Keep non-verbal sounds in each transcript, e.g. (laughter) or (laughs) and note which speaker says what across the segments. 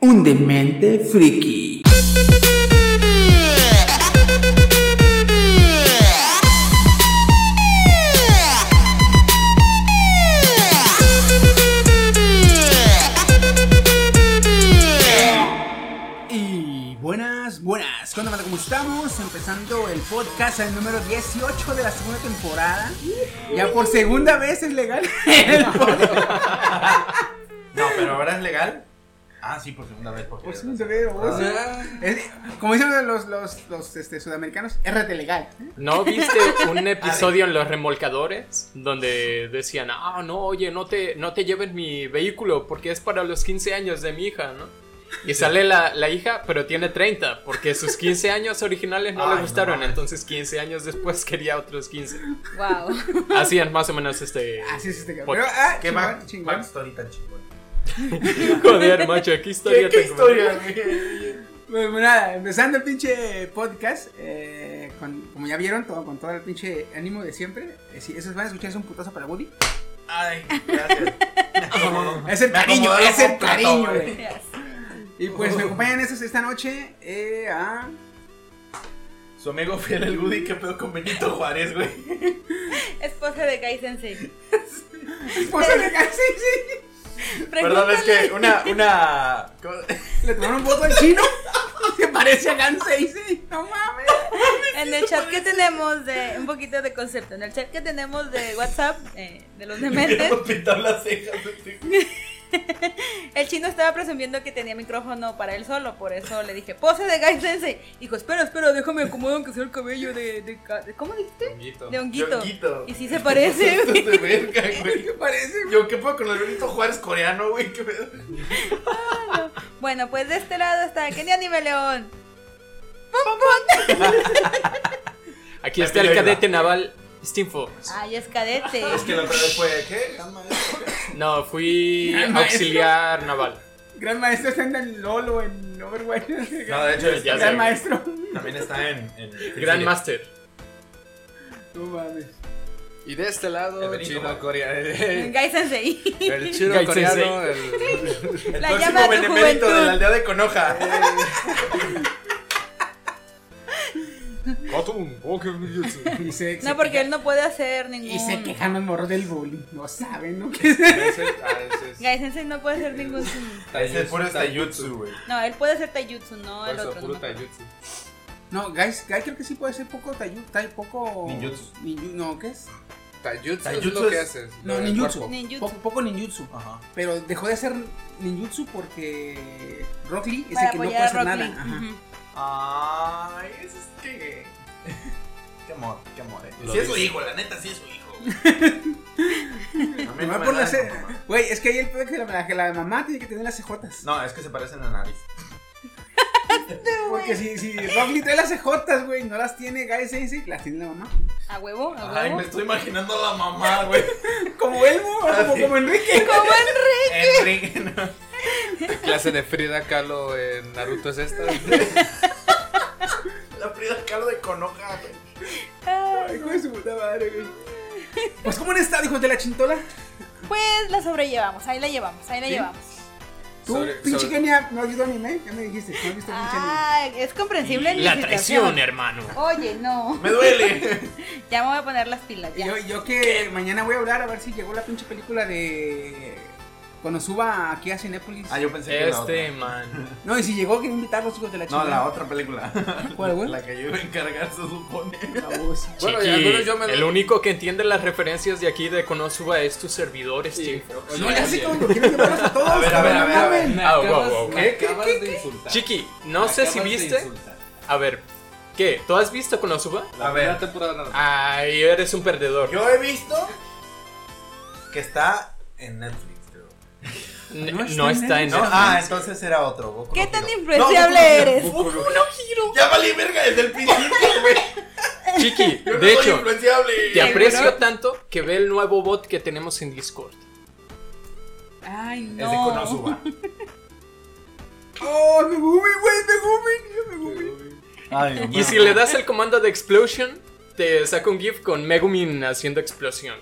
Speaker 1: un demente friki.
Speaker 2: Y buenas, buenas. ¿Cuándo ¿Cómo estamos? Empezando el podcast el número 18 de la segunda temporada. Ya por segunda vez es legal. el podcast.
Speaker 3: (laughs) No, pero ahora es legal. Ah, sí, por segunda vez. Porque
Speaker 2: Por segunda vez, o sea, Ah. es- como dicen los, los, los, este, sudamericanos, RT legal.
Speaker 4: (laughs) ¿No viste un episodio en Los Remolcadores? Donde decían, ah, no, oye, no te, no te lleven mi vehículo porque es para los 15 años de mi hija, ¿no? Y sale la, la hija, pero tiene 30, porque sus 15 años originales no le
Speaker 3: Ay,
Speaker 4: gustaron,
Speaker 3: no.
Speaker 4: entonces 15 años después quería otros 15.
Speaker 5: Wow.
Speaker 4: Hacían más o menos este...
Speaker 2: Así es este
Speaker 4: Por-
Speaker 2: Pero, ah,
Speaker 3: Qué
Speaker 2: chingón,
Speaker 3: back,
Speaker 2: chingón.
Speaker 3: backstory tan chingón.
Speaker 4: (laughs) Joder, macho, ¿qué historia tengo?
Speaker 2: Bueno, pues nada, empezando el pinche podcast, eh, con- como ya vieron, todo, con todo el pinche ánimo de siempre. Eh, si esos van a escuchar es un putazo para Woody.
Speaker 3: Ay, gracias.
Speaker 2: Es el
Speaker 3: Me
Speaker 2: cariño,
Speaker 3: acomodaron
Speaker 2: es el
Speaker 3: con plato,
Speaker 2: cariño,
Speaker 3: güey. Oh.
Speaker 2: güey. Y pues me acompañan esos esta noche eh, a... (laughs)
Speaker 3: Su amigo fiel el Woody, ¿qué pedo con Benito Juárez, güey?
Speaker 5: Esposa de Kai Sensei.
Speaker 2: Esposa de Kai, sí,
Speaker 3: Perdón, es que una, una...
Speaker 6: (laughs)
Speaker 2: sí. Le tomaron un voto al chino. (laughs) Se parece a Gansei, sí. No mames.
Speaker 6: En el chat que tenemos de un poquito de concepto, en el chat que tenemos de WhatsApp eh, de
Speaker 3: (laughs)
Speaker 6: los dementes,
Speaker 3: Quiero pintar las cejas. este güey.
Speaker 6: el chino estaba presumiendo que tenía micrófono para él solo, por eso le dije, pose de Guy Sensei. Dijo, espera, espera, déjame acomodo aunque sea el cabello de, de ca- de- ¿cómo dijiste? De honguito.
Speaker 3: honguito.
Speaker 6: Y sí
Speaker 3: (laughs)
Speaker 6: se parece, güey.
Speaker 3: De Este verga, güey.
Speaker 2: ¿Qué parece?
Speaker 3: Yo, ¿qué pedo con el Benito Juárez coreano, güey? ¿Qué pedo?
Speaker 6: (laughs) Bueno, pues de este lado está Kenia Anime León.
Speaker 4: Aquí está el cadete naval Steam Fox.
Speaker 6: Ay, es cadete.
Speaker 3: Es que la otra vez fue, ¿qué?
Speaker 4: No, (laughs) fui auxiliar naval.
Speaker 2: Gran maestro está en el Lolo, en Overwatch.
Speaker 3: No, de hecho,
Speaker 4: Ya
Speaker 3: está-
Speaker 4: sé.
Speaker 2: Gran maestro.
Speaker 3: también está en... en
Speaker 4: Gran Master.
Speaker 2: No mames.
Speaker 7: Y de este
Speaker 3: El
Speaker 7: lado,
Speaker 3: Benito,
Speaker 7: chino
Speaker 3: güey.
Speaker 7: coreano.
Speaker 6: Guy Sensei.
Speaker 7: El chino
Speaker 4: Gai
Speaker 7: coreano, el,
Speaker 3: El
Speaker 6: La
Speaker 3: próximo
Speaker 6: llama de tu
Speaker 3: benemérito de
Speaker 6: juventud.
Speaker 3: la aldea de
Speaker 6: (laughs)
Speaker 3: Conoja.
Speaker 2: Y se- se
Speaker 6: No, porque
Speaker 2: queja-
Speaker 6: él no puede hacer ningún...
Speaker 2: Y se quejan los morros del bullying. No saben, ¿no?
Speaker 7: ese, ah, ese es-
Speaker 6: Guy Sensei no puede hacer ningún...
Speaker 3: Ese es puro Sayutsu, güey.
Speaker 6: No, él puede hacer taijutsu, no
Speaker 7: por
Speaker 6: el
Speaker 7: eso,
Speaker 6: otro.
Speaker 7: puro
Speaker 6: no.
Speaker 7: taijutsu.
Speaker 2: No, guys, guys creo que sí puede ser poco tayu, tay, poco.
Speaker 3: Ninjutsu.
Speaker 2: ninju- no, ¿qué es?
Speaker 7: Taijutsu es
Speaker 3: Taijutsu
Speaker 7: lo que
Speaker 3: es-
Speaker 7: haces. lo
Speaker 2: No,
Speaker 7: del
Speaker 2: ninjutsu.
Speaker 7: cuerpo.
Speaker 6: Ninjutsu.
Speaker 2: Poco, poco ninjutsu.
Speaker 3: Ajá.
Speaker 2: Pero dejó de hacer ninjutsu porque Rock Lee es
Speaker 6: Para
Speaker 2: el que no puede
Speaker 6: apoyar
Speaker 2: hacer
Speaker 6: a Rock
Speaker 2: nada.
Speaker 6: Lee.
Speaker 2: Ajá.
Speaker 6: Ujú.
Speaker 3: Ay, eso es que. (laughs) Qué amor, qué amor, eh.
Speaker 4: Lo
Speaker 3: sí es su
Speaker 4: dice.
Speaker 3: hijo, la neta, sí es
Speaker 2: (laughs)
Speaker 3: su hijo. A mí
Speaker 2: Me va
Speaker 3: me
Speaker 2: por
Speaker 3: da
Speaker 2: la ce-
Speaker 3: de mamá.
Speaker 2: Güey, es que ahí el pedo que la, que la mamá tiene que tener las cejotas.
Speaker 3: No, es que se parecen a nariz.
Speaker 2: Porque si, si Rock Lee trae las cejotas, güey, no las tiene Guy Sensei, las tiene la mamá.
Speaker 6: A huevo, a
Speaker 3: Ay,
Speaker 6: huevo. (laughs)
Speaker 3: me estoy imaginando a la mamá, (laughs) güey.
Speaker 2: Como Elmo,
Speaker 3: Ah,
Speaker 2: como,
Speaker 3: sí.
Speaker 2: como Enrique.
Speaker 3: Enrique, no.
Speaker 7: ¿Qué clase de Frida Kahlo en Naruto es esta? (laughs)
Speaker 3: La Frida Kahlo de Conoja, güey.
Speaker 2: Ay, hijo de su puta madre, güey. Pues, ¿cómo han estado, hijos de la chintola?
Speaker 6: Pues la sobrellevamos, ahí la llevamos, ahí la
Speaker 2: ¿Sí?
Speaker 6: llevamos.
Speaker 2: Tú,
Speaker 7: Sobre-
Speaker 2: pinche
Speaker 7: sobre-
Speaker 2: Kenia, no has visto anime, ya me dijiste, no has visto pinche anime.
Speaker 6: Ah, es comprensible mi
Speaker 4: La
Speaker 6: situación.
Speaker 4: traición, eh. hermano.
Speaker 6: Oye, no.
Speaker 3: Me duele.
Speaker 6: Ya me voy a poner las pilas, ya.
Speaker 2: Yo, yo que mañana voy a hablar a ver si llegó la pinche película de cuando suba aquí a Cinépolis.
Speaker 3: (laughs) Ah, yo pensé que la otra.
Speaker 4: Este man.
Speaker 2: No, y si llegó quiero invitar a los hijos de la chica.
Speaker 3: No, la otra película.
Speaker 2: (laughs) ¿Cuál, güey?
Speaker 3: La que yo iba a encargar, se supone.
Speaker 2: La voz.
Speaker 7: Bueno,
Speaker 4: Chiqui,
Speaker 7: ya, al menos yo me doy-
Speaker 4: el único que entiende las referencias de aquí de Konosuba es tu servidor, Steve.
Speaker 2: No le hace como que quiero llevarlos a todos.
Speaker 3: (laughs) A ver, a ver, a ver, a ver.
Speaker 2: cabrón,
Speaker 7: Me
Speaker 4: Ah, wow,
Speaker 7: acabas-
Speaker 4: wow,
Speaker 7: me
Speaker 4: ¿qué,
Speaker 7: acabas de insultar.
Speaker 4: Chiqui, no sé si viste. A ver, ¿qué? ¿Tú has visto Konosuba?
Speaker 3: A
Speaker 7: A ver.
Speaker 3: ver.
Speaker 7: La primera
Speaker 4: Ah,
Speaker 7: temporada de Naruto.
Speaker 4: Ay, eres un perdedor.
Speaker 3: Yo he visto que está en Netflix, creo.
Speaker 4: No, no está en
Speaker 3: No,
Speaker 4: Netflix.
Speaker 3: ah, entonces era otro. Boku
Speaker 6: ¿Qué
Speaker 3: no
Speaker 6: tan
Speaker 3: Hero.
Speaker 6: influenciable eres?
Speaker 3: Boku no Hero. Ya valí verga desde el principio, güey.
Speaker 4: Chiqui,
Speaker 3: Yo no
Speaker 4: de
Speaker 3: soy
Speaker 4: hecho,
Speaker 3: influenciable.
Speaker 4: te aprecio tanto que ve el nuevo bot que tenemos en Discord.
Speaker 6: Ay,
Speaker 3: Es de
Speaker 6: no.
Speaker 3: Konosuba.
Speaker 2: ¡Oh, Megumi, güey! ¡Megumi! ¡Megumi!
Speaker 4: Y si le das el comando de explosion, te saca un GIF con Megumin haciendo explosión.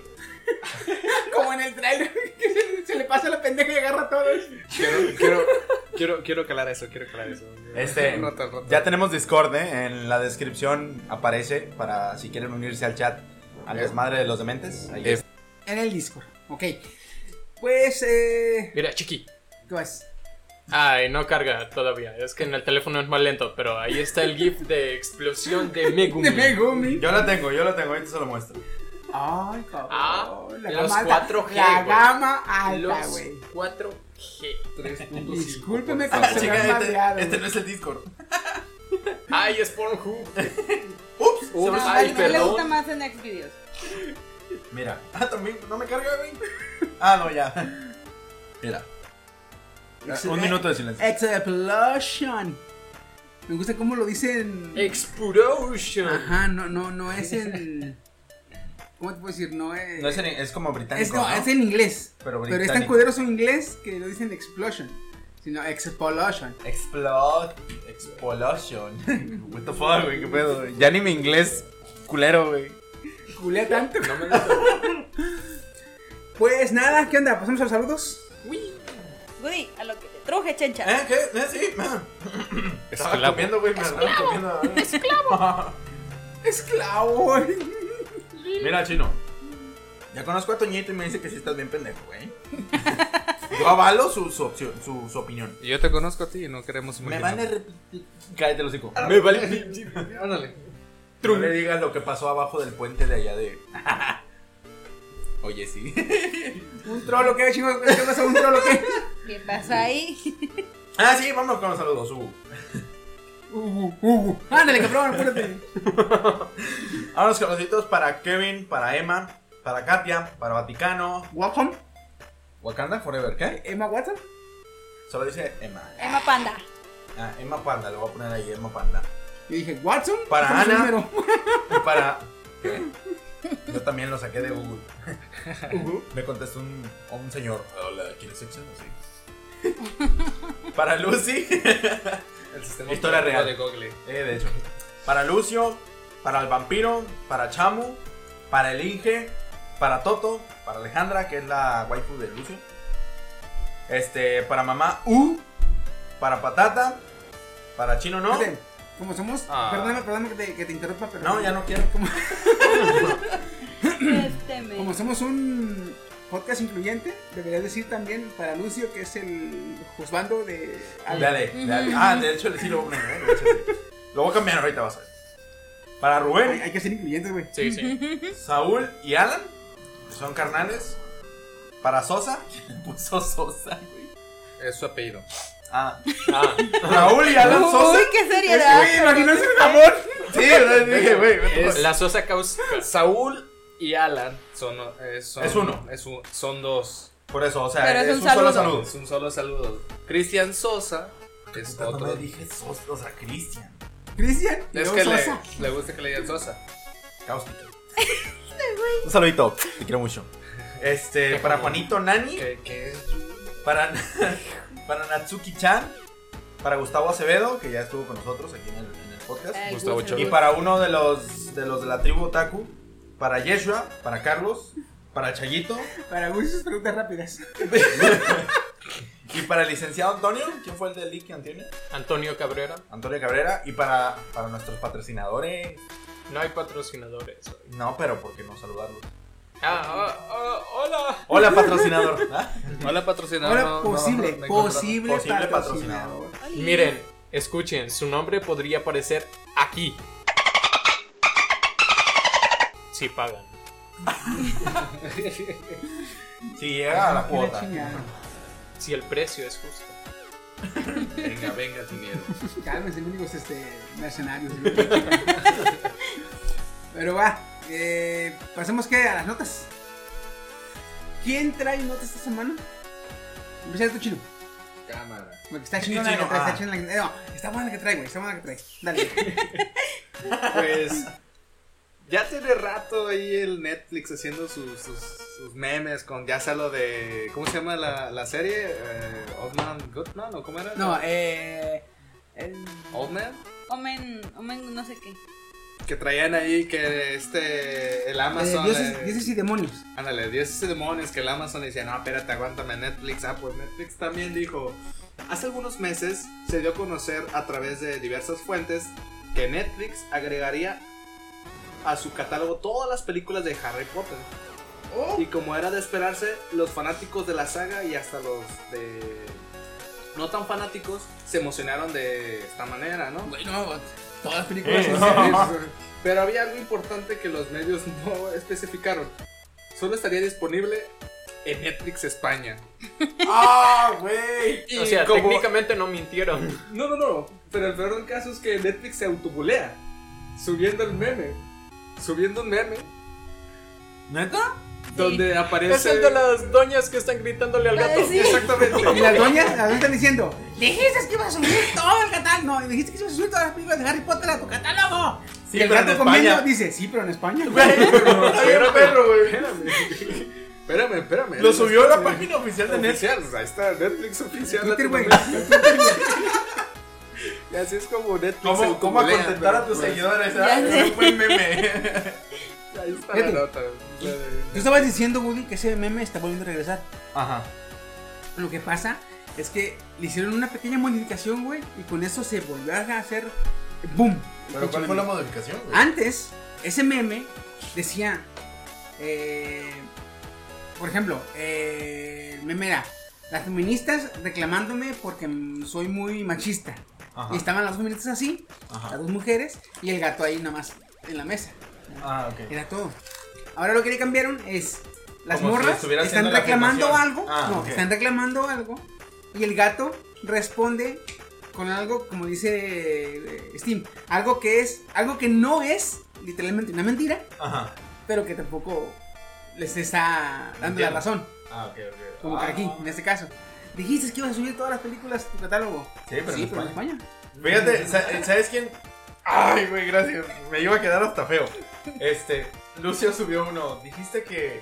Speaker 2: (laughs) Como en el trailer, (laughs) que se, se le pasa la pendeja y agarra todo.
Speaker 7: Quiero, quiero, quiero, quiquiero calar eso, quiero calar eso.
Speaker 3: (laughs) Este,
Speaker 7: Un rato, un rato.
Speaker 3: Ya tenemos Discord, ¿eh? En la descripción aparece para si quieren unirse al chat a las madres de los dementes. Ahí
Speaker 7: Eh,
Speaker 3: está.
Speaker 2: En el Discord, ok. Pues, eh.
Speaker 4: Mira, Chiqui.
Speaker 2: ¿Qué más?
Speaker 4: Ay, no carga todavía. Es que en el teléfono es más lento, pero ahí está el GIF de explosión de Megumin.
Speaker 2: (laughs) De Megumi.
Speaker 3: Yo la tengo, yo la tengo, ahorita se lo muestro.
Speaker 2: Ay, cabrón.
Speaker 4: Ah,
Speaker 2: la
Speaker 4: los
Speaker 2: gama alta,
Speaker 4: 4G,
Speaker 2: La
Speaker 4: güey.
Speaker 2: gama alta,
Speaker 4: Los
Speaker 2: güey.
Speaker 4: 4G.
Speaker 7: 3.5.
Speaker 2: Discúlpeme
Speaker 7: por
Speaker 2: que
Speaker 7: favor.
Speaker 2: se
Speaker 3: Ah, Chica,
Speaker 2: me ha madreado,
Speaker 3: este, este
Speaker 2: güey.
Speaker 3: no es el Discord.
Speaker 4: Ay, es Pornhub.
Speaker 3: Ups,
Speaker 4: Ups,
Speaker 6: No,
Speaker 4: ay,
Speaker 6: a mí le gusta
Speaker 4: perdón.
Speaker 6: más en Next Videos.
Speaker 3: Mira. Ah, también, no me carga, güey. Ah, no, ya. Mira. Eh, Un minuto de silencio.
Speaker 6: Eh,
Speaker 2: Explosion. Me gusta cómo lo dicen.
Speaker 4: Explosion.
Speaker 2: Ajá, no, no, no es en. ¿Cómo te puedo decir? No es.
Speaker 3: No es, en- es como británico.
Speaker 2: es, no,
Speaker 3: ¿no?
Speaker 2: es en inglés.
Speaker 3: Pero
Speaker 2: Pero es
Speaker 3: británico.
Speaker 2: tan culero su inglés que lo dicen explosion. Sino explosion.
Speaker 3: Explode. Explosion. (laughs) What the fuck, güey, qué pedo. Ya ni mi inglés culero, güey.
Speaker 2: Culea tanto.
Speaker 4: No me lo
Speaker 2: Pues nada, ¿qué onda? Pasamos a los saludos.
Speaker 6: Goody, a lo que te truje, chencha.
Speaker 3: ¿Eh? ¿Qué? ¿Eh? Sí. (clears throat) Estaba
Speaker 4: Esclavo.
Speaker 3: comiendo, güey, me andaba comiendo. Esclavo.
Speaker 2: Esclavo.
Speaker 3: (laughs)
Speaker 2: (laughs)
Speaker 3: Mira, chino. Ya conozco a Toñito y me dice que sí estás bien pendejo, güey. (laughs) Yo avalo su, su, opción- su, su opinión.
Speaker 7: Yo te conozco a ti y no queremos
Speaker 3: Me van a Ah. repetir. Cállate, los hocico.
Speaker 4: Me vale.
Speaker 7: Ándale.
Speaker 3: No le digas lo que pasó abajo del puente de allá de. (laughs) Oye, sí.
Speaker 2: Un trolo, ¿qué chingos? ¿Qué pasa? Un trolo, ¿qué?
Speaker 6: ¿Qué pasa ahí?
Speaker 3: (laughs) Ah, sí, vamos con los saludos. Uh. Hugo.
Speaker 2: Ugu, ugu. Uh, Ándale, cabrón, apúrate.
Speaker 3: Vámonos con los saluditos para Kevin, para Emma, para Katia, para Vaticano.
Speaker 2: Welcome,
Speaker 3: Wakanda Forever, ¿qué?
Speaker 2: Emma Watson.
Speaker 3: Solo dice Emma.
Speaker 6: Emma Panda.
Speaker 3: Ah, Emma Panda, lo voy a poner ahí, Emma Panda.
Speaker 2: Yo dije, Watson.
Speaker 3: Para
Speaker 2: ¿Cómo es su
Speaker 3: Ana.
Speaker 2: número?
Speaker 3: Y para. ¿Qué? Yo también lo saqué de Google. Me contestó un, un señor. Hola, ¿quieres sexo? Así. Para Lucy.
Speaker 7: El sistema
Speaker 3: Historia
Speaker 7: operativo
Speaker 3: real.
Speaker 7: de Google.
Speaker 3: Eh, de hecho. Para Lucio, para el vampiro, para Chamu, para el Inge, para Toto, para Alejandra, que es la waifu de Lucio. Este, para mamá
Speaker 2: Uh.
Speaker 3: U, para Patata, para Chino No.
Speaker 2: Espérate, Como somos.
Speaker 7: Ah.
Speaker 2: Perdóname, perdóname que te, que te interrumpa, pero.
Speaker 3: No, ya no quiero.
Speaker 2: Como,
Speaker 6: Este me.
Speaker 2: como somos un podcast incluyente, deberías decir también para Lucio, que es el juzgando de.
Speaker 3: Dale, dale. Ah, de hecho sí lo voy a poner, eh, de hecho, sí. Lo voy a cambiar ahorita, vas a ver. Para
Speaker 2: Hay,
Speaker 3: Rubén,
Speaker 2: hay que ser incluyentes, güey.
Speaker 4: Sí,
Speaker 6: (laughs)
Speaker 4: sí.
Speaker 3: Saúl y Alan, que son carnales. Para Sosa, (laughs) ¿quién le puso Sosa, güey?
Speaker 7: Es su apellido.
Speaker 3: Ah,
Speaker 4: Ah,
Speaker 3: Raúl y Alan Sosa.
Speaker 6: Uy, qué seriedad.
Speaker 3: Güey, imagínense un amor. Sí, ¿verdad? dije, güey. what the fuck.
Speaker 4: la sosa causa.
Speaker 7: Saúl y Alan son, eh, son-
Speaker 3: Es uno.
Speaker 7: es un- son dos.
Speaker 3: Por eso, o sea,
Speaker 6: Pero
Speaker 3: es,
Speaker 6: es
Speaker 3: un
Speaker 6: un
Speaker 3: solo saludo.
Speaker 6: saludo.
Speaker 7: Es un solo saludo. Cristian Sosa es
Speaker 3: Puta,
Speaker 7: otro.
Speaker 3: dije Sosa, o sea, Cristian.
Speaker 2: Cristian. y
Speaker 7: Es
Speaker 2: luego
Speaker 7: que le,
Speaker 2: Sosa.
Speaker 7: le gusta que le digan Sosa.
Speaker 3: Cáustica. Un saludito, te quiero mucho. Este, para Juanito Nani,
Speaker 7: Que, que es
Speaker 3: para, (laughs) para Natsuki-chan, para Gustavo Acevedo, que ya estuvo con nosotros aquí en el, en el podcast.
Speaker 6: Ay,
Speaker 7: Gustavo
Speaker 6: gusta.
Speaker 3: Y para uno de los de los de la tribu Otaku, para Yeshua, para Carlos, para Chayito (laughs)
Speaker 2: Para Lucio, sus preguntas rápidas.
Speaker 3: y para el licenciado Antonio, ¿quién fue el del Lick Antonio?
Speaker 4: Antonio Cabrera.
Speaker 3: Antonio Cabrera y para, para nuestros patrocinadores.
Speaker 4: No hay patrocinadores hoy.
Speaker 3: No, pero ¿por qué no saludarlos?
Speaker 4: Ah, ah, ah, hola.
Speaker 3: Hola, patrocinador. ¿Ah?
Speaker 7: Hola patrocinador.
Speaker 2: Ahora,
Speaker 7: no- no-
Speaker 2: posible,
Speaker 7: no- no-
Speaker 2: posible,
Speaker 3: Posible
Speaker 2: patrocinador.
Speaker 4: Miren, escuchen, su nombre podría aparecer aquí. Si pagan.
Speaker 3: Si llega a la
Speaker 2: Qué la
Speaker 3: cuota.
Speaker 2: chingada.
Speaker 4: Si el precio es justo.
Speaker 7: Venga, venga, tu miedo.
Speaker 2: Cálmense, únicos este, mercenarios. güey. (laughs) Pero va, eh, pasemos que a las notas. ¿Quién trae notas esta semana? Empieza tú, chino.
Speaker 7: Cámara.
Speaker 2: Porque está chingona la que
Speaker 3: Sí, chino,
Speaker 2: traes,
Speaker 3: ah.
Speaker 2: está chingona la que eh, No, está buena la que traes, güey, está buena la que traes. Dale.
Speaker 3: (laughs)
Speaker 7: Pues ya tiene rato ahí el Netflix haciendo sus, sus, sus memes con ya sea lo de. ¿Cómo se llama la, la serie? Eh, Old Man Goodman o cómo era?
Speaker 2: No, eh. el-
Speaker 7: Old Man.
Speaker 6: Omen, omen, no sé qué.
Speaker 7: Que traían ahí que este. El
Speaker 2: eh,
Speaker 7: Amazon.
Speaker 2: dioses,
Speaker 7: eh,
Speaker 2: dioses y demonios.
Speaker 7: Ándale, dioses y demonios que el Amazon decía, no, espérate, aguántame Netflix. Ah, pues Netflix también dijo, hace algunos meses se dio a conocer a través de diversas fuentes que Netflix agregaría a su catálogo todas las películas de Harry Potter.
Speaker 3: Oh.
Speaker 7: Y como era de esperarse, los fanáticos de la saga y hasta los de no tan fanáticos se emocionaron de esta manera, ¿no?
Speaker 2: Güey, no, todas las películas son
Speaker 7: (laughs) Pero había algo importante que los medios no especificaron. Solo estaría disponible en Netflix España.
Speaker 3: ¡Ah, güey!
Speaker 7: Y
Speaker 4: O sea,
Speaker 7: como-
Speaker 4: técnicamente no mintieron.
Speaker 7: No, no, no. Pero el peor del caso es que Netflix se autobulea. Subiendo el meme. Subiendo un meme.
Speaker 3: ¿Neta?
Speaker 7: Donde aparece.
Speaker 4: (laughs) Es el de las doñas que están gritándole al gato.
Speaker 2: (laughs)
Speaker 6: Sí.
Speaker 7: Exactamente.
Speaker 2: Y las doñas, las doñas están diciendo: Dijiste que ibas a subir todo el catálogo. No, dijiste que ibas a subir todas las películas de Harry Potter a tu catálogo.
Speaker 3: Sí,
Speaker 2: y el
Speaker 3: pero en
Speaker 2: gato
Speaker 3: España.
Speaker 2: comiendo dice: Sí, pero en España.
Speaker 7: Espérame, perro, güey. Espérame. Espérame, espérame.
Speaker 3: Lo subió a la página este oficial de Netflix.
Speaker 7: Oficial, ahí está, Netflix oficial.
Speaker 2: Twitter, güey.
Speaker 7: Latinoamérica. Y así es como Netflix.
Speaker 3: ¿Cómo,
Speaker 7: autobulea,
Speaker 3: cómo contentar a tus
Speaker 7: pero- pues,
Speaker 3: seguidores?
Speaker 6: Ya
Speaker 3: Ah,
Speaker 6: sé.
Speaker 3: Es un buen (laughs) meme.
Speaker 7: Ahí está
Speaker 2: Fíjate.
Speaker 7: la nota. O sea,
Speaker 2: Tú estabas diciendo, Woody, que ese meme está volviendo a regresar.
Speaker 3: Ajá.
Speaker 2: Lo que pasa es que le hicieron una pequeña modificación, güey, y con eso se volvió a hacer boom.
Speaker 3: ¿Pero cuál fue la modificación, güey?
Speaker 2: Antes, ese meme decía, eh, por ejemplo, eh, el meme era, las feministas reclamándome porque mm, soy muy machista.
Speaker 3: Ajá.
Speaker 2: Y estaban las feministas así,
Speaker 3: Ajá.
Speaker 2: las dos mujeres, y el gato ahí nomás en la mesa.
Speaker 3: Ah, ok.
Speaker 2: Era todo. Ahora lo que le cambiaron es. Las
Speaker 3: Como si
Speaker 2: morras
Speaker 3: estuviera
Speaker 2: están
Speaker 3: haciendo la
Speaker 2: reclamando
Speaker 3: afirmación.
Speaker 2: algo.
Speaker 3: Ah,
Speaker 2: no,
Speaker 3: ok.
Speaker 2: están reclamando algo. Y el gato responde con algo, como dice eh, Steam. Algo que es. Algo que no es literalmente una mentira.
Speaker 3: Ajá.
Speaker 2: Pero que tampoco les está dando la
Speaker 3: Entiendo.
Speaker 2: razón.
Speaker 3: Ah, ok, ok.
Speaker 2: Como
Speaker 3: Ah,
Speaker 2: que aquí,
Speaker 3: no.
Speaker 2: en este caso. Dijiste que ibas a subir todas las películas a tu catálogo.
Speaker 3: Sí, pero en España.
Speaker 2: España.
Speaker 3: Fíjate, sa- ¿sabes quién? Ay, güey, gracias. Me iba a quedar hasta feo. Este, Lucio subió uno. Dijiste que,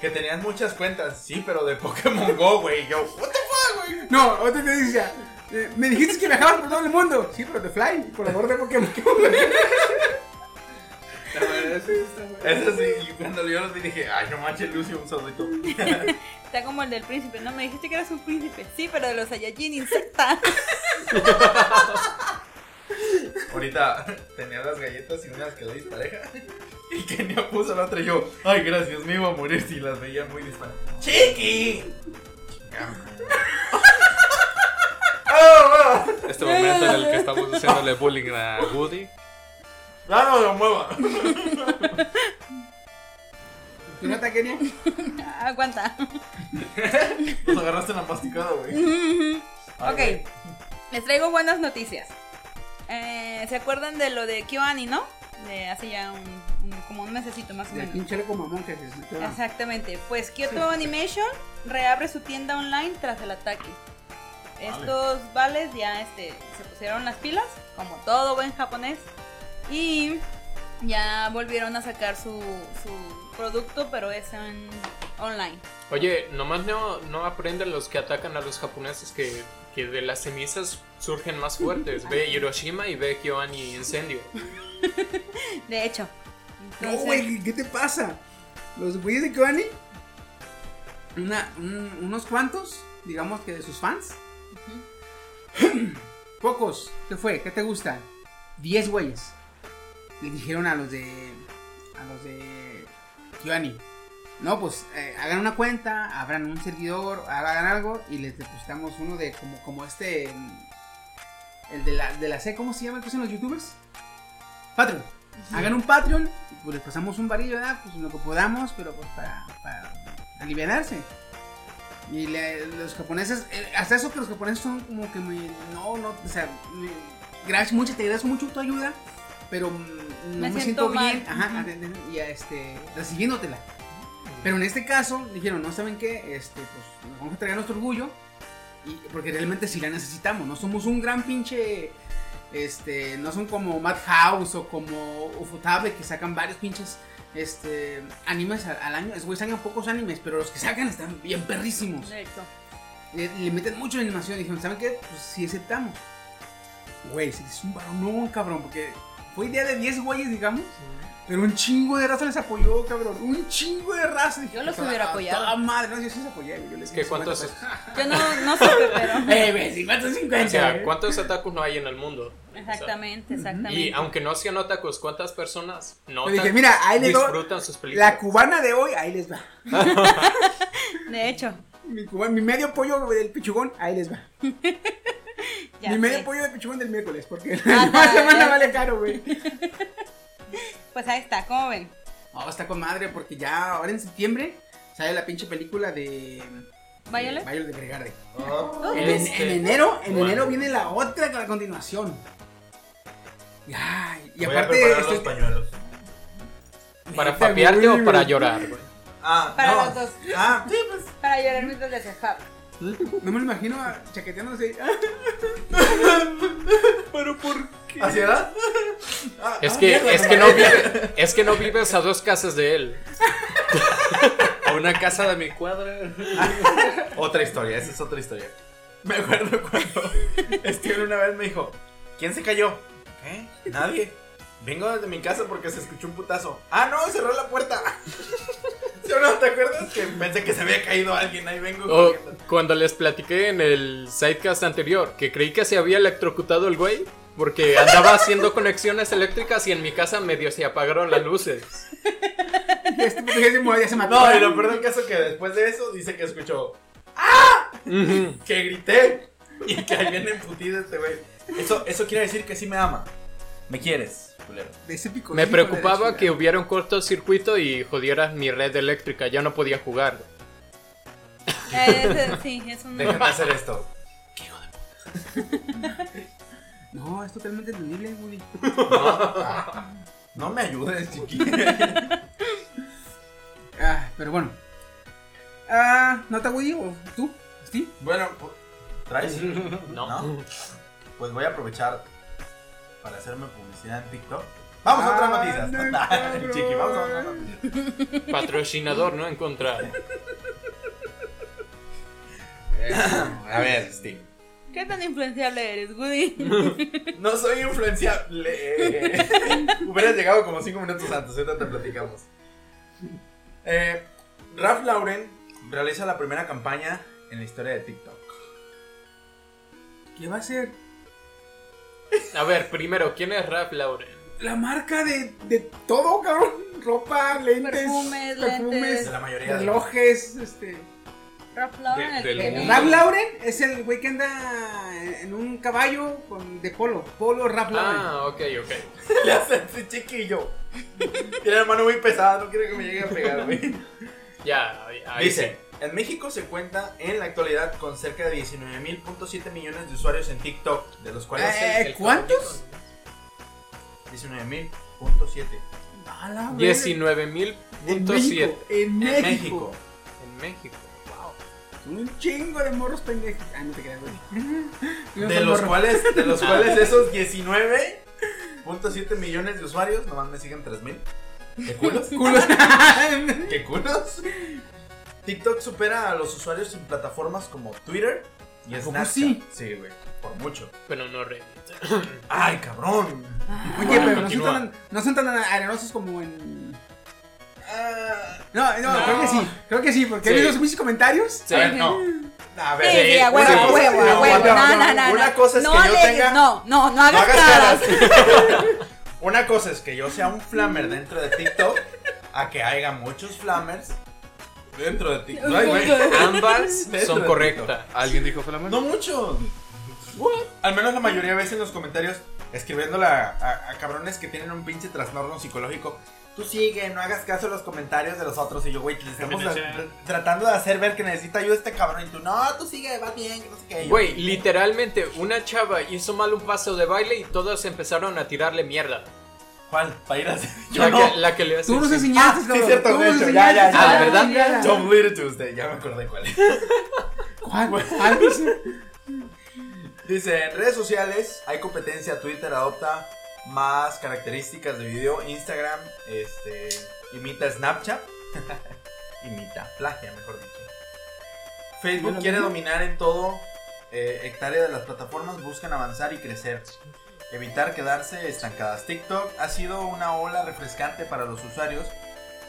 Speaker 3: que tenías muchas cuentas. Sí, pero de Pokémon Go, güey. Yo, what the fuck, güey.
Speaker 2: No, otra te decía. eh, Me dijiste que viajabas por todo el mundo. Sí, pero te fly, por favor de Pokémon.
Speaker 3: (laughs)
Speaker 7: la verdad es que está bueno.
Speaker 3: (laughs) Eso sí, y cuando yo los vi dije, ay, no manches, Lucio, un saludito.
Speaker 6: Está como el del príncipe. No, me dijiste que eras un príncipe. Sí, pero de los Saiyajin insecta.
Speaker 3: Ahorita (laughs) tenía las galletas y unas que le dispareja. (laughs) Y Kenia puso la otra y yo, ay, gracias, me iba a morir si las veía muy disparejas. ¡Chiqui! ¡Ah, ah!
Speaker 7: Este momento en el
Speaker 4: (laughs)
Speaker 7: que estamos haciéndole bullying a Woody.
Speaker 3: ¡Ah, no, no mueva!
Speaker 2: ¿Tu nota, Kenia?
Speaker 6: Aguanta.
Speaker 3: (laughs) Nos agarraste en la masticada, güey.
Speaker 6: ok. Les traigo buenas noticias. Eh, ¿Se acuerdan de lo de KyoAni, no? De hace ya un, un- como un mesecito más o
Speaker 2: De
Speaker 6: menos.
Speaker 2: pinche como mamón que se metió.
Speaker 6: Exactamente. Pues Kyoto Animation reabre su tienda online tras el ataque. Estos vales ya este, se pusieron las pilas, como todo buen japonés, y ya volvieron a sacar su, su producto, pero es en online.
Speaker 4: Oye, nomás no, no aprenden los que atacan a los japoneses que, que de las cenizas surgen más fuertes. Ve Hiroshima y ve Kyoani incendio.
Speaker 6: De hecho.
Speaker 2: No,
Speaker 6: Entonces-
Speaker 2: güey, ¿qué te pasa? Los güeyes de Kyoani, una, un- unos cuantos, digamos que de sus fans. (clears throat) Pocos, ¿qué fue? ¿Qué te gusta? Diez güeyes. Le dijeron a los de. A los de. Kyoani. No, pues eh, hagan una cuenta, abran un servidor, hagan algo y les depositamos uno de como, como este. mm, El de la, de la C, ¿cómo se llama? ¿Qué usan los youtubers? Patreon. Hagan un Patreon, pues les pasamos un varillo, ¿verdad? Pues lo que podamos, pero pues para, para alivianarse. Y le- los japoneses, eh, hasta eso que los japoneses son como que muy, no, no, o sea, me- gracias, mucho, te agradezco mucho tu ayuda, pero mm, no me, siento,
Speaker 6: Me siento mal.
Speaker 2: bien, ajá,
Speaker 6: Ujú.
Speaker 2: y este, recibiéndotela. Pero en este caso dijeron, no saben qué, este, pues nos vamos a traer nuestro orgullo. Y, porque realmente sí la necesitamos. No somos un gran pinche. Este. No son como Madhouse o como Ufotable que sacan varios pinches. Este. animes al, al año. Es güey, sacan pocos animes, pero los que sacan están bien perrísimos.
Speaker 6: Directo.
Speaker 2: Le, le meten mucho en animación. Dijeron, ¿saben qué? Pues sí aceptamos. Güey, sí, es un varón, cabrón, porque fue idea de 10 güeyes, digamos. Pero un chingo de raza les apoyó, cabrón. Un chingo de raza. Dije,
Speaker 6: Yo los
Speaker 2: "A toda-
Speaker 6: hubiera
Speaker 2: a
Speaker 6: apoyado".
Speaker 2: toda madre, no, yo sí les apoyé. güey, Yo
Speaker 4: Es
Speaker 2: les
Speaker 4: que
Speaker 2: di 50
Speaker 4: cuántos,
Speaker 2: pesos.
Speaker 6: Yo no, no supe, pero.
Speaker 2: Eh, güey, 50, 50.
Speaker 4: o sea,
Speaker 6: Eh.
Speaker 2: güey.
Speaker 4: ¿cuántos otakus no hay en el mundo?
Speaker 6: Exactamente, exactamente.
Speaker 4: Y aunque no sean otakus, ¿cuántas personas no
Speaker 2: Yo dije, mira, ahí les doy-
Speaker 4: disfrutan sus películas?
Speaker 2: La cubana de hoy, ahí les va.
Speaker 6: De hecho,
Speaker 2: Mi, cuba- mi medio pollo del pichugón, ahí les va.
Speaker 6: ya.
Speaker 2: mi medio
Speaker 6: sé.
Speaker 2: pollo del pichugón del miércoles, porque
Speaker 6: Ah,
Speaker 2: (laughs) la semana
Speaker 6: ya.
Speaker 2: vale caro, güey.
Speaker 6: Pues ahí está, ¿cómo ven?
Speaker 2: No, está con madre, porque ya ahora en septiembre sale la pinche película de.
Speaker 6: Violet. Oh.
Speaker 2: de Violet de Gregarde. En, en-
Speaker 4: Este,
Speaker 2: en enero, en
Speaker 4: bueno.
Speaker 2: enero viene la otra con la continuación. Ya, y
Speaker 3: Voy a
Speaker 2: aparte. este
Speaker 3: preparar
Speaker 2: estoy-
Speaker 3: los pañuelos.
Speaker 4: ¿Para
Speaker 2: Neta,
Speaker 4: papearte
Speaker 2: güey,
Speaker 4: o para
Speaker 2: güey.
Speaker 4: llorar, güey?
Speaker 3: Ah,
Speaker 6: Para
Speaker 3: no.
Speaker 6: los dos.
Speaker 3: Ah, sí, pues.
Speaker 6: Para llorar mientras les dejaba.
Speaker 2: No me lo imagino a- chaqueteándose. (laughs)
Speaker 3: Pero por qué. ¿Ansiedad? Ah,
Speaker 4: Es
Speaker 3: ah,
Speaker 4: que,
Speaker 3: mierda,
Speaker 4: es que no vive- es que no vives a dos casas de
Speaker 7: (laughs)
Speaker 4: él.
Speaker 7: A una casa de mi cuadra.
Speaker 3: Otra historia, esa es otra historia. Me acuerdo cuando Steven una vez me dijo, ¿quién se cayó? ¿Qué? Nadie. Vengo desde mi casa porque se escuchó un putazo. Ah, no, cerró la puerta. (laughs) ¿Sí o no? ¿Te acuerdas? Que pensé que se había caído alguien, ahí vengo.
Speaker 4: O
Speaker 3: corriendo.
Speaker 4: cuando les platiqué en el sidecast anterior que creí que se había electrocutado el güey porque andaba haciendo conexiones eléctricas y en mi casa medio se apagaron las luces.
Speaker 2: Y este puto ya se murió, ya se mató.
Speaker 3: No, y lo peor del caso es que después de eso dice que escuchó, ¡Ah!
Speaker 4: Ujú.
Speaker 3: que grité y que ahí viene putido este güey. Eso, eso quiere decir que sí me ama. Me quieres, culero.
Speaker 2: De ese pico-
Speaker 4: Me
Speaker 2: ese pico de la
Speaker 4: preocupaba
Speaker 2: chingada.
Speaker 4: que hubiera un cortocircuito y jodieras mi red eléctrica, ya no podía jugar.
Speaker 6: Eh, es- sí, es un.
Speaker 3: Déjame hacer esto.
Speaker 2: No, es totalmente entendible, Woody.
Speaker 3: No me ayudes, chiquillo.
Speaker 2: Ah, pero bueno. Ah, ¿nota Woody o tú? ¿Sí?
Speaker 3: (laughs) Bueno, pu- ¿traes?
Speaker 4: No.
Speaker 3: Pues voy a aprovechar para hacerme publicidad en TikTok. Vamos a otras
Speaker 2: Ah,
Speaker 3: (laughs) noticias.
Speaker 2: no,
Speaker 3: Chiqui, vamos a otras
Speaker 2: cabrón.
Speaker 3: noticias.
Speaker 4: Patrocinador no encontrar.
Speaker 3: A ver, Steve.
Speaker 6: ¿Qué tan influenciable eres, Woody?
Speaker 4: (laughs)
Speaker 3: No soy influenciable. (laughs) Hubieras llegado como 5 minutos antes, ahorita te platicamos. Eh, Ralph Lauren realiza la primera campaña en la historia de TikTok.
Speaker 2: ¿Qué va a ser?
Speaker 4: A ver, primero, ¿quién es Rap Lauren?
Speaker 2: La marca de, de todo, cabrón. Ropa, lentes,
Speaker 6: Perfumes,
Speaker 3: De
Speaker 6: lentes.
Speaker 3: la mayoría de
Speaker 2: relojes, este.
Speaker 6: Ralph Lauren,
Speaker 4: De-
Speaker 6: el
Speaker 4: del
Speaker 6: que-
Speaker 4: mundo.
Speaker 2: Rap Lauren es el güey que anda en un caballo con, de polo. Polo Rap Lauren.
Speaker 4: Ah, ok, ok.
Speaker 3: Le hace así chiquillo. Tiene la mano muy pesada, no quiero que me llegue a pegar, güey.
Speaker 4: Ya, ahí- ahí
Speaker 3: Dice, en México se cuenta en la actualidad con cerca de 19.7 millones de usuarios en TikTok, de los cuales
Speaker 2: Eh,
Speaker 3: el- el
Speaker 2: ¿cuántos?
Speaker 3: 19.7
Speaker 2: A la verga.
Speaker 4: 19.000.7
Speaker 2: En México. En
Speaker 3: en México.
Speaker 2: México.
Speaker 4: en México.
Speaker 2: Un chingo de morros pendejos. Ah, no te creas, güey. No
Speaker 3: De
Speaker 2: son
Speaker 3: los
Speaker 2: morros.
Speaker 3: cuales, de los cuales esos 19.7 millones de usuarios, nomás me siguen 3.000. ¿Qué
Speaker 2: (laughs)
Speaker 3: culos? (laughs)
Speaker 2: Culos.
Speaker 3: ¿Qué culos? TikTok supera a los usuarios en plataformas como Twitter y
Speaker 2: ¿A poco
Speaker 3: Snapchat.
Speaker 2: sí?
Speaker 3: sí, güey, por mucho.
Speaker 4: Pero no re.
Speaker 3: ¡Ay, cabrón!
Speaker 2: Oye, pero no son,
Speaker 4: Continúa.
Speaker 2: tan, no son tan arenosos como en.
Speaker 3: Ah,
Speaker 2: No, no,
Speaker 4: No.
Speaker 2: creo que sí. Creo que sí, porque
Speaker 4: Sí.
Speaker 2: he visto muchos comentarios.
Speaker 4: Sí,
Speaker 3: a ver, no. A ver,
Speaker 6: Sí, sí, a huevo,
Speaker 3: una
Speaker 6: a
Speaker 3: cosa-
Speaker 6: huevo,
Speaker 3: no,
Speaker 6: a huevo.
Speaker 3: aguanta,
Speaker 6: No,
Speaker 3: aguanta.
Speaker 6: no, no.
Speaker 3: Una cosa es
Speaker 6: no
Speaker 3: que yo
Speaker 6: le-
Speaker 3: tenga.
Speaker 6: No, no, no
Speaker 3: no
Speaker 6: hagas
Speaker 3: hagas
Speaker 6: caras.
Speaker 3: caras. (laughs) Una cosa es que yo sea un flammer dentro de TikTok, a que haya muchos flammers dentro de TikTok. Ay, (laughs) güey.
Speaker 4: Ambas
Speaker 3: Dentro
Speaker 4: son
Speaker 3: de
Speaker 4: correctas.
Speaker 7: ¿Alguien dijo Flamel?
Speaker 3: No muchos. Al menos la mayoría de veces en los comentarios escribiéndola a, a cabrones que tienen un pinche trastorno psicológico. Tú sigue, no hagas caso a los comentarios de los otros. Y yo, güey, le estamos a- tratando de hacer ver que necesita ayuda este cabrón. Y tú, no, tú sigue, va bien, que no sé qué. Y yo,
Speaker 4: Güey, literalmente, una chava hizo mal un paso de baile y todos empezaron a tirarle mierda.
Speaker 3: ¿Cuál? Para ir a hacer. Yo
Speaker 4: La, (laughs)
Speaker 3: no.
Speaker 4: que, la que le haces.
Speaker 2: Tú nos
Speaker 4: sí.
Speaker 2: enseñaste,
Speaker 3: sí,
Speaker 2: cabrón,
Speaker 3: cierto,
Speaker 2: tú
Speaker 3: de
Speaker 2: nos
Speaker 3: hecho, ya, ya,
Speaker 2: enseñaste,
Speaker 4: ya,
Speaker 2: ah,
Speaker 4: ¿verdad?
Speaker 2: ya, ya.
Speaker 3: Tom Leader Tuesday, ya me acordé cuál es.
Speaker 2: ¿Cuál? ¿Cuál dice?
Speaker 3: Dice, en redes sociales hay competencia, Twitter adopta más características de video, Instagram este, imita Snapchat, (laughs) imita, plagia mejor dicho. Facebook quiere dominar en todo eh, hectárea de las plataformas, buscan avanzar y crecer. Evitar quedarse estancadas. TikTok ha sido una ola refrescante para los usuarios,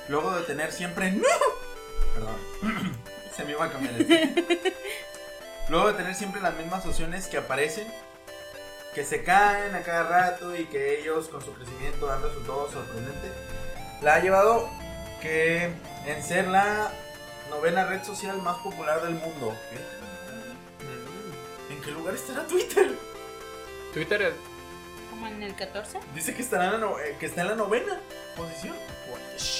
Speaker 3: luego de tener siempre... ¡No! Perdón. (clears throat) Se me iba a cambiar esto. Luego de tener siempre las mismas opciones que aparecen, que se caen a cada rato y que ellos con su crecimiento dan resultados sorprendentes, la ha llevado que en ser la novena red social más popular del mundo. ¿eh? ¿En qué lugar estará Twitter?
Speaker 4: Mm, Twitter es.
Speaker 6: Como en el 14.
Speaker 3: Dice que, estará en la no- eh, que está en la novena posición.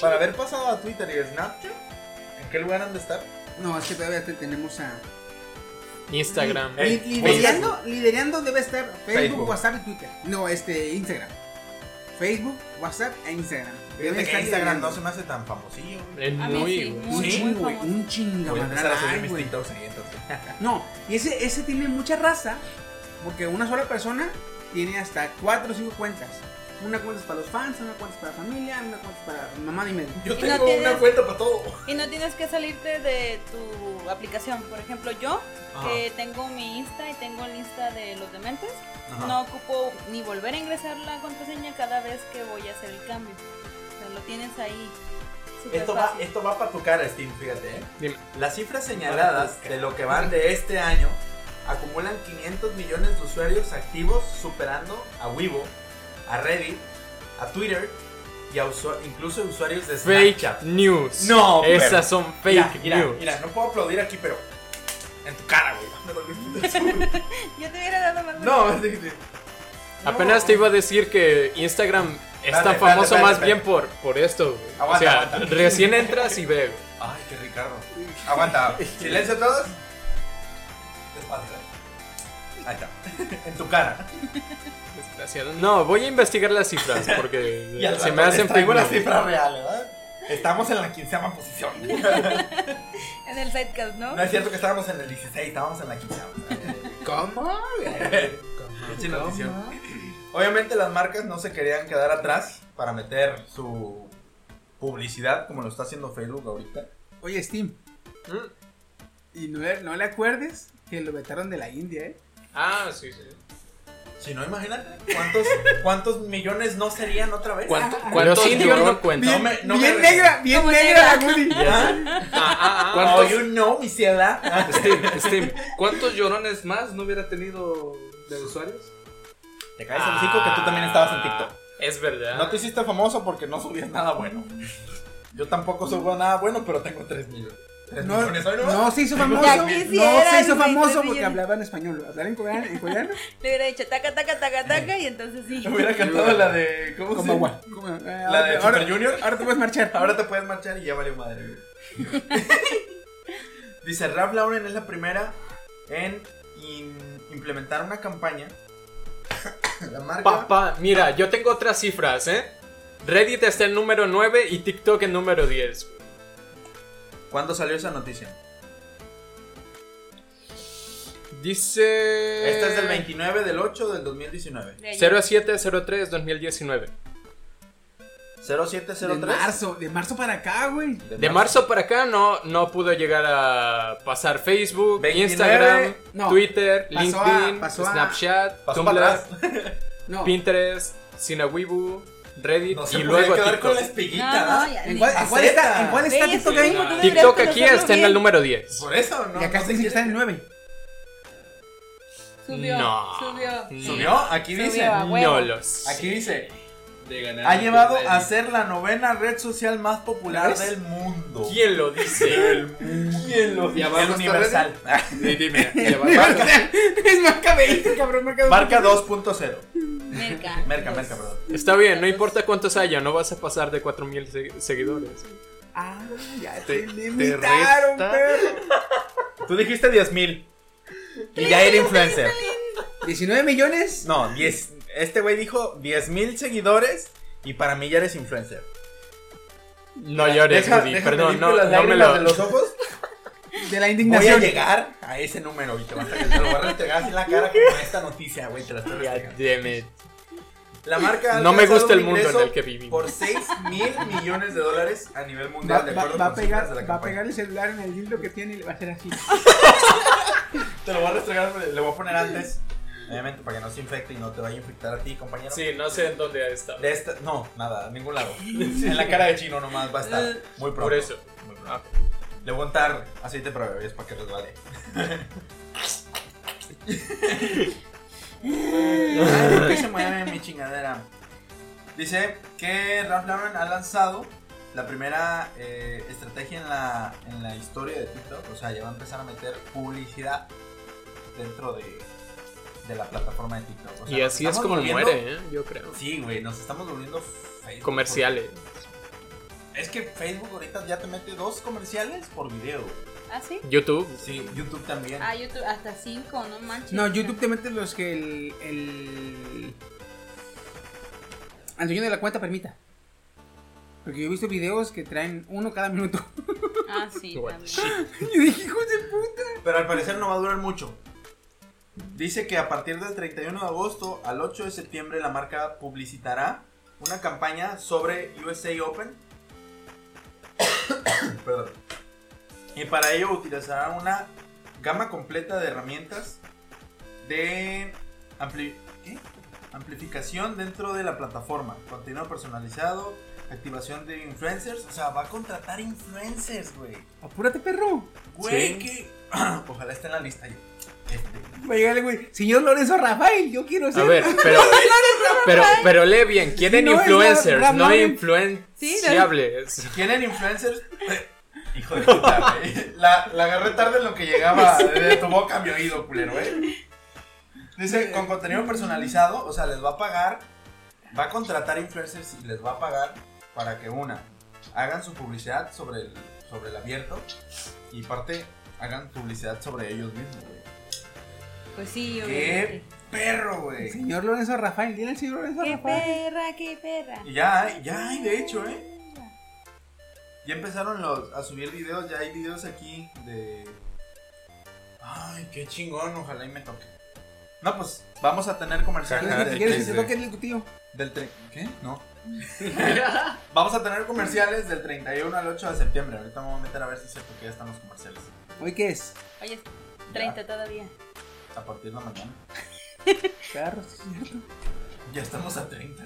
Speaker 3: Para haber pasado a Twitter y Snapchat, ¿en qué lugar han de estar?
Speaker 2: No, es que todavía te tenemos a.
Speaker 4: Instagram.
Speaker 2: Li-
Speaker 4: Facebook.
Speaker 2: liderando, liderando debe estar Facebook,
Speaker 3: Facebook.
Speaker 2: WhatsApp y Twitter. No, este, Instagram. Facebook, WhatsApp e Instagram. Debe
Speaker 3: Fíjate que
Speaker 2: estar
Speaker 3: Instagram
Speaker 2: liderando.
Speaker 3: no se me hace tan famosillo. güey.
Speaker 4: Es
Speaker 6: A mí
Speaker 4: muy.
Speaker 6: sí,
Speaker 4: güey.
Speaker 6: muy,
Speaker 2: Un
Speaker 3: Sí,
Speaker 6: muy
Speaker 2: chingo, güey,
Speaker 6: famoso.
Speaker 2: un chinga
Speaker 3: Voy a empezar a subir
Speaker 2: madral,
Speaker 3: mis
Speaker 2: güey.
Speaker 3: TikToks ahí, entonces.
Speaker 2: No, y ese, ese tiene mucha raza, porque una sola persona tiene hasta cuatro o cinco cuentas. Una cuenta es para los fans, una cuenta es para la familia, una cuenta es para mamá y medio.
Speaker 3: Yo
Speaker 6: no
Speaker 3: tengo
Speaker 6: tienes-
Speaker 3: una cuenta para todo.
Speaker 6: Y no tienes que salirte de tu aplicación. Por ejemplo, yo,
Speaker 3: Ajá.
Speaker 6: que tengo mi Insta y tengo el Insta de los dementes,
Speaker 3: Ajá.
Speaker 6: no ocupo ni volver a ingresar la contraseña cada vez que voy a hacer el cambio. O sea, lo tienes ahí. Súper
Speaker 3: Esto va,
Speaker 6: fácil.
Speaker 3: esto va para tu cara, Steam, fíjate. ¿eh?
Speaker 4: Dime.
Speaker 3: Las cifras señaladas de lo que van de este año acumulan 500 millones de usuarios activos, superando a Weibo, a Reddit, a Twitter y a usu- incluso usuarios de
Speaker 4: Fake
Speaker 3: Snapchat.
Speaker 4: news.
Speaker 3: No, pero-
Speaker 4: Esas son
Speaker 3: Mira,
Speaker 4: fake
Speaker 3: mira,
Speaker 4: news.
Speaker 3: mira, no puedo aplaudir aquí, pero en tu cara, (laughs) güey.
Speaker 6: (laughs) Yo te hubiera dado más
Speaker 3: No, sí, sí.
Speaker 4: Apenas te iba a decir que Instagram es tan
Speaker 3: Espérate,
Speaker 4: famoso
Speaker 3: espérate,
Speaker 4: más
Speaker 3: espérate.
Speaker 4: bien por, por esto. güey.
Speaker 3: Aguanta,
Speaker 4: o sea,
Speaker 3: aguanta.
Speaker 4: recién entras y ve. güey.
Speaker 3: Ay, qué Ricardo. Aguanta. Silencio todos. Despacio. Ahí está. En tu cara.
Speaker 4: Desgraciado. No, voy a investigar las cifras porque
Speaker 3: Y al
Speaker 4: se
Speaker 3: rato
Speaker 4: me
Speaker 3: les
Speaker 4: hacen
Speaker 3: traigo
Speaker 4: fake
Speaker 3: la
Speaker 4: news.
Speaker 3: cifra real, ¿verdad? Estamos en la quinceava posición. no
Speaker 6: en el sidecast, ¿no?
Speaker 3: es cierto que estábamos en el 16, estábamos en la quinceava.
Speaker 2: ¿Cómo?
Speaker 3: Pinche notición. Obviamente las marcas no se querían quedar atrás para meter su publicidad como lo está haciendo Facebook ahorita.
Speaker 2: Oye, Steam.
Speaker 3: Mm.
Speaker 2: Y no, le- no le acuerdes que lo vetaron de la India, ¿eh?
Speaker 4: Ah, sí, sí.
Speaker 3: Si no, imagínate cuántos, cuántos millones no serían otra vez.
Speaker 4: ¿Cuánto-
Speaker 3: Ah,
Speaker 4: ¿Cuántos
Speaker 3: los
Speaker 4: indios no
Speaker 3: Bien-
Speaker 4: cuentan?
Speaker 3: me- no
Speaker 2: bien
Speaker 3: me-
Speaker 2: negra, bien
Speaker 6: Como
Speaker 2: negra la
Speaker 6: negra.
Speaker 2: Woody.
Speaker 4: Ah, ah, ah.
Speaker 3: Oh, you know, mi ciela.
Speaker 1: Steam, Steam, ¿cuántos llorones más no hubiera tenido de usuarios?
Speaker 3: Te caes el hocico que tú también estabas en TikTok.
Speaker 4: Ah. Es verdad.
Speaker 3: No te hiciste famoso porque no subías nada bueno. Yo tampoco subo nada bueno, pero tengo 3 millones. 3
Speaker 2: No,
Speaker 3: millones, ¿hoy no?
Speaker 2: no se hizo
Speaker 6: Ya
Speaker 2: famoso. No
Speaker 6: quisieras,
Speaker 2: se hizo
Speaker 6: güey,
Speaker 2: famoso
Speaker 6: tres
Speaker 2: porque
Speaker 6: millones.
Speaker 2: hablaba en español. Hablar en coreano, en
Speaker 6: (laughs)
Speaker 2: coreano,
Speaker 6: Le hubiera dicho taca, taca, taca, taca, y entonces
Speaker 3: (laughs)
Speaker 6: sí.
Speaker 3: Hubiera cantado la de. ¿Cómo se
Speaker 2: como agua.
Speaker 3: llama?
Speaker 2: Como- eh,
Speaker 3: La de
Speaker 2: ahora-
Speaker 3: Super Junior.
Speaker 2: Ahora te puedes marchar.
Speaker 3: Ahora te puedes marchar y ya valió madre. güey. Dice, Ralph Lauren es la primera en in- implementar una campaña. La marca.
Speaker 4: Papá, mira, yo tengo otras cifras, ¿eh? Reddit está en número 9 y TikTok en número 10. güey.
Speaker 3: ¿Cuándo salió esa noticia?
Speaker 4: Dice...
Speaker 3: Esta es del 29 del 8 del 2019.
Speaker 6: De ayer.
Speaker 4: 0703 2019.
Speaker 3: 0703.
Speaker 2: De marzo, de marzo para acá, güey.
Speaker 4: De marzo para acá no, no pudo llegar a pasar Facebook,
Speaker 3: 29,
Speaker 4: Instagram,
Speaker 2: no.
Speaker 4: Twitter,
Speaker 2: Pasó
Speaker 4: LinkedIn,
Speaker 2: a- pasó a-
Speaker 4: Snapchat,
Speaker 3: Pasó
Speaker 4: Tumblr,
Speaker 3: para atrás.
Speaker 2: No.
Speaker 4: Pinterest, Sinawibu, Reddit
Speaker 3: No se
Speaker 4: y
Speaker 3: podía
Speaker 4: luego
Speaker 3: quedar con
Speaker 4: TikTok.
Speaker 3: la espiguita.
Speaker 6: No,
Speaker 3: ¿verdad?
Speaker 6: no, ya.
Speaker 2: ¿En
Speaker 6: ni-
Speaker 2: cuál,
Speaker 6: Ve,
Speaker 2: en cuál está, en cuál está
Speaker 6: es
Speaker 2: TikTok
Speaker 6: lo
Speaker 2: ahí?
Speaker 6: mismo, tú deberías
Speaker 4: Ah, TikTok aquí
Speaker 6: conocerlo
Speaker 4: está en
Speaker 6: bien.
Speaker 4: el número 10.
Speaker 3: Por eso, ¿no?
Speaker 2: y acá
Speaker 3: no sé
Speaker 2: dicen
Speaker 3: qué-
Speaker 2: que está en 9.
Speaker 6: Subió,
Speaker 4: No.
Speaker 6: subió.
Speaker 4: No.
Speaker 3: ¿Subió? Aquí
Speaker 6: Subió,
Speaker 3: dice.
Speaker 6: a huevo.
Speaker 4: No lo sé.
Speaker 3: Aquí dice.
Speaker 7: De ganar.
Speaker 3: Ha llevado a ser la novena red social más popular
Speaker 4: ¿Ves?
Speaker 3: del mundo.
Speaker 4: ¿Quién lo
Speaker 3: (laughs)
Speaker 4: dice?
Speaker 3: Del mundo. ¿Quién lo
Speaker 7: Ya
Speaker 3: El
Speaker 7: vamos
Speaker 3: universal.
Speaker 7: Dime.
Speaker 2: (laughs) Es marca 20, cabrón, marca 20.
Speaker 3: (laughs) Marca 2.0.
Speaker 6: Merca.
Speaker 3: Merca,
Speaker 6: Dos.
Speaker 3: merca, perdón.
Speaker 4: Está bien, no importa cuántos haya, no vas a pasar de 4000 se- seguidores.
Speaker 2: Ah, ya
Speaker 7: Te-
Speaker 2: te,
Speaker 7: te
Speaker 2: limitaron,
Speaker 7: resta.
Speaker 2: perro.
Speaker 3: Tú dijiste 10.000. Y ya era influencer.
Speaker 2: 19 millones.
Speaker 3: No, 10. Este güey dijo 10.000 seguidores Y para mí ya eres influencer.
Speaker 4: No llores,
Speaker 3: Deja-
Speaker 4: Woody,
Speaker 3: déjame
Speaker 4: perdón,
Speaker 3: limpio
Speaker 4: no,
Speaker 3: las
Speaker 4: no me
Speaker 3: lágrimas
Speaker 4: lo.
Speaker 3: de los ojos.
Speaker 4: (laughs)
Speaker 2: De la
Speaker 3: Voy a
Speaker 2: indignación.
Speaker 3: llegar a ese número y te, vas a, te lo vas a entregar así en la cara como esta noticia, güey. Te
Speaker 4: (laughs)
Speaker 3: la estoy
Speaker 4: God
Speaker 3: entregando.
Speaker 4: damn it.
Speaker 3: La marca ha
Speaker 4: No me
Speaker 3: alcanzado
Speaker 4: gusta el
Speaker 3: un
Speaker 4: mundo en
Speaker 3: ingreso
Speaker 4: el que vivimos.
Speaker 3: Por 6 mil millones de dólares a nivel mundial,
Speaker 2: Va,
Speaker 3: de
Speaker 2: va-
Speaker 3: acuerdo
Speaker 2: va a
Speaker 3: con cifras
Speaker 2: pegar,
Speaker 3: de la
Speaker 2: va a
Speaker 3: campaña.
Speaker 2: pegar el celular en el libro que tiene y le va a hacer
Speaker 3: (laughs)
Speaker 2: así.
Speaker 3: Te lo voy a restregar, le voy a poner antes. Obviamente, para que no se infecte y no te vaya a infectar a ti, compañero.
Speaker 4: Sí, no sé en dónde está.
Speaker 3: De esta, no, nada, a
Speaker 4: (laughs)
Speaker 3: ningún lado. En la cara de chino nomás va a estar. Muy pronto.
Speaker 4: Por eso. Ah,
Speaker 3: Muy pronto. Le voy a untar aceite para bebés para que resbale. Ay, que se mueve mi chingadera. Dice que Ralph Lauren ha lanzado la primera eh, estrategia en la, en la historia de TikTok. O sea, ya va a empezar a meter publicidad dentro de, de la plataforma de TikTok. O sea,
Speaker 4: Y
Speaker 3: nos
Speaker 4: así es
Speaker 3: estamos
Speaker 4: como
Speaker 3: volviendo-
Speaker 4: muere, ¿eh? yo creo.
Speaker 3: Sí, güey, nos estamos volviendo Facebook.
Speaker 4: Comerciales.
Speaker 3: Es que Facebook ahorita ya te mete dos comerciales por video.
Speaker 6: ¿Ah, sí?
Speaker 4: YouTube.
Speaker 3: Sí, YouTube también.
Speaker 6: Ah, YouTube, hasta 5, no manches.
Speaker 2: No, YouTube te mete los que el. el al dueño de la cuenta permita. Porque yo he visto videos que traen uno cada minuto. (laughs)
Speaker 6: Ah, sí,
Speaker 4: What
Speaker 6: también.
Speaker 4: shit.
Speaker 2: Yo dije, hijo de puta.
Speaker 3: Pero al parecer no va a durar mucho. Dice que a partir del 31 de agosto al 8 de septiembre la marca publicitará una campaña sobre USA Open. (coughs) Perdón. Y para ello utilizará una gama completa de herramientas de ampli- ¿qué? amplificación dentro de la plataforma. Contenido personalizado, activación de influencers. O sea, va a contratar influencers, güey.
Speaker 2: Apúrate, perro.
Speaker 4: Sí.
Speaker 3: Güey, que. (clears throat) Ojalá esté en la lista. yo. Este,
Speaker 2: Va a llegar el güey. Señor Lorenzo Rafael, yo quiero ser.
Speaker 4: A
Speaker 3: (laughs)
Speaker 4: ver, pero, pero, pero lee bien, quieren
Speaker 2: No, es la- la
Speaker 4: influencers, no
Speaker 2: Lauren.
Speaker 4: influenciables.
Speaker 3: ¿Quieren influencers? (laughs) Hijo de puta, güey. La, la agarré tarde en lo que llegaba de tu boca a mi oído, culero, ¿eh? Dice, con contenido personalizado, o sea, les va a pagar, va a contratar influencers y les va a pagar para que, una, hagan su publicidad sobre el, sobre el abierto y, parte, hagan publicidad sobre ellos mismos, güey.
Speaker 6: Pues sí,
Speaker 3: ¡Qué
Speaker 6: obviamente.
Speaker 3: perro, güey!
Speaker 2: Señor Lorenzo Rafael, dile al señor Lorenzo
Speaker 6: ¿Qué
Speaker 2: Rafael.
Speaker 6: perra, qué perra.
Speaker 3: Y ya hay, ya hay, de hecho, ¿eh? Ya empezaron los, a subir videos, ya hay videos aquí de... Ay, qué chingón, ojalá y me toque. No, pues vamos a tener comerciales
Speaker 2: ¿Quieres
Speaker 3: de-
Speaker 2: que- ¿Quieres que se
Speaker 3: de-
Speaker 2: toque el cutillo?
Speaker 3: del... tre- ¿Qué?
Speaker 4: (laughs)
Speaker 3: No. vamos a tener comerciales del 31 al 8 de septiembre. Ahorita me voy a meter a ver si es cierto que ya están los comerciales.
Speaker 2: ¿Hoy qué es?
Speaker 6: Oye, 30 todavía.
Speaker 3: A partir de la mañana.
Speaker 2: Perro, sí, es cierto.
Speaker 3: Ya estamos a 30.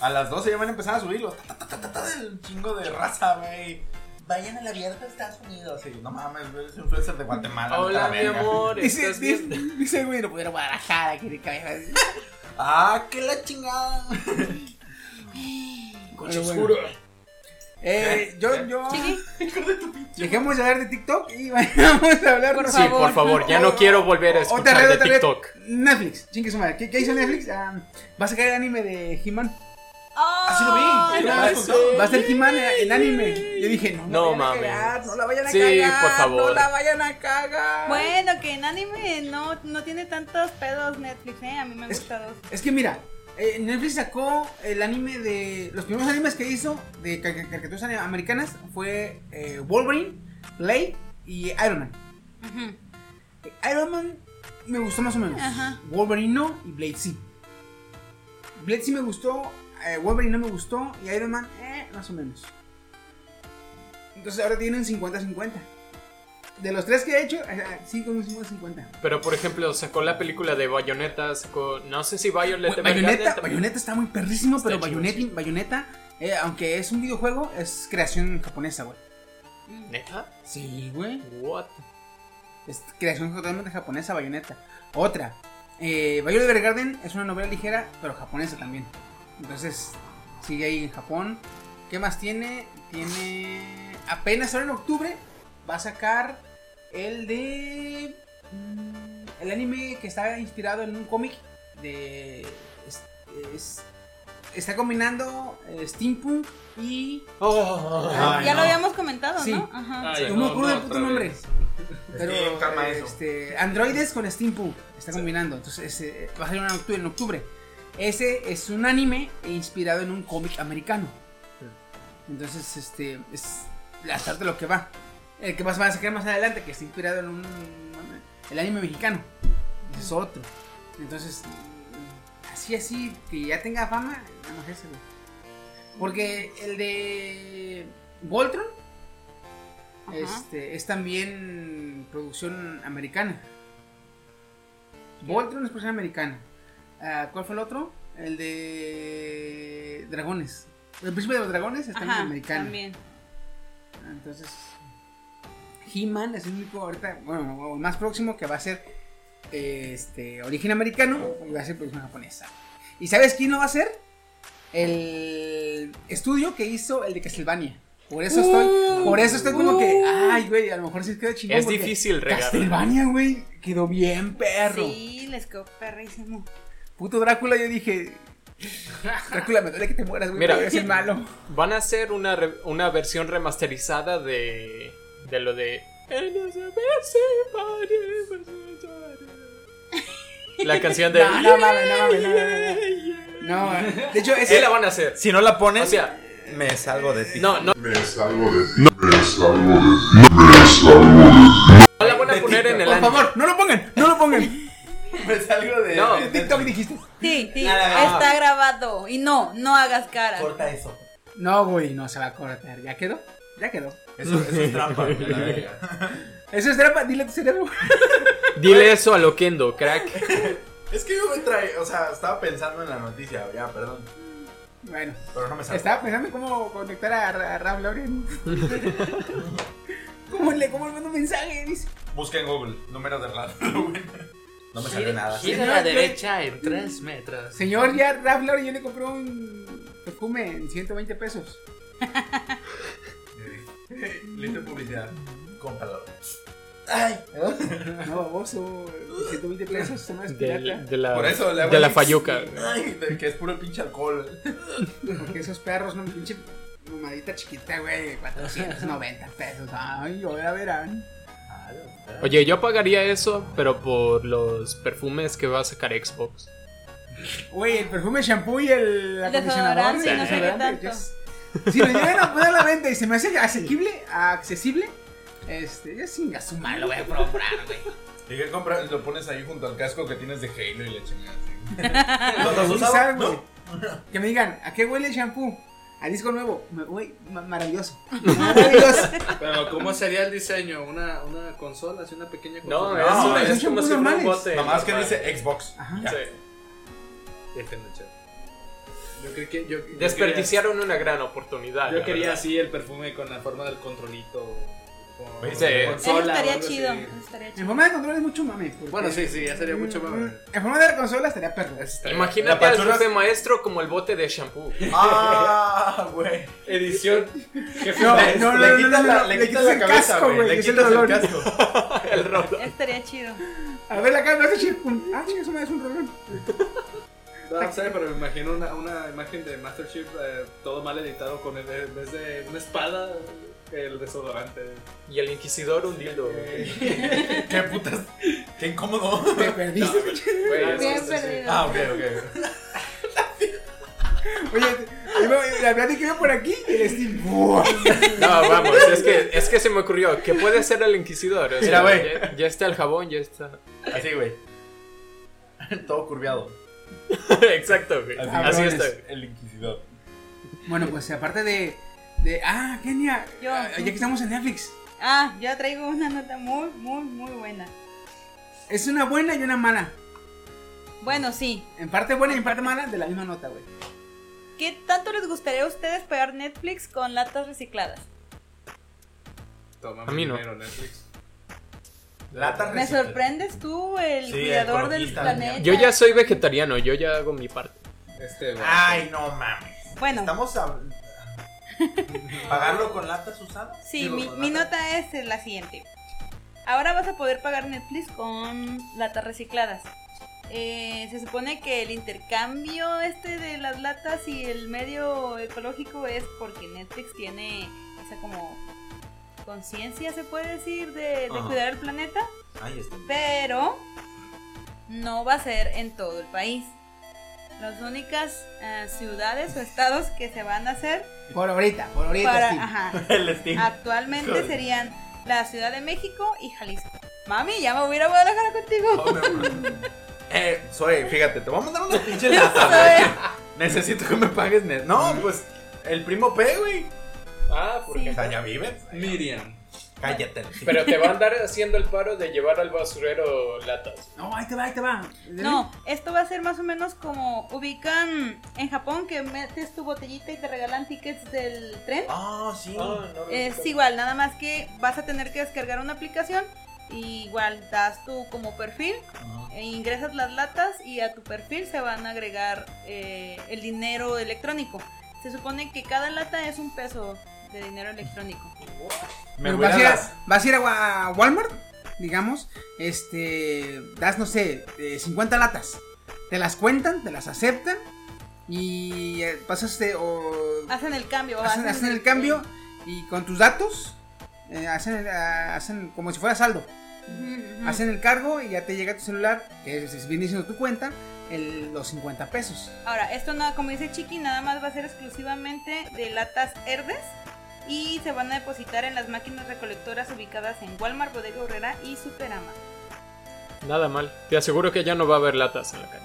Speaker 3: A las 12 ya van a empezar a subirlos. Ta, ta, ta, ta, ta, El chingo de raza, güey. Vayan al abierto de Estados Unidos. Sí, no mames, güey, es influencer de Guatemala. vete a la
Speaker 4: Hola, mi
Speaker 3: verga.
Speaker 4: amor,
Speaker 2: Dice,
Speaker 4: ¿estás bien?
Speaker 2: dice, dice, güey, no pudiera Guadalajara, quiere cabeza.
Speaker 3: Ah, que la chingada.
Speaker 2: Pero bueno. Eh, yo, yo.
Speaker 6: Chiqui,
Speaker 2: Dejemos de hablar de TikTok y (laughs) vayamos a hablar
Speaker 6: Por
Speaker 4: Sí, por favor, ya no quiero volver a
Speaker 2: Otra
Speaker 4: escuchar
Speaker 2: red,
Speaker 4: de
Speaker 2: otra red.
Speaker 4: TikTok.
Speaker 2: Netflix, chingue su madre. ¿Qué, qué hizo Netflix? Ah, va a sacar el anime de He-Man.
Speaker 3: Así lo vi.
Speaker 2: Ah, Va a ser He-Man en anime. Yo dije, no,
Speaker 4: No
Speaker 2: no mames.
Speaker 4: mames.
Speaker 2: no la vayan a
Speaker 4: Sí,
Speaker 2: cagar.
Speaker 4: por favor.
Speaker 2: No la vayan a cagar.
Speaker 6: Bueno, que en anime no, no tiene tantos pedos Netflix, ¿eh? A mí me gusta dos.
Speaker 2: Es que mira, eh, Netflix sacó el anime de. Los primeros animes que hizo de ca- ca- caricaturas ani- americanas fue eh, Wolverine, Blade y Iron Man.
Speaker 6: Ujú.
Speaker 2: Iron Man me gustó más o menos.
Speaker 6: Ajá.
Speaker 2: Wolverine no y Blade sí. Blade sí me gustó, eh, Wolverine no me gustó y Iron Man eh, más o menos. Entonces ahora tienen 50-50. De los tres que he hecho, eh, eh, sí con un 50-50.
Speaker 4: Pero, por ejemplo, sacó la película de Bayonetta, sacó... No sé si Violet...
Speaker 2: Bayonetta, Bayonetta está muy perrísimo, pero
Speaker 4: Está chido,
Speaker 2: Bayonetta, Bayonetta, eh, aunque es un videojuego, es creación japonesa, güey.
Speaker 4: ¿Neta?
Speaker 2: Sí, güey.
Speaker 4: What?
Speaker 2: Es creación totalmente japonesa, Bayonetta. Otra, eh, Violet Evergarden es una novela ligera, pero japonesa también. Entonces, sigue ahí en Japón. ¿Qué más tiene? Tiene. Apenas ahora en octubre va a sacar el de. mm, El anime que está inspirado en un cómic de. es- es- está combinando eh, Steampunk y.
Speaker 3: Oh.
Speaker 6: ya lo habíamos comentado,
Speaker 2: Sí.
Speaker 6: ¿no? Ajá.
Speaker 3: Ah,
Speaker 1: Ay,
Speaker 2: no me
Speaker 1: no,
Speaker 2: acuerdo
Speaker 1: no,
Speaker 2: del puto
Speaker 1: otra
Speaker 2: nombre.
Speaker 1: vez.
Speaker 2: Pero
Speaker 3: Sí, calma
Speaker 2: eh,
Speaker 3: eso.
Speaker 2: este, androides con steampunk está combinando, entonces eh, va a salir en octubre, en octubre. Ese es un anime inspirado en un cómic americano. Entonces, este es bastante lo que va. El que más va a sacar más adelante, que está inspirado en un el anime mexicano. Ese es otro. Entonces, así así que ya tenga fama, nada más ese, güey. Porque el de Voltron
Speaker 6: Ajá.
Speaker 2: este, es también producción americana. Voltron es producción americana. Ah, ¿Cuál fue el otro? El de Dragones. El príncipe de los dragones es también
Speaker 6: Ajá,
Speaker 2: americano.
Speaker 6: también.
Speaker 2: Entonces, He-Man es el único ahorita, bueno, o el más próximo que va a ser eh, este origen americano y va a ser producción japonesa. ¿Y sabes quién lo va a hacer? El estudio que hizo el de Castlevania. Por eso estoy, por eso estoy como que, ay, güey, a lo mejor sí quedó chingón.
Speaker 4: Es
Speaker 2: porque
Speaker 4: difícil regarla.
Speaker 2: Castlevania, güey, quedó bien perro.
Speaker 6: Sí, les quedó perrísimo.
Speaker 2: Puto Drácula, yo dije, Drácula, me duele que te mueras, güey,
Speaker 4: Mira.
Speaker 2: pero eres el malo.
Speaker 4: Van a hacer una, re- una versión remasterizada de, de lo de...
Speaker 2: (laughs)
Speaker 4: La canción de...
Speaker 2: No, no mames, no mames,
Speaker 4: (laughs)
Speaker 2: no, no, no, no. No, de hecho, eh,
Speaker 4: Sí
Speaker 2: ese
Speaker 4: la van a hacer.
Speaker 8: (laughs) Si no la ponen,
Speaker 4: O sea,
Speaker 8: me salgo de ti.
Speaker 3: (laughs)
Speaker 4: no, no, no la van a poner en el
Speaker 2: Por
Speaker 4: anime.
Speaker 2: favor, no lo pongan, no lo
Speaker 4: (laughs)
Speaker 2: pongan.
Speaker 1: Me salgo de.
Speaker 4: No.
Speaker 1: de-
Speaker 2: TikTok dijiste.
Speaker 6: Sí, sí, está grabado. Y no, no hagas cara.
Speaker 1: Corta eso.
Speaker 2: No, güey, no se va a cortar. ¿Ya quedó? Ya quedó.
Speaker 3: Eso, eso es trampa. güey, la verga.
Speaker 8: (laughs)
Speaker 2: Eso es trampa, dile a tu cerebro.
Speaker 4: Dile eso a Loquendo, crack.
Speaker 3: Es que yo me trae, o sea, estaba pensando en la noticia, ya, perdón,
Speaker 2: Bueno,
Speaker 3: pero no me salió.
Speaker 2: estaba pensando en cómo conectar a, Ra- a Ralph Lauren. ¿Cómo le, cómo le mando un mensaje? Dice.
Speaker 3: Busca en Google, número de (laughs) raro. No me salió nada. (laughs)
Speaker 2: a la derecha
Speaker 1: en 3 metros.
Speaker 2: Señor, ya Ralph Lauren, yo le compré un perfume en 120 pesos.
Speaker 3: Listo publicidad. Cómpralo.
Speaker 2: No, baboso, 120 pesos, se me
Speaker 4: De,
Speaker 2: pirata.
Speaker 4: de la,
Speaker 3: Por eso le hago
Speaker 4: de la
Speaker 3: así.
Speaker 4: falluca.
Speaker 3: Ay, de que es puro pinche alcohol. (laughs)
Speaker 2: Porque esos perros, no, mi pinche mamadita chiquita, güey, 490 pesos. Ay, ahora verán.
Speaker 4: Oye, yo pagaría eso, pero por los perfumes que va a sacar Xbox.
Speaker 2: Güey, el perfume, el shampoo y el acondicionador.
Speaker 6: Desodorante,
Speaker 2: el
Speaker 6: no sé qué
Speaker 2: desodorante,
Speaker 6: tanto.
Speaker 2: yes. Si lo llegan a poner a la venta y se me hace asequible, accesible, este, yo sin gasumar lo voy a comprar, güey.
Speaker 3: ¿Y qué compras? Lo pones ahí junto al casco que tienes de Halo y le chingas.
Speaker 8: (laughs)
Speaker 2: Pero
Speaker 3: ¿Los
Speaker 2: sí
Speaker 3: has usado?
Speaker 2: saben, güey.
Speaker 3: No.
Speaker 2: Que me digan, ¿a qué huele el shampoo? A disco nuevo. Me- Güey, ma-
Speaker 6: (laughs)
Speaker 2: maravilloso. Maravilloso.
Speaker 7: Pero ¿cómo sería el diseño? ¿Una, una consola? así una pequeña
Speaker 4: No,
Speaker 7: consola?
Speaker 4: es,
Speaker 3: no,
Speaker 4: es
Speaker 2: esos son
Speaker 4: como si fuera un
Speaker 2: normales.
Speaker 4: bote.
Speaker 3: Nada más que dice Xbox.
Speaker 2: Ajá.
Speaker 3: Ya.
Speaker 4: Sí.
Speaker 7: Déjenme echar. Yo creí que. Yo, yo
Speaker 4: Desperdiciaron una gran oportunidad.
Speaker 7: quería- Yo
Speaker 4: la
Speaker 7: quería
Speaker 4: verdad.
Speaker 7: así el perfume con la forma del controlito. Con,
Speaker 4: Sí.
Speaker 6: Eso
Speaker 7: o
Speaker 6: estaría
Speaker 7: algo así.
Speaker 6: chido. Eso estaría
Speaker 2: En
Speaker 6: chido.
Speaker 2: forma de control es mucho mame. porque- Mm,
Speaker 7: Bueno, sí, sí, ya sería mucho más.
Speaker 2: En forma de la consola estaría perro.
Speaker 3: La
Speaker 4: Imagínate al
Speaker 3: pachorra-
Speaker 4: jefe maestro como el bote de (laughs) shampoo.
Speaker 3: Ah, güey.
Speaker 7: Edición. Jefe
Speaker 2: No,
Speaker 7: maestro.
Speaker 2: no, no,
Speaker 3: Le
Speaker 2: no, no,
Speaker 3: quitas
Speaker 2: no,
Speaker 3: la-
Speaker 2: no,
Speaker 3: le
Speaker 2: le
Speaker 3: quitas
Speaker 2: quitas
Speaker 3: la
Speaker 2: el
Speaker 3: cabeza,
Speaker 2: casco,
Speaker 3: güey,
Speaker 2: güey,
Speaker 3: le
Speaker 2: que es el
Speaker 3: quitas el
Speaker 2: dolor.
Speaker 3: casco. (laughs)
Speaker 4: el rolo.
Speaker 6: Estaría chido.
Speaker 2: A ver, la cara me hace chico. Ah, chinga, eso me hace un rolón.
Speaker 7: No sé, pero me imagino una, una imagen de Master Chief eh, todo mal editado con el, en vez de una espada, el desodorante.
Speaker 4: Y el inquisidor un dildo.
Speaker 3: Qué putas. Qué incómodo.
Speaker 7: (laughs)
Speaker 2: Te perdiste.
Speaker 6: (laughs) Bien perdido.
Speaker 3: Ah, ok, ok.
Speaker 2: Oye, iba- la verdad es que iba por aquí y el Steve. ¡buah!
Speaker 4: No, vamos, es que, es que se me ocurrió que puede ser el inquisidor. o sea,
Speaker 3: Mira, güey.
Speaker 4: Ya, ya está el jabón, ya está.
Speaker 3: Así, güey. Todo curviado.
Speaker 4: (laughs) Exacto, güey.
Speaker 3: Así,
Speaker 4: Así
Speaker 2: cabrones.
Speaker 4: está.
Speaker 3: El inquisidor.
Speaker 2: Bueno, pues aparte de. de ah, Kenia.
Speaker 6: Yo.
Speaker 2: ah, Ya que estamos en Netflix.
Speaker 6: Ah, ya traigo una nota muy, muy, muy buena.
Speaker 2: Es una buena y una mala.
Speaker 6: Bueno, sí.
Speaker 2: En parte buena y en parte mala de la misma nota, güey.
Speaker 6: ¿Qué tanto les gustaría a ustedes pagar Netflix con latas recicladas?
Speaker 7: Toma
Speaker 4: A mí no.
Speaker 7: dinero, Netflix.
Speaker 3: Lata
Speaker 6: Me
Speaker 3: recicla.
Speaker 6: sorprendes tú, el
Speaker 3: Sí,
Speaker 6: cuidador del
Speaker 3: ecologista.
Speaker 6: planeta.
Speaker 4: Yo ya soy vegetariano, yo ya hago mi parte.
Speaker 7: Este, güey.
Speaker 1: Ah.
Speaker 3: Ay, no mames.
Speaker 6: Bueno,
Speaker 3: Estamos a... ¿Pagarlo con latas usadas?
Speaker 6: sí,
Speaker 3: Digo,
Speaker 6: mi,
Speaker 3: con
Speaker 6: mi
Speaker 3: latas.
Speaker 6: nota es eh, la siguiente. Ahora vas a poder pagar Netflix con latas recicladas. Eh, se supone que el intercambio este de las latas y el medio ecológico es porque Netflix tiene esa como conciencia, se puede decir, de- de
Speaker 3: Ajá.
Speaker 6: cuidar el planeta.
Speaker 3: Ahí está.
Speaker 6: pero no va a ser en todo el país. las únicas eh, ciudades o estados que se van a hacer
Speaker 2: Por ahorita, por ahorita.
Speaker 6: para-
Speaker 2: Steve.
Speaker 6: ajá.
Speaker 3: El Steam.
Speaker 6: actualmente serían la Ciudad de México y Jalisco. Mami, ya me voy a ir a Guadalajara contigo.
Speaker 3: Eh, soy, fíjate, te voy a mandar una
Speaker 2: (laughs)
Speaker 3: pinche
Speaker 6: (laughs)
Speaker 3: lata, güey. Necesito que me pagues, net. No, pues, el primo P, güey.
Speaker 4: Ah, porque.
Speaker 3: O sea, ya vive.
Speaker 1: Miriam.
Speaker 3: Cállate.
Speaker 4: Pero te va a andar haciendo el paro de llevar al basurero latas.
Speaker 2: No, ahí te va, ahí te va.
Speaker 6: No, esto va a ser más o menos como ubican en Japón que metes tu botellita y te regalan tickets del tren.
Speaker 3: Ah, sí.
Speaker 4: Ah, no, no,
Speaker 6: Es
Speaker 4: no.
Speaker 6: igual, nada más que vas a tener que descargar una aplicación. Y igual das tu como perfil,
Speaker 3: Ah.
Speaker 6: e ingresas las latas y a tu perfil se van a agregar eh, el dinero electrónico. Se supone que cada lata es un peso de dinero electrónico.
Speaker 3: Me
Speaker 2: Pero
Speaker 3: voy
Speaker 2: vas,
Speaker 3: a
Speaker 2: a ir
Speaker 3: las.
Speaker 2: a, vas a ir a Wa- Walmart, digamos, este, das, no sé, eh, 50 latas. Te las cuentan, te las aceptan y eh, pasas este, o
Speaker 6: Ah, Hacen el cambio.
Speaker 2: hacen, hacen el cambio y con tus datos eh, hacen, el- ah, hacen como si fuera saldo.
Speaker 6: Ujú, ujú.
Speaker 2: Hacen el cargo y ya te llega a tu celular, que es- es- viene siendo tu cuenta, el- los 50 pesos.
Speaker 6: Ahora, esto nada, como dice Chiqui, nada más va a ser exclusivamente de latas herdes y se van a depositar en las máquinas recolectoras ubicadas en Walmart, Bodega Herrera y Superama.
Speaker 4: Nada mal. Te aseguro que ya no va a haber latas en la calle.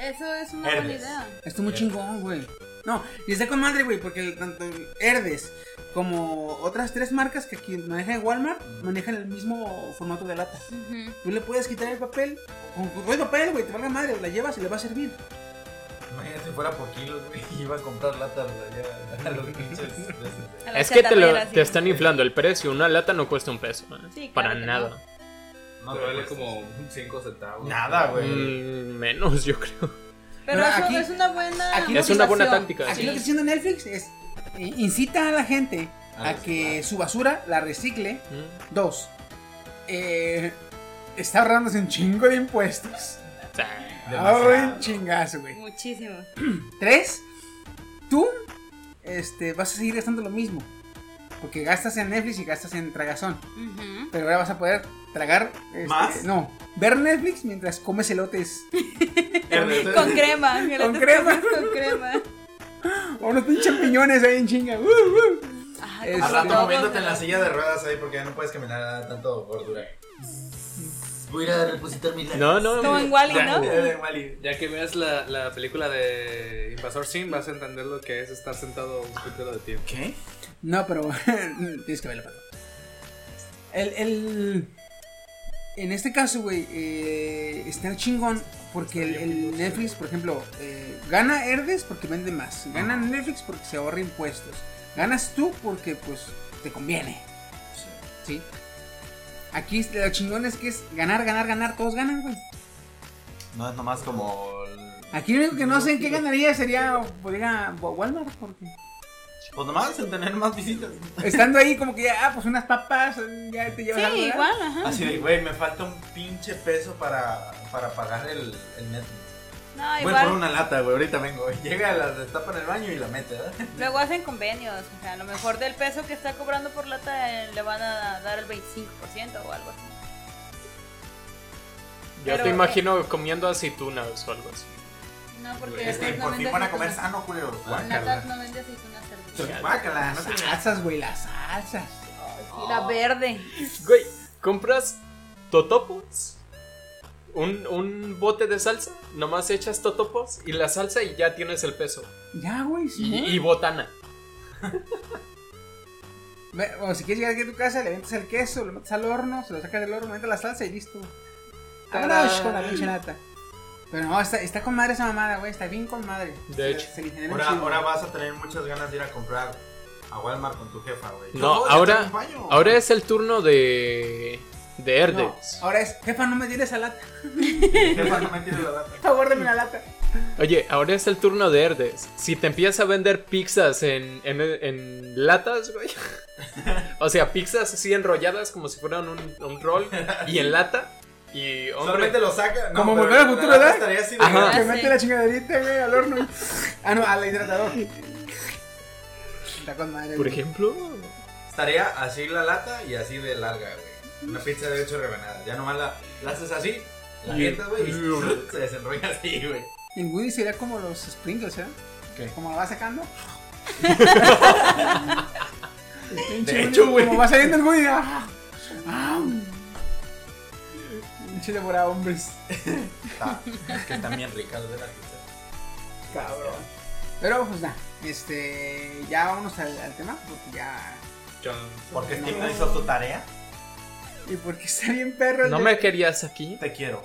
Speaker 6: Eso es una buena
Speaker 3: Herdes.
Speaker 6: idea.
Speaker 2: Esto muy chingón, güey. No, y está con madre, güey, porque tanto Herdes como otras tres marcas que aquí manejan en Walmart manejan el mismo formato de lata.
Speaker 6: Ujú.
Speaker 2: Tú le puedes quitar el papel, con con todo el papel, güey, te valga madre, la llevas y le va a servir.
Speaker 3: Imagínate si fuera por kilos, güey. (laughs) y Iba a comprar latas, güey. A los pinches. (laughs)
Speaker 6: A las
Speaker 4: Es que te, lo,
Speaker 6: chatarreras,
Speaker 4: te
Speaker 6: sí.
Speaker 4: están inflando el precio. Una lata no cuesta un peso. ¿eh?
Speaker 6: Sí, claro
Speaker 4: Para
Speaker 6: que no.
Speaker 4: nada.
Speaker 3: No
Speaker 1: Te vale
Speaker 3: cuesta.
Speaker 1: como 5 centavos.
Speaker 3: Nada,
Speaker 6: Pues-
Speaker 3: güey.
Speaker 4: Mm, menos, yo creo.
Speaker 2: Pero
Speaker 6: Pero eso
Speaker 2: aquí-
Speaker 6: es una buena.
Speaker 2: aquí
Speaker 4: Ah. Es una buena
Speaker 6: motivación.
Speaker 4: táctica.
Speaker 2: Aquí
Speaker 4: Sí.
Speaker 2: lo que está haciendo Netflix es eh, incita a la gente
Speaker 1: A
Speaker 2: a, que su basura la recicle.
Speaker 4: Mm.
Speaker 2: Dos, eh, está ahorrándose un chingo de impuestos.
Speaker 4: O sea,
Speaker 2: Ay, chingazo, güey.
Speaker 6: Muchísimo.
Speaker 2: Tres, tú este, vas a seguir gastando lo mismo. Porque gastas en Netflix y gastas en tragazón.
Speaker 6: Ujú.
Speaker 2: Pero ahora vas a poder tragar. este,
Speaker 3: ¿Más?
Speaker 2: No, ver Netflix mientras comes elotes. (laughs)
Speaker 3: Entonces,
Speaker 6: Con crema, Violeta,
Speaker 2: Con crema.
Speaker 6: Con crema.
Speaker 2: o unos pinches champiñones ahí en chinga. Uh, uh.
Speaker 6: Ay,
Speaker 2: Al
Speaker 6: como
Speaker 3: Al rato
Speaker 6: todos,
Speaker 3: moviéndote en la
Speaker 6: ¿verdad?
Speaker 3: silla de ruedas ahí porque ya no puedes caminar tanto gordura. Voy a ir a depositar mis latas.
Speaker 4: no, no.
Speaker 6: Como en Wally, ¿no?
Speaker 3: Ya, de Wally.
Speaker 1: Ya que veas la, la película de Invasor Sim, vas a entender lo que es estar sentado un poquito de tiempo.
Speaker 3: ¿Qué?
Speaker 2: No, pero (laughs) tienes que verlo, perdón. El, el- En este caso, güey, eh, está chingón porque el, el Netflix, por ejemplo, eh, gana Herdes porque vende más, gana Netflix porque se ahorra impuestos, ganas tú porque, pues, te conviene. Sí. Aquí lo chingón es que es ganar, ganar, ganar, todos ganan, güey.
Speaker 3: No es nomás como. el-
Speaker 2: Aquí lo único que no sé en qué ganaría sería, podría, Walmart, porque...
Speaker 3: Pues nomás en tener más visitas.
Speaker 2: Estando ahí como que ya, ah, pues unas papas, ya te llevas algo,
Speaker 6: Sí,
Speaker 2: ¿verdad?
Speaker 6: igual,
Speaker 4: Ah,
Speaker 6: ajá.
Speaker 3: Así de, güey, me falta un pinche peso para, para pagar el, el Netflix.
Speaker 6: No,
Speaker 3: Voy por
Speaker 6: igual.
Speaker 3: una lata, güey, ahorita vengo. (laughs) güey. Llega, la destapa en el baño y la mete, ¿verdad?
Speaker 6: Luego hacen convenios, o sea, a lo mejor del peso que está cobrando por lata eh, le van a dar el 25% o algo así.
Speaker 4: Yo
Speaker 6: Pero-
Speaker 4: te imagino comiendo aceitunas o algo así.
Speaker 6: No, porque
Speaker 3: Es que
Speaker 6: después no
Speaker 3: por
Speaker 6: vende
Speaker 3: fin van a comer
Speaker 6: aceitunas.
Speaker 3: sano, culero.
Speaker 6: Natas no vende aceitunas cerveza.
Speaker 3: Guácala, no
Speaker 2: Las
Speaker 3: te-
Speaker 2: salsas, güey, las salsas.
Speaker 6: Y la verde.
Speaker 4: Güey, ¿compras totopos? Un, un bote de salsa, nomás echas totopos y la salsa y ya tienes el peso.
Speaker 2: Ya, güey,
Speaker 6: ¿Eh?
Speaker 2: sí.
Speaker 4: Y, y botana.
Speaker 2: Ve- O si quieres llegar aquí a tu casa, le metes el queso, lo metes al horno, se lo sacas del horno, metes la salsa y listo. Abrazo con la pinche nata. Pero no, está, está con madre esa mamada, güey, está bien con madre.
Speaker 4: De hecho.
Speaker 2: Se le genera un
Speaker 3: Ahora,
Speaker 2: chingo.
Speaker 3: ahora vas a tener muchas ganas de ir a comprar a Walmart con tu jefa, güey.
Speaker 4: No,
Speaker 3: ya
Speaker 4: ahora-
Speaker 3: te
Speaker 6: Oh.
Speaker 3: acompaño.
Speaker 4: Ahora es el turno de. de
Speaker 2: No,
Speaker 4: Herdes.
Speaker 2: ahora es, jefa, no me tires esa lata, (laughs)
Speaker 3: Jefa, no me tires la lata.
Speaker 2: guárdame la lata.
Speaker 4: Oye, ahora es el turno de Herdes. Si te empiezas a vender pizzas en, en, en latas, güey. (laughs) o sea, pizzas así enrolladas como si fueran un, un roll y en lata. Y, (laughs) hombre,
Speaker 3: Solamente lo saca.
Speaker 2: Como
Speaker 3: pero
Speaker 2: volver al
Speaker 3: la
Speaker 2: futuro,
Speaker 3: lata
Speaker 2: ¿verdad?
Speaker 3: Estaría así de
Speaker 4: Ajá.
Speaker 2: Que
Speaker 6: sí.
Speaker 2: mete la chingaderita, güey, al horno. ah, no, al hidratador. Está con madre.
Speaker 4: por
Speaker 2: güey.
Speaker 4: ejemplo.
Speaker 3: Estaría así la lata y así de larga, güey. Una pizza de ocho rebanadas. Ya nomás la, la haces así, la
Speaker 4: Y-
Speaker 3: (laughs) avientas, güey, y se desenrolla así, güey.
Speaker 2: En Woody sería como los Sprinkles, ¿eh?
Speaker 3: ¿Qué?
Speaker 2: Como lo
Speaker 4: (laughs)
Speaker 2: va sacando.
Speaker 3: De hecho, güey.
Speaker 2: Como va saliendo el Woody. ¡ah! ¡Ah! Pinche devorado, hombres.
Speaker 3: Está- Ah, es que están bien ricas de la pizza.
Speaker 2: Cabrón. Pero pues nada, este. Ya vámonos al, al tema, porque ya.
Speaker 3: Porque Steve no hizo su tarea.
Speaker 2: Y porque está bien perro. el
Speaker 4: ¿No
Speaker 2: de-
Speaker 4: me querías aquí?
Speaker 3: Te (laughs) quiero.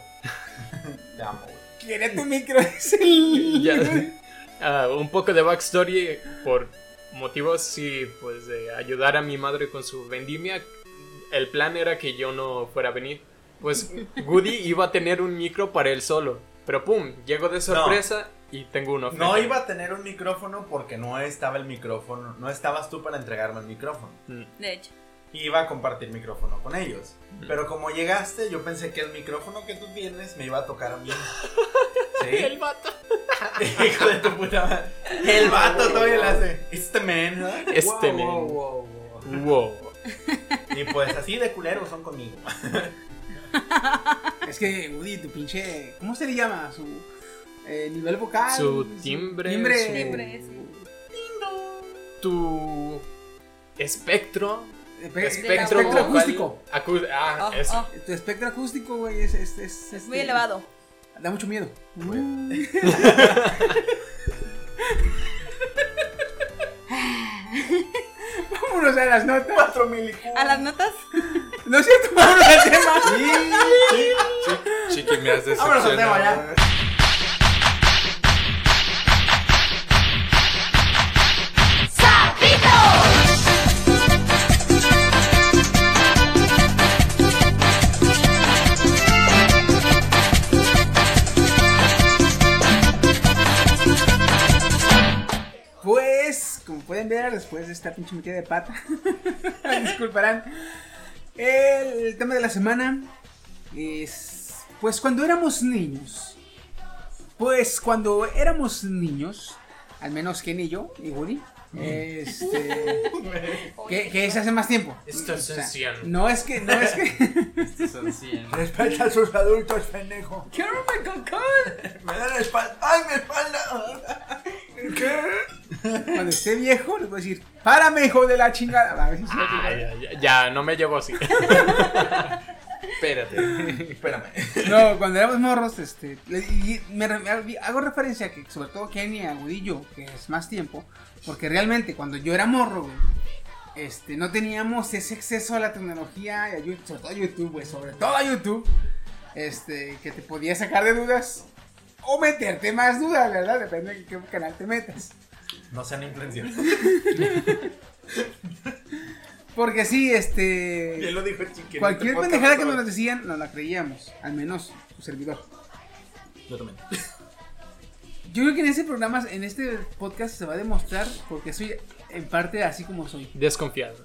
Speaker 3: Te amo, güey.
Speaker 2: Quiere tu micro, (laughs) es el.
Speaker 4: Ya. (laughs) Ah, un poco de backstory por motivos, sí, pues de ayudar a mi madre con su vendimia. El plan era que yo no fuera a venir. Pues Woody iba a tener un micro para él solo. Pero pum, llego de sorpresa y tengo uno.
Speaker 3: No iba a tener un micrófono porque no estaba el micrófono. No estabas tú para entregarme el micrófono.
Speaker 6: De hecho,
Speaker 3: Iba a compartir micrófono con ellos. Pero como llegaste, yo pensé que el micrófono que tú tienes me iba a tocar a (laughs) mí. ¿Sí?
Speaker 4: vato.
Speaker 3: (laughs) Hijo de tu puta madre. El vato todavía le hace. It's the man, ¿no?
Speaker 4: Este men.
Speaker 1: Wow,
Speaker 4: wow,
Speaker 1: wow, wow, wow.
Speaker 3: Y pues así de culeros son conmigo.
Speaker 2: Es que Woody, tu pinche. ¿Cómo se le llama? Su eh, nivel vocal.
Speaker 4: Su timbre,
Speaker 2: Timbre. eh,
Speaker 4: su-
Speaker 6: Timbre, sí.
Speaker 4: Tu espectro.
Speaker 2: Eh, pe-
Speaker 4: Espectro
Speaker 2: espectro
Speaker 4: vocal-
Speaker 2: acústico.
Speaker 4: acu- ah,
Speaker 6: Oh,
Speaker 4: eso.
Speaker 6: oh,
Speaker 2: Tu espectro acústico, güey, es, es, es,
Speaker 6: es
Speaker 2: este,
Speaker 6: muy elevado.
Speaker 2: Da mucho miedo. (laughs) Vámonos a las notas.
Speaker 6: A las notas,
Speaker 2: No es cierto, vámonos al tema.
Speaker 1: Chiqui, me has
Speaker 3: Vámonos al tema
Speaker 1: decepcionado.
Speaker 3: ya.
Speaker 2: Pues, como pueden ver, después de esta pinche metida de pata, (laughs) disculparán. El tema de la semana es, pues, cuando éramos niños. Pues, cuando éramos niños, al menos Ken y yo, y Woody,
Speaker 4: (laughs)
Speaker 2: este, que, que se hace más tiempo.
Speaker 4: Esto es anciano.
Speaker 2: No es que, no es que. (laughs)
Speaker 3: Respeta a sus adultos, pendejo. Me da la espalda. ¡Ay, mi espalda!
Speaker 2: Cuando esté viejo, les voy a decir, párame, hijo de la chingada. A ver si se-
Speaker 4: Ah, ya, ya, ya, no me llevo (laughs) así.
Speaker 3: Espérate. (laughs) Espérame.
Speaker 2: No, cuando éramos morros, este, le- y me, re- hago referencia a que sobre todo Kenny, Agudillo, que es más tiempo, porque realmente cuando yo era morro, güey, este, no teníamos ese acceso a la tecnología, y a Yu- sobre todo a YouTube, güey, sobre todo a YouTube, este, que te podía sacar de dudas o meterte más dudas, ¿verdad? Depende de qué canal te metas.
Speaker 3: No sean influenciados.
Speaker 2: Porque sí, este...
Speaker 3: lo dijo Chiqui.
Speaker 2: Cualquier pendejada que nos decían, nos la creíamos. Al menos su servidor.
Speaker 3: Yo también.
Speaker 2: Yo creo que en este programa, en este podcast se va a demostrar porque soy en parte así como soy.
Speaker 4: Desconfiado.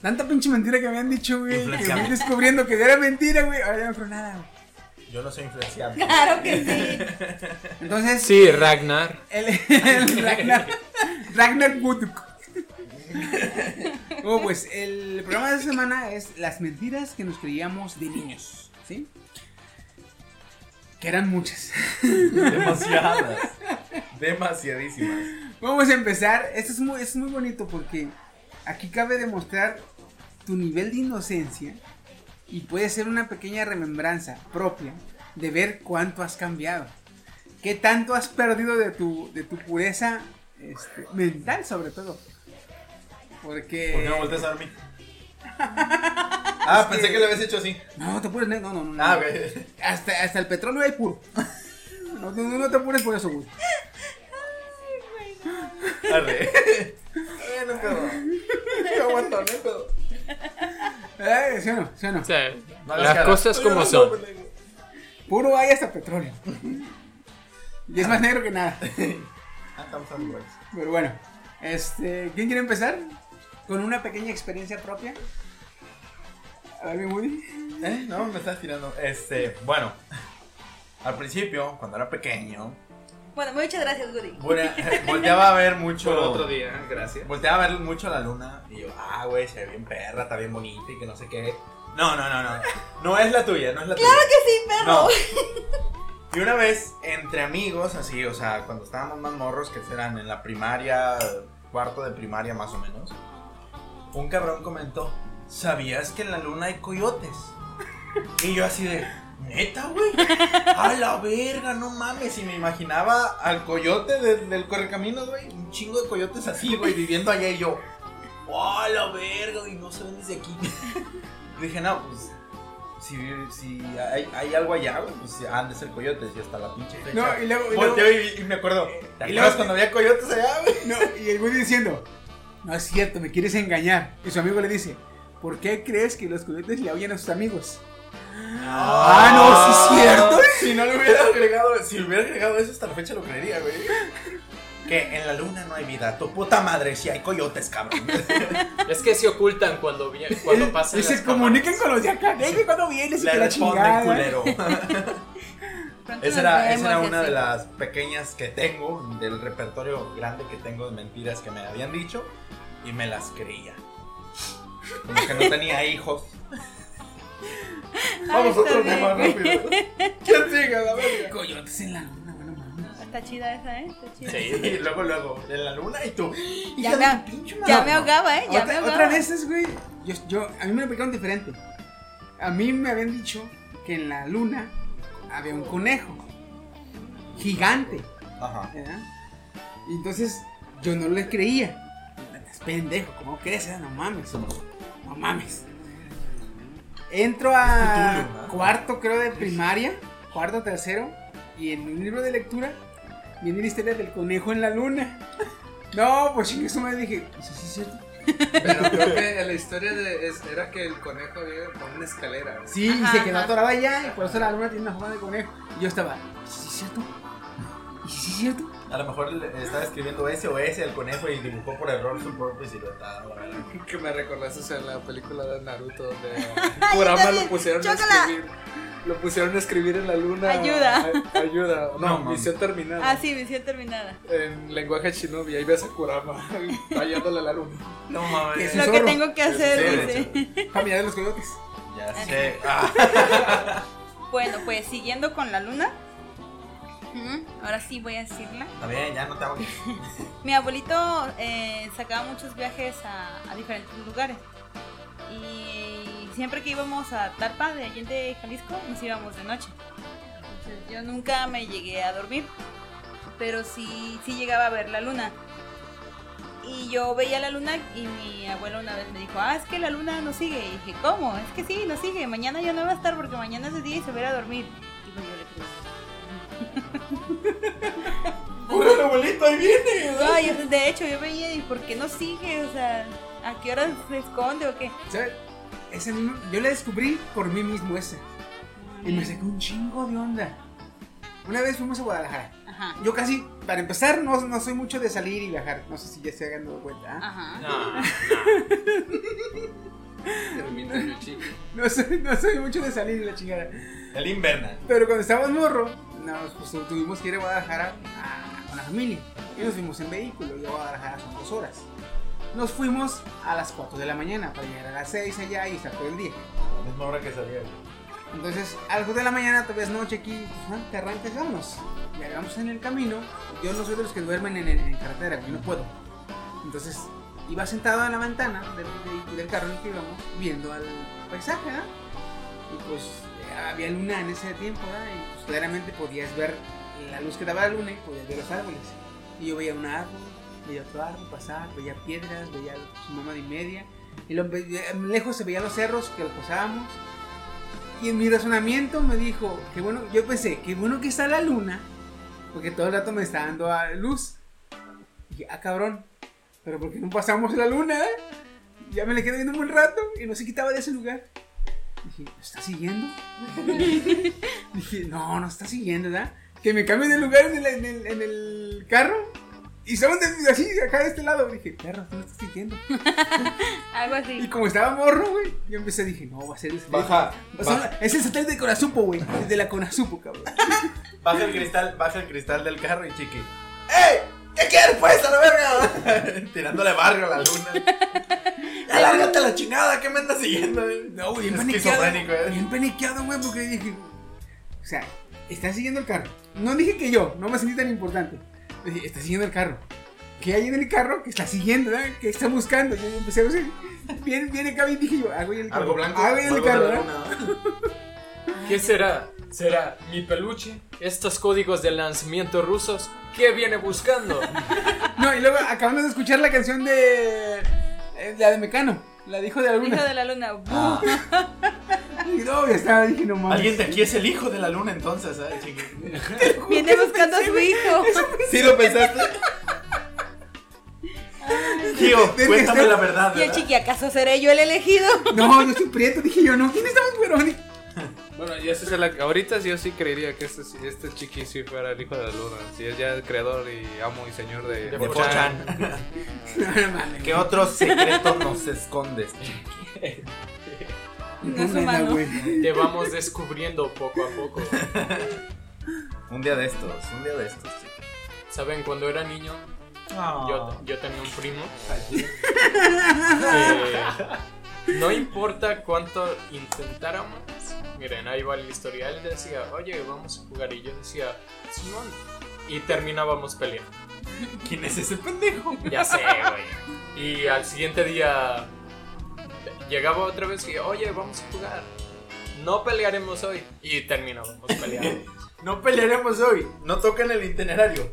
Speaker 2: Tanta pinche mentira que me han dicho, güey. Que
Speaker 3: Influenciado.
Speaker 2: fui descubriendo que era mentira, güey. Ahora ya no creo nada, güey.
Speaker 3: Yo no soy influenciado. (laughs)
Speaker 6: (laughs) Claro que sí.
Speaker 2: Entonces,
Speaker 4: Sí, Ragnar.
Speaker 2: el, el Ragnar, Ragnar Butuk. Bueno, pues el programa de esta semana es las mentiras que nos creíamos de niños, ¿sí? Que eran muchas.
Speaker 3: Demasiadas. Demasiadísimas.
Speaker 2: Vamos a empezar. Esto es muy, es muy bonito porque aquí cabe demostrar tu nivel de inocencia y puede ser una pequeña remembranza propia de ver cuánto has cambiado. Qué tanto has perdido de tu, de tu pureza este, mental sobre todo. Porque...
Speaker 3: ¿Por qué me volteas a ver a (laughs) mí? Ah, pensé que lo habías hecho así.
Speaker 2: No, te apures, no, no, no. no.
Speaker 3: Ah, ok.
Speaker 2: Hasta, hasta el petróleo hay puro. (laughs) No, no, no te apures por eso, güey.
Speaker 3: (laughs) Arre. Eh, no hay (laughs) pedo. No aguanto, no hay pedo.
Speaker 2: Eh, ¿Sí o no? ¿Sí o no?
Speaker 4: O sea,
Speaker 3: No hagas
Speaker 4: las
Speaker 3: cara.
Speaker 4: cosas como son.
Speaker 2: Puro hay hasta petróleo. (laughs) Y es más negro que nada.
Speaker 3: Ah, estamos dando vueltas.
Speaker 2: Pero bueno, este, ¿quién quiere empezar? Con una pequeña experiencia propia. A ver, mi Woody.
Speaker 3: Eh, no, me estás tirando. Este, bueno. Al principio, cuando era pequeño,
Speaker 6: Bueno, muchas gracias, Woody.
Speaker 3: volea- (laughs) volteaba a ver mucho.
Speaker 1: Por otro día, gracias.
Speaker 3: Volteaba a ver mucho la luna y yo, ah, güey, se ve bien perra, está bien bonita y que no sé qué. No, no, no, no. No es la tuya, no es la
Speaker 6: Claro
Speaker 3: tuya.
Speaker 6: que sí, perro.
Speaker 3: No. Y una vez, entre amigos, así, o sea, cuando estábamos más morros, que serán en la primaria, cuarto de primaria más o menos, un cabrón comentó, ¿sabías que en la luna hay coyotes? Y yo así de, neta, güey, a la verga, no mames. Y me imaginaba al coyote de- del correcaminos, güey, un chingo de coyotes así, güey, viviendo allá y yo, ¡oh, la verga, güey, no se ven desde aquí! (laughs) Y dije, no, pues... Si, si hay, hay algo allá, güey, pues han de ser coyotes y hasta la pinche fecha.
Speaker 2: No, y luego- y luego-
Speaker 3: Volteo y, y me acuerdo. ¿Te
Speaker 2: y luego-
Speaker 3: acuerdas cuando había coyotes allá, güey?
Speaker 2: No, y el güey diciendo, no es cierto, me quieres engañar. Y su amigo le dice, ¿por qué crees que los coyotes le oyen a sus amigos? Ah, no, sí es cierto.
Speaker 3: Si no le hubiera agregado, si le hubiera agregado eso hasta la fecha lo creería, güey. Que en la luna no hay vida. Tu puta madre, si hay coyotes, (laughs) cabrón.
Speaker 4: Es que se ocultan cuando, vi- cuando pasan.
Speaker 2: Y se
Speaker 4: las
Speaker 2: comunican con los de acá. "Ey, güey, ¿Cuándo vienes? Y
Speaker 3: Le
Speaker 2: que la
Speaker 3: responde
Speaker 2: chingada.
Speaker 3: (laughs) culero.
Speaker 6: Pronto
Speaker 3: Esa
Speaker 6: nos
Speaker 3: era, esa
Speaker 6: vemos,
Speaker 3: era
Speaker 6: y
Speaker 3: una
Speaker 6: así.
Speaker 3: de las pequeñas que tengo, del repertorio grande que tengo de mentiras que me habían dicho y me las creía. Como que no (laughs) tenía hijos.
Speaker 6: Ay,
Speaker 3: Vamos,
Speaker 6: está
Speaker 3: otro
Speaker 6: bien,
Speaker 3: tema
Speaker 6: güey.
Speaker 3: rápido. ¿Quién sigue? La verga.
Speaker 2: Coyotes en la luna, bueno, mames.
Speaker 6: Está chida esa, ¿eh? Está chida.
Speaker 4: Sí.
Speaker 3: (laughs) Y luego, luego, en la luna y tú. "¡Ah,
Speaker 6: Ya
Speaker 3: hija
Speaker 6: me-
Speaker 3: de tu pinche
Speaker 6: Ya
Speaker 3: madre.
Speaker 6: me ahogaba, ¿eh? Ya me
Speaker 2: Otra,
Speaker 6: ahogaba.
Speaker 2: otra vez es, güey. Yo, yo- a mí me lo aplicaron diferente. A mí me habían dicho que en la luna había un conejo gigante.
Speaker 3: Ajá.
Speaker 2: ¿verdad? Y entonces yo no le creía. Es pendejo, ¿cómo crees? eh? No mames. No mames. Entro
Speaker 3: Es Cthulhu,
Speaker 2: a
Speaker 3: ¿no?
Speaker 2: cuarto, creo, de primaria, cuarto, tercero, y en un libro de lectura viene la historia del conejo en la luna. (laughs) No, pues sin eso me dije, pues sí, sí, es cierto.
Speaker 1: Pero creo que la historia de, es- era que el conejo había ido por una escalera. güey.
Speaker 2: Sí, y
Speaker 6: Ajá,
Speaker 2: se quedó
Speaker 6: ajá.
Speaker 2: atorada allá, y por eso la luna tiene una forma de conejo. Y yo estaba, sí, es cierto. ¿Y sí, es cierto?
Speaker 3: A lo mejor le estaba escribiendo SOS al conejo y dibujó por error su propio silueta. la verga.
Speaker 1: Que me recordaste a la película de Naruto
Speaker 6: (laughs)
Speaker 1: donde a (laughs) Kurama lo
Speaker 6: también.
Speaker 1: pusieron a
Speaker 6: Chócala.
Speaker 1: escribir. Lo pusieron a escribir en la luna.
Speaker 6: Ayuda.
Speaker 1: Ay- ayuda.
Speaker 3: No,
Speaker 1: No,
Speaker 3: mami.
Speaker 1: misión terminada.
Speaker 6: Ah, sí, misión terminada.
Speaker 1: En lenguaje shinobi, ahí ves a Kurama (laughs) hallándole a la luna.
Speaker 3: No
Speaker 2: Que
Speaker 3: mames.
Speaker 2: es
Speaker 6: Lo que
Speaker 2: zorro.
Speaker 6: tengo que hacer,
Speaker 3: Sí, Ah,
Speaker 6: dice.
Speaker 3: de hecho.
Speaker 2: A mirar los coyotes.
Speaker 3: Ya sé. Ah,
Speaker 6: Bueno, pues siguiendo con la luna. Ujú, Ahora sí voy a decirla.
Speaker 3: está bien, ya no te hago.
Speaker 6: Mi abuelito eh, sacaba muchos viajes a, a diferentes lugares. Y siempre que íbamos a Tarpa de Allende, Jalisco, nos íbamos de noche. Entonces, yo nunca me llegué a dormir, pero sí, sí llegaba a ver la luna. Y yo veía la luna y mi abuelo una vez me dijo, ah, es que la luna nos sigue. Y dije, ¿cómo? Es que sí, nos sigue. Mañana ya no va a estar porque mañana es de día y se va a ir a dormir. Y pues yo le pregunté,
Speaker 3: ¡Uy, el abuelito, ahí viene!
Speaker 6: No, yo- de hecho, yo veía, ¿y por qué no sigue? O sea, ¿a qué hora se esconde o qué?
Speaker 2: ¿Sabes? Ese mismo, yo la descubrí por mí mismo esa. Y me sacó un chingo de onda. Una vez fuimos a Guadalajara.
Speaker 6: Ajá,
Speaker 2: Yo casi, para empezar, no, no soy mucho de salir y viajar. No sé si ya se hagan dado cuenta. ¿ah?
Speaker 6: ajá.
Speaker 4: No,
Speaker 1: Termina el chico.
Speaker 2: No, soy, no soy mucho de salir y la chingada.
Speaker 3: El inverna.
Speaker 2: Pero cuando estábamos morro, nos, pues, tuvimos que ir a Guadalajara a- con la familia. Y nos fuimos en vehículo. Y a Guadalajara son dos horas. Nos fuimos a las 4 de la mañana para llegar a las 6 allá y estar todo el día.
Speaker 3: La misma hora que salía.
Speaker 2: Entonces, a las 2 de la mañana, tal vez noche aquí, pues, ah, te arranques, vámonos. Y hagamos en el camino. Yo no soy de los que duermen en, en, en carretera, yo no puedo. Entonces, iba sentado en la ventana del, del- del carro en el que íbamos, viendo al paisaje, ¿verdad? Y pues, eh, había luna en ese tiempo, ¿verdad? Y pues, claramente podías ver la luz que daba la luna y podías ver los árboles. Y yo veía un árbol, veía otro árbol pasar, veía piedras, veía su mamá de media. Y lo- veía- lejos se veían los cerros que los pasábamos. Y en mi razonamiento me dijo, que bueno, yo pensé, qué bueno que está la luna, porque todo el rato me está dando a luz. Y dije, ah, cabrón, pero ¿por qué no pasamos la luna? Ya me le quedé viendo un buen rato y no se quitaba de ese lugar. Dije, ¿lo está siguiendo? dije, no, no está siguiendo, ¿verdad? Que me cambie de lugar en el, en el, en el carro. Y estaban de- así, acá de este lado. Dije, perro, tú no estás siguiendo.
Speaker 6: Algo
Speaker 2: Y
Speaker 6: así.
Speaker 2: como estaba morro, güey, yo empecé, dije, no, va a ser este el satélite.
Speaker 3: Baja,
Speaker 2: O sea,
Speaker 3: baja,
Speaker 2: es el satélite de Conazupo, güey. De la Conazupo, cabrón.
Speaker 3: baja el cristal, baja el cristal del carro y chiqui. ¡Ey! ¿Qué quieres pues a la verga? (laughs) Tirándole barrio a la (laughs) luna. Ya lárgate a la chingada, ¿qué me andas siguiendo? eh?
Speaker 2: No, güey, bien
Speaker 3: Es
Speaker 2: paniqueado.
Speaker 3: esquizofrénico, eh.
Speaker 2: Bien paniqueado, güey, porque dije. O sea, está siguiendo el carro. No dije que yo, no me sentí tan importante. Dije, Está siguiendo el carro. ¿Qué hay en el carro que está siguiendo? ¿verdad? ¿Qué está buscando? Yo empecé a decir, viene, viene acá y dije yo, algo en el carro.
Speaker 3: Algo blanco.
Speaker 2: Algo en Ah, el
Speaker 3: algo
Speaker 2: carro,
Speaker 3: de
Speaker 2: ¿verdad?
Speaker 3: luna.
Speaker 4: ¿Qué será? ¿Será mi peluche? ¿Estos códigos de lanzamiento rusos? ¿Qué viene buscando?
Speaker 2: No, y luego acabamos de escuchar la canción de. eh, La de Mecano. La dijo de
Speaker 6: Hijo
Speaker 2: alguna.
Speaker 6: de
Speaker 3: (laughs)
Speaker 6: la luna. bu.
Speaker 2: Ah. Y no, ya estaba, dije, no mames.
Speaker 3: Alguien de aquí es el hijo de la luna, entonces, ¿eh? Chingue.
Speaker 6: Viene buscando a su hijo.
Speaker 3: ¿Sí lo pensaste? Tío,
Speaker 2: Detesté-
Speaker 3: cuéntame la verdad.
Speaker 6: (laughs) Y el
Speaker 3: ¿verdad?
Speaker 6: chiqui, ¿acaso seré yo el elegido?
Speaker 2: No, yo soy prieto, dije yo, no. ¿Quién está más güerón?
Speaker 1: Bueno, ya se la... ahorita yo sí creería que este, este chiqui sí fuera el hijo de la luna. Si es ya el creador y amo y señor de,
Speaker 4: De
Speaker 1: 4chan.
Speaker 2: (laughs) No, no mames.
Speaker 3: ¿Qué otros secretos nos escondes?
Speaker 6: No es
Speaker 2: No, nena,
Speaker 6: humano.
Speaker 2: güey.
Speaker 4: Te vamos descubriendo poco a poco.
Speaker 3: Un día de estos, un día de estos, chicos.
Speaker 4: ¿Saben? Cuando era niño,
Speaker 3: Ah,
Speaker 4: yo, yo tenía un primo. que Eh, no importa cuánto intentáramos. Miren, ahí va el historial. Él decía, oye, vamos a jugar. Y yo decía, Simón. Y terminábamos peleando.
Speaker 3: ¿Quién es ese pendejo?
Speaker 4: Ya sé, güey. Y al siguiente día llegaba otra vez y, oye, vamos a jugar. No pelearemos hoy. Y terminábamos peleando.
Speaker 3: No pelearemos hoy. No toquen el itinerario.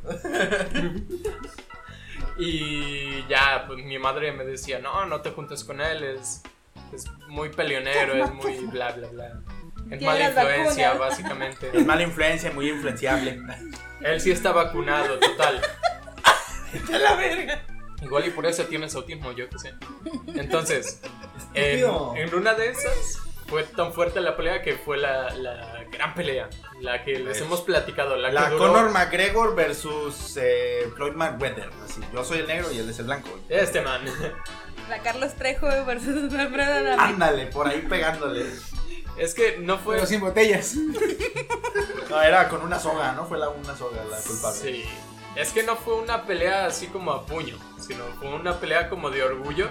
Speaker 4: Y ya, pues mi madre me decía, no, no te juntes con él, es, es muy peleonero, es
Speaker 6: (laughs)
Speaker 4: muy bla, bla, bla. Es
Speaker 6: Tiene
Speaker 4: mala
Speaker 6: las
Speaker 4: influencia,
Speaker 6: vacunas.
Speaker 4: básicamente.
Speaker 3: Es mala influencia, muy influenciable.
Speaker 4: Él sí está vacunado,
Speaker 6: (laughs)
Speaker 4: total. Igual y por eso tienes autismo, yo qué sé. Entonces, en,
Speaker 3: Estúpido.
Speaker 4: en una de esas fue tan fuerte la pelea que fue la, la gran pelea, la que les
Speaker 3: Es-
Speaker 4: hemos platicado, la,
Speaker 3: La
Speaker 4: que duró-
Speaker 3: Conor McGregor versus eh, Floyd Mayweather. Así, yo soy el negro y él es el blanco.
Speaker 4: Este man. (laughs)
Speaker 6: La Carlos Trejo versus la Brada.
Speaker 3: Ándale, por ahí pegándole.
Speaker 4: Es que no fue...
Speaker 2: Pero sin botellas.
Speaker 3: No, era con una soga, ¿no? Fue la una soga la culpable.
Speaker 4: Sí. Es que no fue una pelea así como a puño, sino fue una pelea como de
Speaker 3: (laughs)
Speaker 4: orgullos.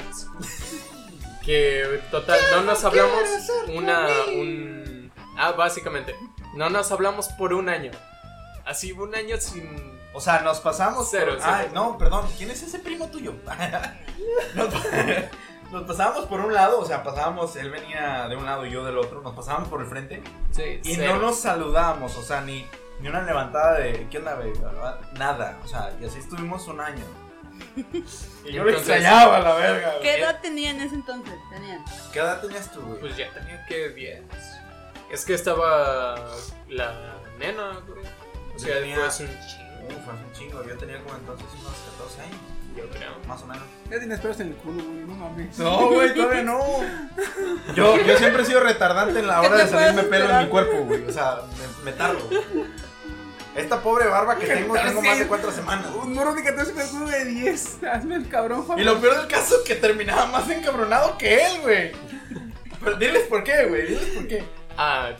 Speaker 4: Que total, no nos hablamos una. Un, ah, básicamente, no nos hablamos por un año. Así un año sin.
Speaker 3: O sea, nos pasamos.
Speaker 4: Cero,
Speaker 3: por-
Speaker 4: cero.
Speaker 3: Ay, no, perdón. ¿Quién es ese primo tuyo? (laughs) nos, pa- (laughs) nos pasábamos por un lado, o sea, pasábamos. Él venía de un lado y yo del otro. Nos pasábamos por el frente
Speaker 4: Sí,
Speaker 3: y
Speaker 4: cero.
Speaker 3: no nos saludábamos, o sea, ni, ni una levantada de ¿qué onda, baby? ¿verdad? Nada, o sea, y así estuvimos un año. Y yo lo
Speaker 4: Entonces-
Speaker 3: extrañaba, la verga. güey.
Speaker 6: ¿Qué edad tenía en ese entonces? Tenían.
Speaker 3: ¿Qué edad tenías tú, güey?
Speaker 4: Pues ya tenía que 10. Es que estaba la nena, güey. O sea,
Speaker 3: Yo tenía-
Speaker 4: después un chingo,
Speaker 3: Uh, fue un chingo, yo tenía como entonces unos 14 años,
Speaker 4: yo creo.
Speaker 3: más o menos.
Speaker 2: Ya tienes pelos en el culo, güey. No mames.
Speaker 3: No, güey, todavía no. Yo, yo siempre he sido retardante en la hora
Speaker 6: ¿Qué
Speaker 3: de
Speaker 6: te
Speaker 3: salirme
Speaker 6: puedes
Speaker 3: pelo en
Speaker 6: esperar?
Speaker 3: mi cuerpo, güey. O sea, me, me tardo. Esta pobre barba que tengo, tengo más de cuatro semanas.
Speaker 2: Un morro de 14 con el culo de 10. (laughs) Hazme el cabrón, Juan.
Speaker 3: Y lo peor del caso es que terminaba más encabronado que él, güey. Pero diles por qué, güey, diles por qué.
Speaker 4: Ah,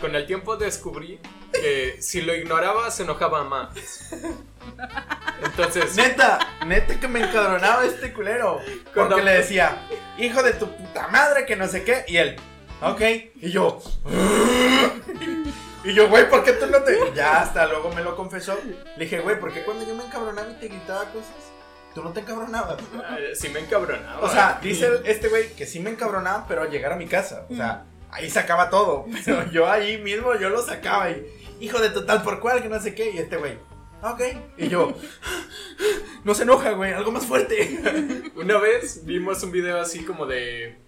Speaker 4: con el tiempo descubrí que si lo ignoraba se enojaba más. Entonces,
Speaker 3: (laughs) Neta, neta que me encabronaba este culero. Porque
Speaker 4: Cuando-
Speaker 3: le decía, hijo de tu puta madre, que no sé qué. Y él, ok. Y yo, (laughs) y yo, güey, ¿por qué tú no te.? Ya hasta luego me lo confesó. Le dije, güey, ¿por qué cuando yo me encabronaba y te gritaba cosas, tú no te encabronabas?
Speaker 4: ah, sí me encabronaba.
Speaker 3: O sea, dice el- este güey que sí me encabronaba, pero al llegar a mi casa, o sea, ahí sacaba (laughs) todo. Pero yo ahí mismo, yo lo sacaba y, hijo de total por cual, que no sé qué. Y este güey, ok. Y yo, no se enoja, güey, algo más fuerte.
Speaker 4: Una vez vimos un video así como de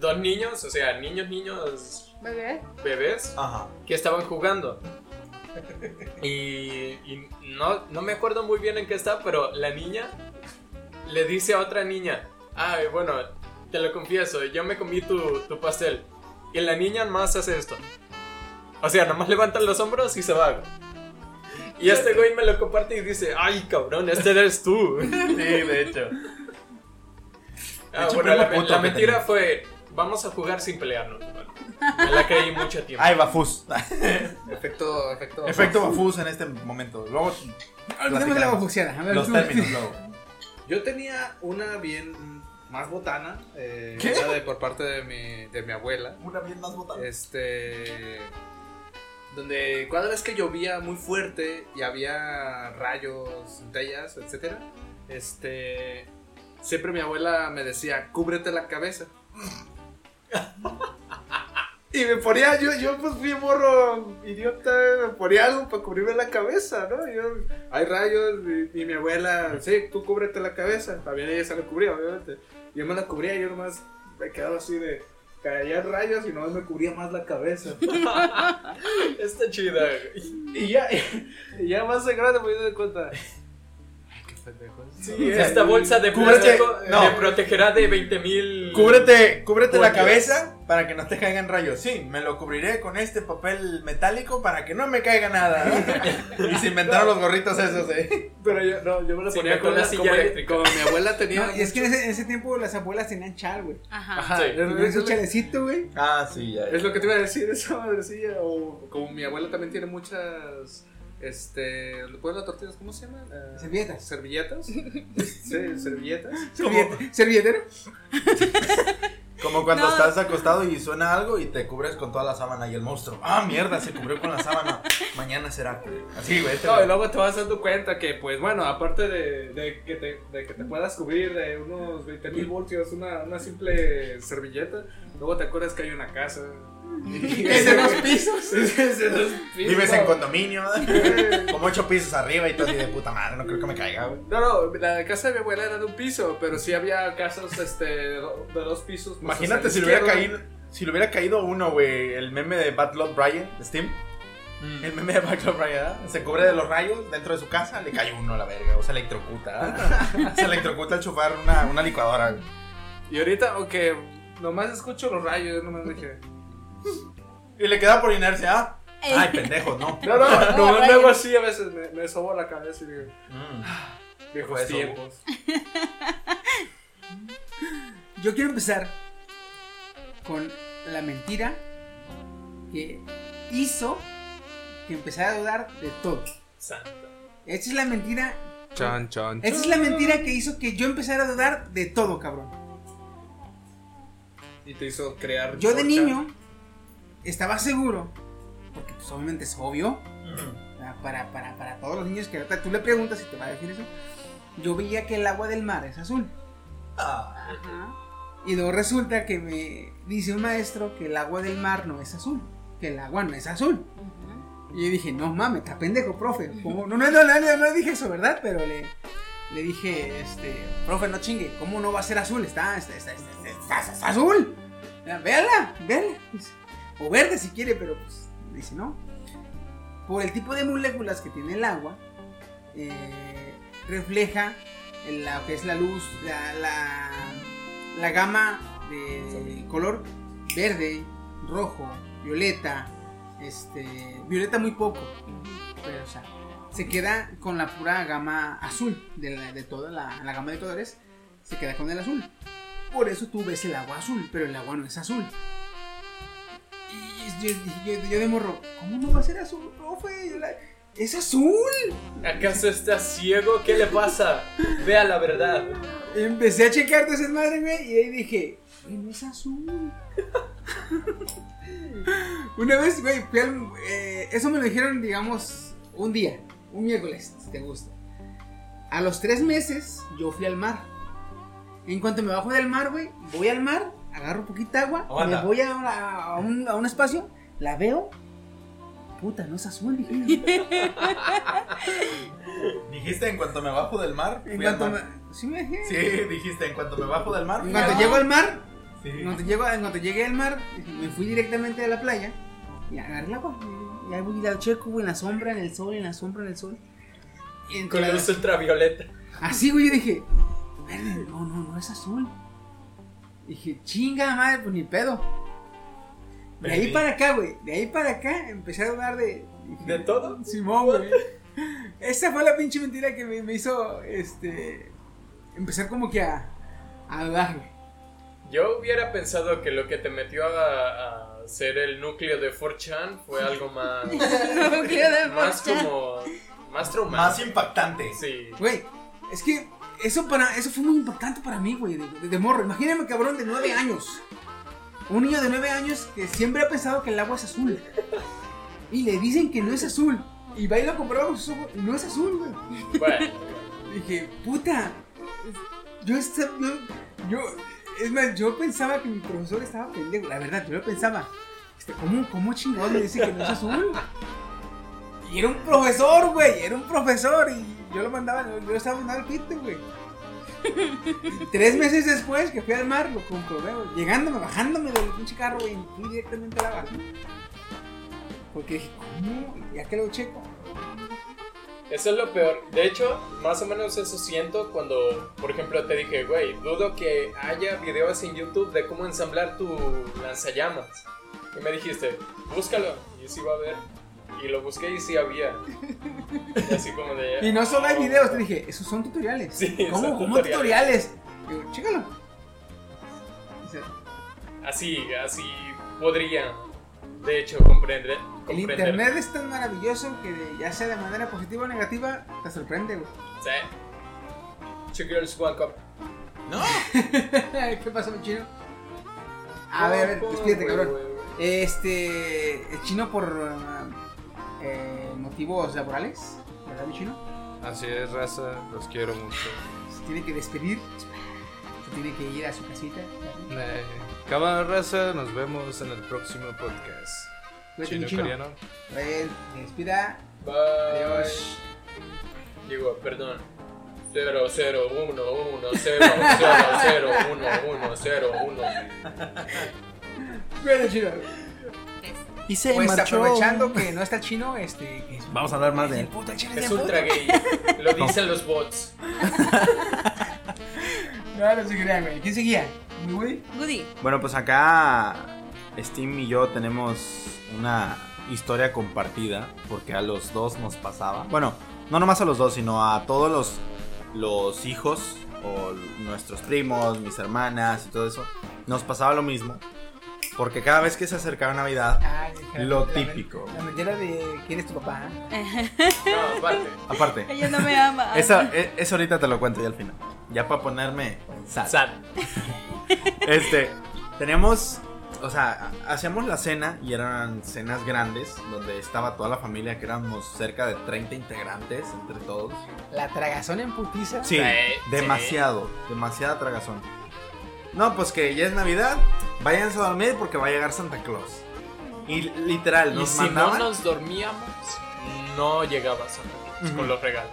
Speaker 4: dos niños, o sea, niños, niños,
Speaker 6: Bebé.
Speaker 4: bebés,
Speaker 3: (laughs) Ajá.
Speaker 4: que estaban
Speaker 3: (laughs)
Speaker 4: jugando. Y, y no, no me acuerdo muy bien en qué está, pero la niña le dice a otra niña, ay, bueno, te lo confieso, yo me comí tu, tu pastel. Y la niña más hace esto. O sea, nomás levanta los hombros y se va. güey. Y este güey me lo comparte y dice, ay, cabrón, este eres tú.
Speaker 3: Sí, (laughs) de hecho.
Speaker 4: Ah,
Speaker 3: hecho,
Speaker 4: bueno, la,
Speaker 3: primo puto
Speaker 4: la
Speaker 3: que
Speaker 4: mentira
Speaker 3: tenía.
Speaker 4: fue, vamos a jugar sin pelearnos. bueno. me la creí mucho tiempo.
Speaker 3: Ay, (laughs) Bafus.
Speaker 1: Efecto, efecto.
Speaker 3: Efecto Bafus en este momento. Luego,
Speaker 2: Olvidemos de la bofuxiada. A ver,
Speaker 3: los
Speaker 2: tú-
Speaker 3: términos, luego.
Speaker 7: Yo tenía una bien mm, más botana, eh, una de- por parte de mi, de mi abuela.
Speaker 3: Una bien más botada.
Speaker 7: Este. Donde cada vez que llovía muy fuerte y había rayos, centellas, etcétera, este, siempre mi abuela me decía, cúbrete la cabeza. Y me ponía, yo, yo pues fui morro idiota, me ponía algo para cubrirme la cabeza, ¿no? Yo, hay rayos y, y mi abuela, sí, tú cúbrete la cabeza. También ella se la cubría, obviamente. Yo me la cubría y yo nomás me quedaba así de, caía rayos y nomás me cubría más la cabeza.
Speaker 3: Está chida, güey.
Speaker 7: Y ya, (laughs) y ya más de grande me di cuenta. eh, Ay, qué pendejo.
Speaker 3: Sí,
Speaker 4: Esta bolsa de
Speaker 3: Cúbrete,
Speaker 4: plástico eh,
Speaker 3: no.
Speaker 4: te protegerá de 20 mil.
Speaker 3: Cúbrete, cúbrete la
Speaker 4: Por Dios.
Speaker 3: cabeza para que no te caigan rayos. Sí, me lo cubriré con este papel metálico para que no me caiga nada. ¿no? y se inventaron los gorritos esos, eh.
Speaker 7: Pero yo, no, yo me la
Speaker 4: Sí,
Speaker 7: ponía
Speaker 4: me
Speaker 7: con
Speaker 4: con
Speaker 7: la
Speaker 4: la silla eléctrica.
Speaker 7: Como mi abuela tenía.
Speaker 2: (laughs) No, y es que en ese, en ese tiempo las abuelas tenían chal, güey.
Speaker 6: Ajá.
Speaker 7: Ajá,
Speaker 4: Sí.
Speaker 7: es,
Speaker 2: Tenían
Speaker 7: es-
Speaker 2: su chalecito, güey.
Speaker 3: Ah, sí, ya.
Speaker 7: es lo que te iba a decir, esa madrecilla. O como mi abuela también tiene muchas. Este. ¿Le ponen las tortillas? ¿Cómo se llaman? Eh,
Speaker 2: Servilletas.
Speaker 7: ¿Servilletas? sí, servilletas.
Speaker 2: Servillete- Servilletero.
Speaker 3: Como cuando
Speaker 6: No.
Speaker 3: estás acostado y suena algo y te cubres con toda la sábana y el monstruo. Ah, mierda, se cubrió con la sábana. Mañana será. Así, güey. este
Speaker 7: No, y
Speaker 3: güey.
Speaker 7: luego te vas dando cuenta que, pues bueno, aparte de, de que, te, de que te puedas cubrir de unos 20 mil voltios una, una simple servilleta, luego te acuerdas que hay una
Speaker 2: (laughs)
Speaker 7: casa.
Speaker 2: Es
Speaker 7: (laughs)
Speaker 2: de dos pisos.
Speaker 7: Es de dos pisos.
Speaker 3: Vives en condominio, ¿no? como ocho pisos arriba y todo así de puta madre. No creo que me caiga, güey.
Speaker 7: No, no, la casa de mi abuela era de un piso, pero sí había casas este, de do- de dos pisos. pues,
Speaker 3: Imagínate
Speaker 7: hacia la
Speaker 3: si le hubiera
Speaker 7: izquierda.
Speaker 3: caído. Si le hubiera caído uno, güey, el meme de Bad Love Brian, de Steam.
Speaker 2: Mm.
Speaker 3: El meme de Bad Love Brian, ¿ah? Se cubre de los rayos dentro de su casa, le cae uno a la verga, o se electrocuta.
Speaker 2: (laughs)
Speaker 3: ¿ah? Se electrocuta al chupar una, una licuadora, güey.
Speaker 7: Y ahorita, aunque nomás escucho los rayos, yo nomás
Speaker 2: (laughs)
Speaker 7: dije.
Speaker 3: Y le queda por inercia, ¿ah?
Speaker 2: Eh.
Speaker 3: Ay, pendejo,
Speaker 2: (laughs)
Speaker 3: no.
Speaker 7: No, no, no,
Speaker 6: No, rayos.
Speaker 7: luego así a veces me, me sobo la cabeza y digo,
Speaker 3: Mm.
Speaker 7: viejos
Speaker 3: Fue eso.
Speaker 7: tiempos.
Speaker 2: Yo quiero empezar con la mentira que hizo que empezara a dudar de todo. Esta es la mentira.
Speaker 1: Chan, chan.
Speaker 2: Esta es la mentira que hizo que yo empezara a dudar de todo, cabrón.
Speaker 7: Y te hizo crear.
Speaker 2: Yo de
Speaker 7: otra-
Speaker 2: niño estaba seguro, porque pues obviamente es obvio, ¿verdad? para, para, para todos los niños que ahorita tú le preguntas y te va a decir eso, yo veía que el agua del mar es azul.
Speaker 3: Ah,
Speaker 2: Y luego resulta que me dice un maestro que el agua del mar no es azul, que el agua no es azul. Y yo dije, no mames, está pendejo, profe. ¿Cómo? No, no, no, no, no, no dije eso, ¿verdad? Pero le, le dije, este, profe, no chingue, ¿cómo no va a ser azul? Está, está, está, está, está- está- está- está azul. Véala, véala. Dice, O verde si quiere, pero pues, dice, no. Por el tipo de moléculas que tiene el agua, eh, refleja el- la- lo que es la luz, la, la, la gama de color verde, rojo, violeta, este, violeta muy poco, pero o sea, se queda con la pura gama azul de, la- de toda la, la gama de colores, se queda con el azul. Por eso tú ves el agua azul, pero el agua no es azul. Y yo, yo- yo de morro, ¿cómo no va a ser azul, profe? Yo la- ¡Es azul!
Speaker 4: ¿Acaso estás ciego? ¿Qué le pasa? Vea la verdad.
Speaker 2: Empecé a checar de esas madres, güey, y ahí dije, "Güey, no es azul. (laughs) Una vez, güey, fui al- eh, eso me lo dijeron, digamos, un día, un miércoles, si te gusta. A los tres meses, yo fui al mar. En cuanto me bajo del mar, güey, voy al mar, agarro poquita agua,
Speaker 3: Aguanta.
Speaker 2: me voy a, una- a un, a un espacio, la veo. Puta, no es azul,
Speaker 3: (laughs)
Speaker 2: dije.
Speaker 3: Dijiste en cuanto me bajo del mar.
Speaker 2: En
Speaker 3: fui al
Speaker 2: cuanto me,
Speaker 3: mar".
Speaker 2: sí, me dejé.
Speaker 3: Sí, dijiste en cuanto me bajo del mar.
Speaker 2: En
Speaker 3: fui
Speaker 2: cuanto
Speaker 3: al
Speaker 2: llego
Speaker 3: mar".
Speaker 2: al mar,
Speaker 3: Sí.
Speaker 2: Cuando llego, cuando llegué al mar, me fui directamente a la playa y agarré el agua. Y ahí voy al checo, güey, en la sombra, en el sol, en la sombra, en el sol. Y
Speaker 4: Con la
Speaker 2: entonces-
Speaker 4: luz ultravioleta.
Speaker 2: así, güey, yo dije, "Verde, no, no, no es azul. Dije, chinga madre, pues ni pedo. De ahí
Speaker 3: Verde.
Speaker 2: para acá, güey, de ahí para acá empecé a dudar de. dije,
Speaker 4: ¿De todo?
Speaker 2: Simón, güey. Esa fue la pinche mentira que me, me hizo este empezar como que a, a dudar, güey.
Speaker 4: Yo hubiera pensado que lo que te metió a, a ser el núcleo de 4chan fue algo más.
Speaker 6: Núcleo de
Speaker 4: más
Speaker 6: 4chan.
Speaker 4: como. Más
Speaker 3: Más
Speaker 4: traumático.
Speaker 3: impactante.
Speaker 4: Sí.
Speaker 2: Güey, es que eso, para, eso fue muy impactante para mí, güey, de, de- de morro. Imagíname, cabrón, de nueve años. Un niño de nueve años que siempre ha pensado que el agua es azul. y le dicen que no es azul. Y va y lo compró sus ojos, y no es azul, güey.
Speaker 4: Bueno,
Speaker 2: Dije, puta, yo, esta- yo, yo, es más, yo pensaba que mi profesor estaba pendejo, la verdad, yo lo pensaba. Este, ¿Cómo, cómo chingón me dice que no es azul? Y era un profesor, güey, era un profesor, y yo lo mandaba, yo lo estaba mandando al pito, güey. Y Tres meses después que fui al mar, lo comprobé, güey, llegándome, bajándome del pinche carro, güey, y fui directamente a la baja. Porque dije, ¿cómo? Ya que lo checo.
Speaker 4: eso es lo peor. De hecho, más o menos eso siento cuando, por ejemplo, te dije, güey, dudo que haya videos en YouTube de cómo ensamblar tu lanzallamas. Y me dijiste, búscalo, y sí va a haber. Y lo busqué y sí había. Y así como de...
Speaker 2: (laughs) Y no solo hay
Speaker 4: "Oh".
Speaker 2: videos, te dije, esos son tutoriales.
Speaker 4: Sí,
Speaker 2: ¿Cómo?
Speaker 4: son
Speaker 2: ¿Cómo tutoriales?
Speaker 4: tutoriales.
Speaker 2: Digo, chécalo. Dice,
Speaker 4: Así, así podría, de hecho, comprender.
Speaker 2: El
Speaker 4: comprender.
Speaker 2: internet es tan maravilloso que ya sea de manera positiva o negativa, te sorprende, güey. (laughs)
Speaker 4: Sí. Two girls, one cup.
Speaker 2: ¿Qué pasó, mi chino? A ver,
Speaker 1: pues,
Speaker 2: a ver, despídete,
Speaker 4: pues, Güey,
Speaker 2: cabrón.
Speaker 4: güey, güey.
Speaker 2: Este. El chino por. ah, eh, motivos laborales, ¿verdad, mi chino?
Speaker 1: Así es, raza, los quiero mucho.
Speaker 2: Se tiene que despedir. Se tiene que ir a su casita.
Speaker 1: Eh, cámara, raza, nos vemos en el próximo podcast.
Speaker 2: Cuídate, mi
Speaker 1: Chino
Speaker 2: chino.
Speaker 1: coreano.
Speaker 2: Eh, despida.
Speaker 4: Bye.
Speaker 2: Adiós.
Speaker 4: Digo, perdón. 0, 0, 1, 1,
Speaker 3: (laughs)
Speaker 4: 0, 0, 0, 1, 1, 0, 1.
Speaker 2: Bueno, chino.
Speaker 8: Y se
Speaker 2: Pues
Speaker 8: marchó.
Speaker 2: aprovechando que no está el chino, este. que es-
Speaker 8: Vamos a hablar más de
Speaker 2: El
Speaker 8: él.
Speaker 2: puto chino es
Speaker 4: Es
Speaker 2: bien
Speaker 4: ultra gay. Lo dicen los bots.
Speaker 2: No, no se crean, güey. ¿Quién seguía? ¿Mi güey?
Speaker 6: Goody.
Speaker 3: Bueno, pues acá Steam y yo tenemos una historia compartida porque a los dos nos pasaba. Bueno, no nomás a los dos, sino a todos los, los hijos o nuestros primos, mis hermanas y todo eso. Nos pasaba lo mismo. Porque cada vez que se acercaba Navidad,
Speaker 2: Ah, ya,
Speaker 3: Lo
Speaker 2: la-
Speaker 3: típico.
Speaker 2: La mentira de quién es tu papá.
Speaker 4: No, aparte.
Speaker 3: aparte,
Speaker 6: (laughs) Ella no me ama.
Speaker 3: (laughs) esa, e- eso ahorita te lo cuento ya al final. Ya para ponerme sad.
Speaker 4: Sad.
Speaker 3: Este, teníamos, o sea, hacíamos la cena y eran cenas grandes donde estaba toda la familia, que éramos cerca de 30 integrantes entre todos.
Speaker 2: La tragazón en putiza.
Speaker 3: Sí,
Speaker 4: Sí,
Speaker 3: demasiado, demasiada tragazón. No, pues que ya es Navidad, váyanse a dormir porque va a llegar Santa Claus. Y literal,
Speaker 4: Y
Speaker 3: nos
Speaker 4: si no
Speaker 3: mandaban
Speaker 4: nos dormíamos, no llegabas a
Speaker 3: Ujú.
Speaker 4: con los regalos.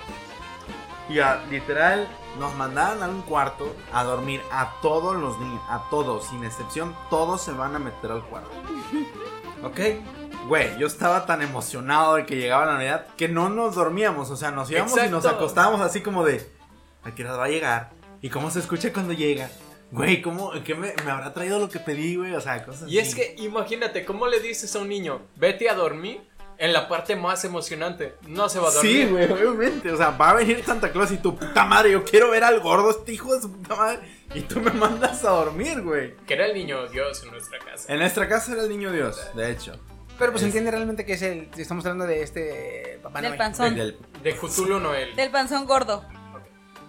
Speaker 3: y a- literal nos mandaban a un cuarto a dormir a todos los niños, a todos, sin excepción, todos se van a meter al
Speaker 4: (laughs)
Speaker 3: cuarto. ¿Ok? Güey, yo estaba tan emocionado de que llegaba la Navidad que no nos dormíamos, o sea, nos íbamos y nos
Speaker 4: Exacto.
Speaker 3: acostábamos así como de, ¿a qué hora va a llegar? ¿Y cómo se escucha cuando llega? Güey, ¿cómo, qué me, me habrá traído lo que pedí, güey? O sea, cosas
Speaker 4: Y
Speaker 3: así.
Speaker 4: es que imagínate, ¿cómo le dices a un niño, vete a dormir? En la parte más emocionante, no se va a dormir.
Speaker 3: Sí, güey, obviamente. O sea, va a venir Santa Claus y tu puta madre, yo quiero ver al gordo, este hijo de su puta madre. Y tú me mandas a dormir, güey.
Speaker 4: Que era el niño Dios en nuestra casa.
Speaker 3: En nuestra casa era el niño Dios, de hecho.
Speaker 2: Pero pues entiende realmente que es el. Estamos hablando de este papá
Speaker 6: Del
Speaker 2: Noel.
Speaker 6: panzón.
Speaker 3: Del-
Speaker 4: De Cthulhu Noel.
Speaker 6: Del panzón gordo.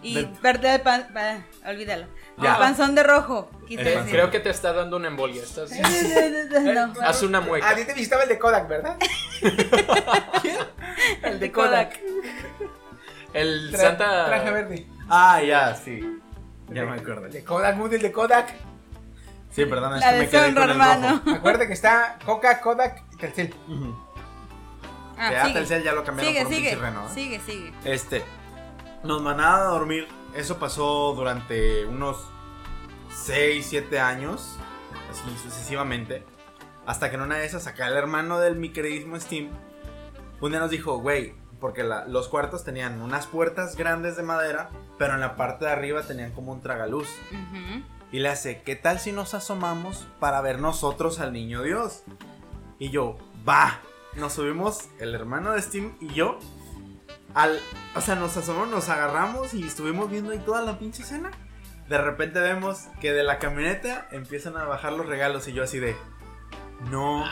Speaker 6: Y
Speaker 3: Del-
Speaker 6: verde de pan. ah, olvídalo.
Speaker 3: Ya.
Speaker 6: El panzón de rojo. Quise
Speaker 3: El
Speaker 6: decir.
Speaker 4: Creo que te está dando una embolia. Estás...
Speaker 6: (laughs)
Speaker 3: (laughs)
Speaker 6: No.
Speaker 4: Haz una
Speaker 2: Ah, A
Speaker 4: mueca.
Speaker 2: ti te visitaba el de Kodak, ¿verdad?
Speaker 6: El de Kodak.
Speaker 4: El
Speaker 2: Tra-
Speaker 4: Santa.
Speaker 2: Traje verde.
Speaker 3: Ah, ya, sí. Ya me
Speaker 2: El
Speaker 3: acordé.
Speaker 2: de Kodak, Mood, el de Kodak.
Speaker 3: Sí, perdón, es
Speaker 6: La
Speaker 3: que
Speaker 6: de
Speaker 3: me quedé
Speaker 6: Sonra,
Speaker 3: con el rojo.
Speaker 6: hermano.
Speaker 2: Acuérdate que está Coca, Kodak y Telcel.
Speaker 3: Ujú.
Speaker 6: Ah,
Speaker 3: Que ya
Speaker 6: sigue.
Speaker 3: Telcel ya lo cambiaron
Speaker 6: Sigue,
Speaker 3: por un
Speaker 6: sigue.
Speaker 3: pinche Reno, ¿eh?
Speaker 6: Sigue, sigue.
Speaker 3: Este, nos mandaban a dormir. Eso pasó durante unos 6, 7 años, así sucesivamente. Hasta que en una de esas, acá el hermano del mi queridísimo Steam, un día nos dijo, güey, porque la- los cuartos tenían unas puertas grandes de madera, pero en la parte de arriba tenían como un tragaluz.
Speaker 6: Ujú.
Speaker 3: Y le hace, ¿qué tal si nos asomamos para ver nosotros al niño Dios? Y yo, va. Nos subimos, el hermano de Steam y yo, al, o sea, nos asomamos, nos agarramos y estuvimos viendo ahí toda la pinche escena. De repente vemos que de la camioneta empiezan a bajar los regalos y yo así de, no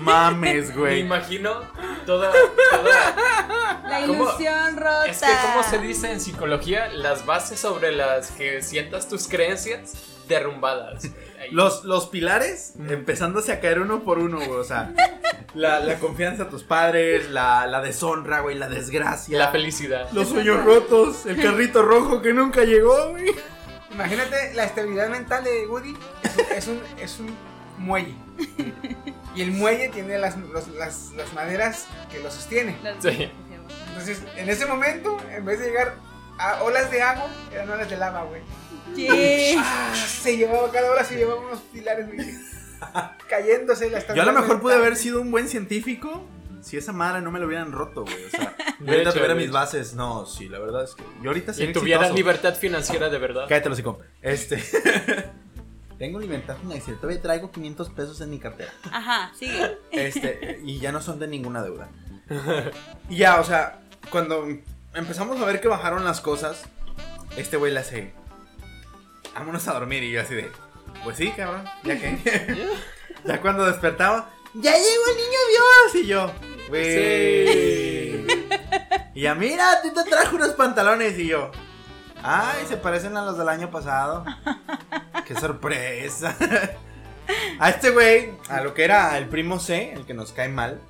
Speaker 3: mames,
Speaker 4: Me
Speaker 3: güey.
Speaker 4: imagino toda. toda-
Speaker 6: La
Speaker 4: ¿Cómo?
Speaker 6: ilusión rota.
Speaker 4: Es que, como se dice en psicología, las bases sobre las que sientas tus creencias derrumbadas. güey. Ahí.
Speaker 3: Los, los pilares empezándose a caer uno por uno, güey. O sea, La, la confianza a tus padres, la, la deshonra, güey, la desgracia.
Speaker 4: La felicidad.
Speaker 3: Los sueños rotos, el carrito rojo que nunca llegó, güey.
Speaker 2: Imagínate la estabilidad mental de Woody. Es un, es un, es un muelle. Y el muelle tiene las, los- las, las maderas que lo sostiene.
Speaker 6: Las-
Speaker 4: Sí.
Speaker 2: Entonces, en ese momento, en vez de llegar a olas de agua, eran olas de lava, güey.
Speaker 6: Sí.
Speaker 2: Ah, se llevaba, cada hora se llevaba unos pilares, güey. Cayéndose la
Speaker 3: Yo a
Speaker 2: estabilidad
Speaker 3: lo mejor pude
Speaker 2: mental.
Speaker 3: haber sido un buen científico si esa madre no me lo hubieran roto, güey. (laughs) O sea, yo
Speaker 4: De hecho,
Speaker 3: ahorita tuviera
Speaker 4: de
Speaker 3: mis
Speaker 4: hecho.
Speaker 3: bases. No, sí, la verdad es que. Yo ahorita
Speaker 4: Y
Speaker 3: sería
Speaker 4: tuvieras
Speaker 3: exitoso.
Speaker 4: libertad financiera de verdad.
Speaker 3: Cállate, los hocico. Este. (laughs) Tengo libertad financiera. Todavía traigo 500 pesos en mi cartera.
Speaker 6: Ajá, sigue.
Speaker 3: Este, y ya no son de ninguna deuda. Y ya, o sea, cuando empezamos a ver que bajaron las cosas, este güey le hace. Vámonos a dormir. Y yo así de. Pues sí, cabrón. Ya que. ya cuando despertaba. ¡Ya llegó el niño Dios! Y yo. Güey. Y ya, mira, a ti te trajo unos pantalones. Y yo. Ay, se parecen a los del año pasado. Qué sorpresa. A este güey, a lo que era el primo C, el que nos cae mal,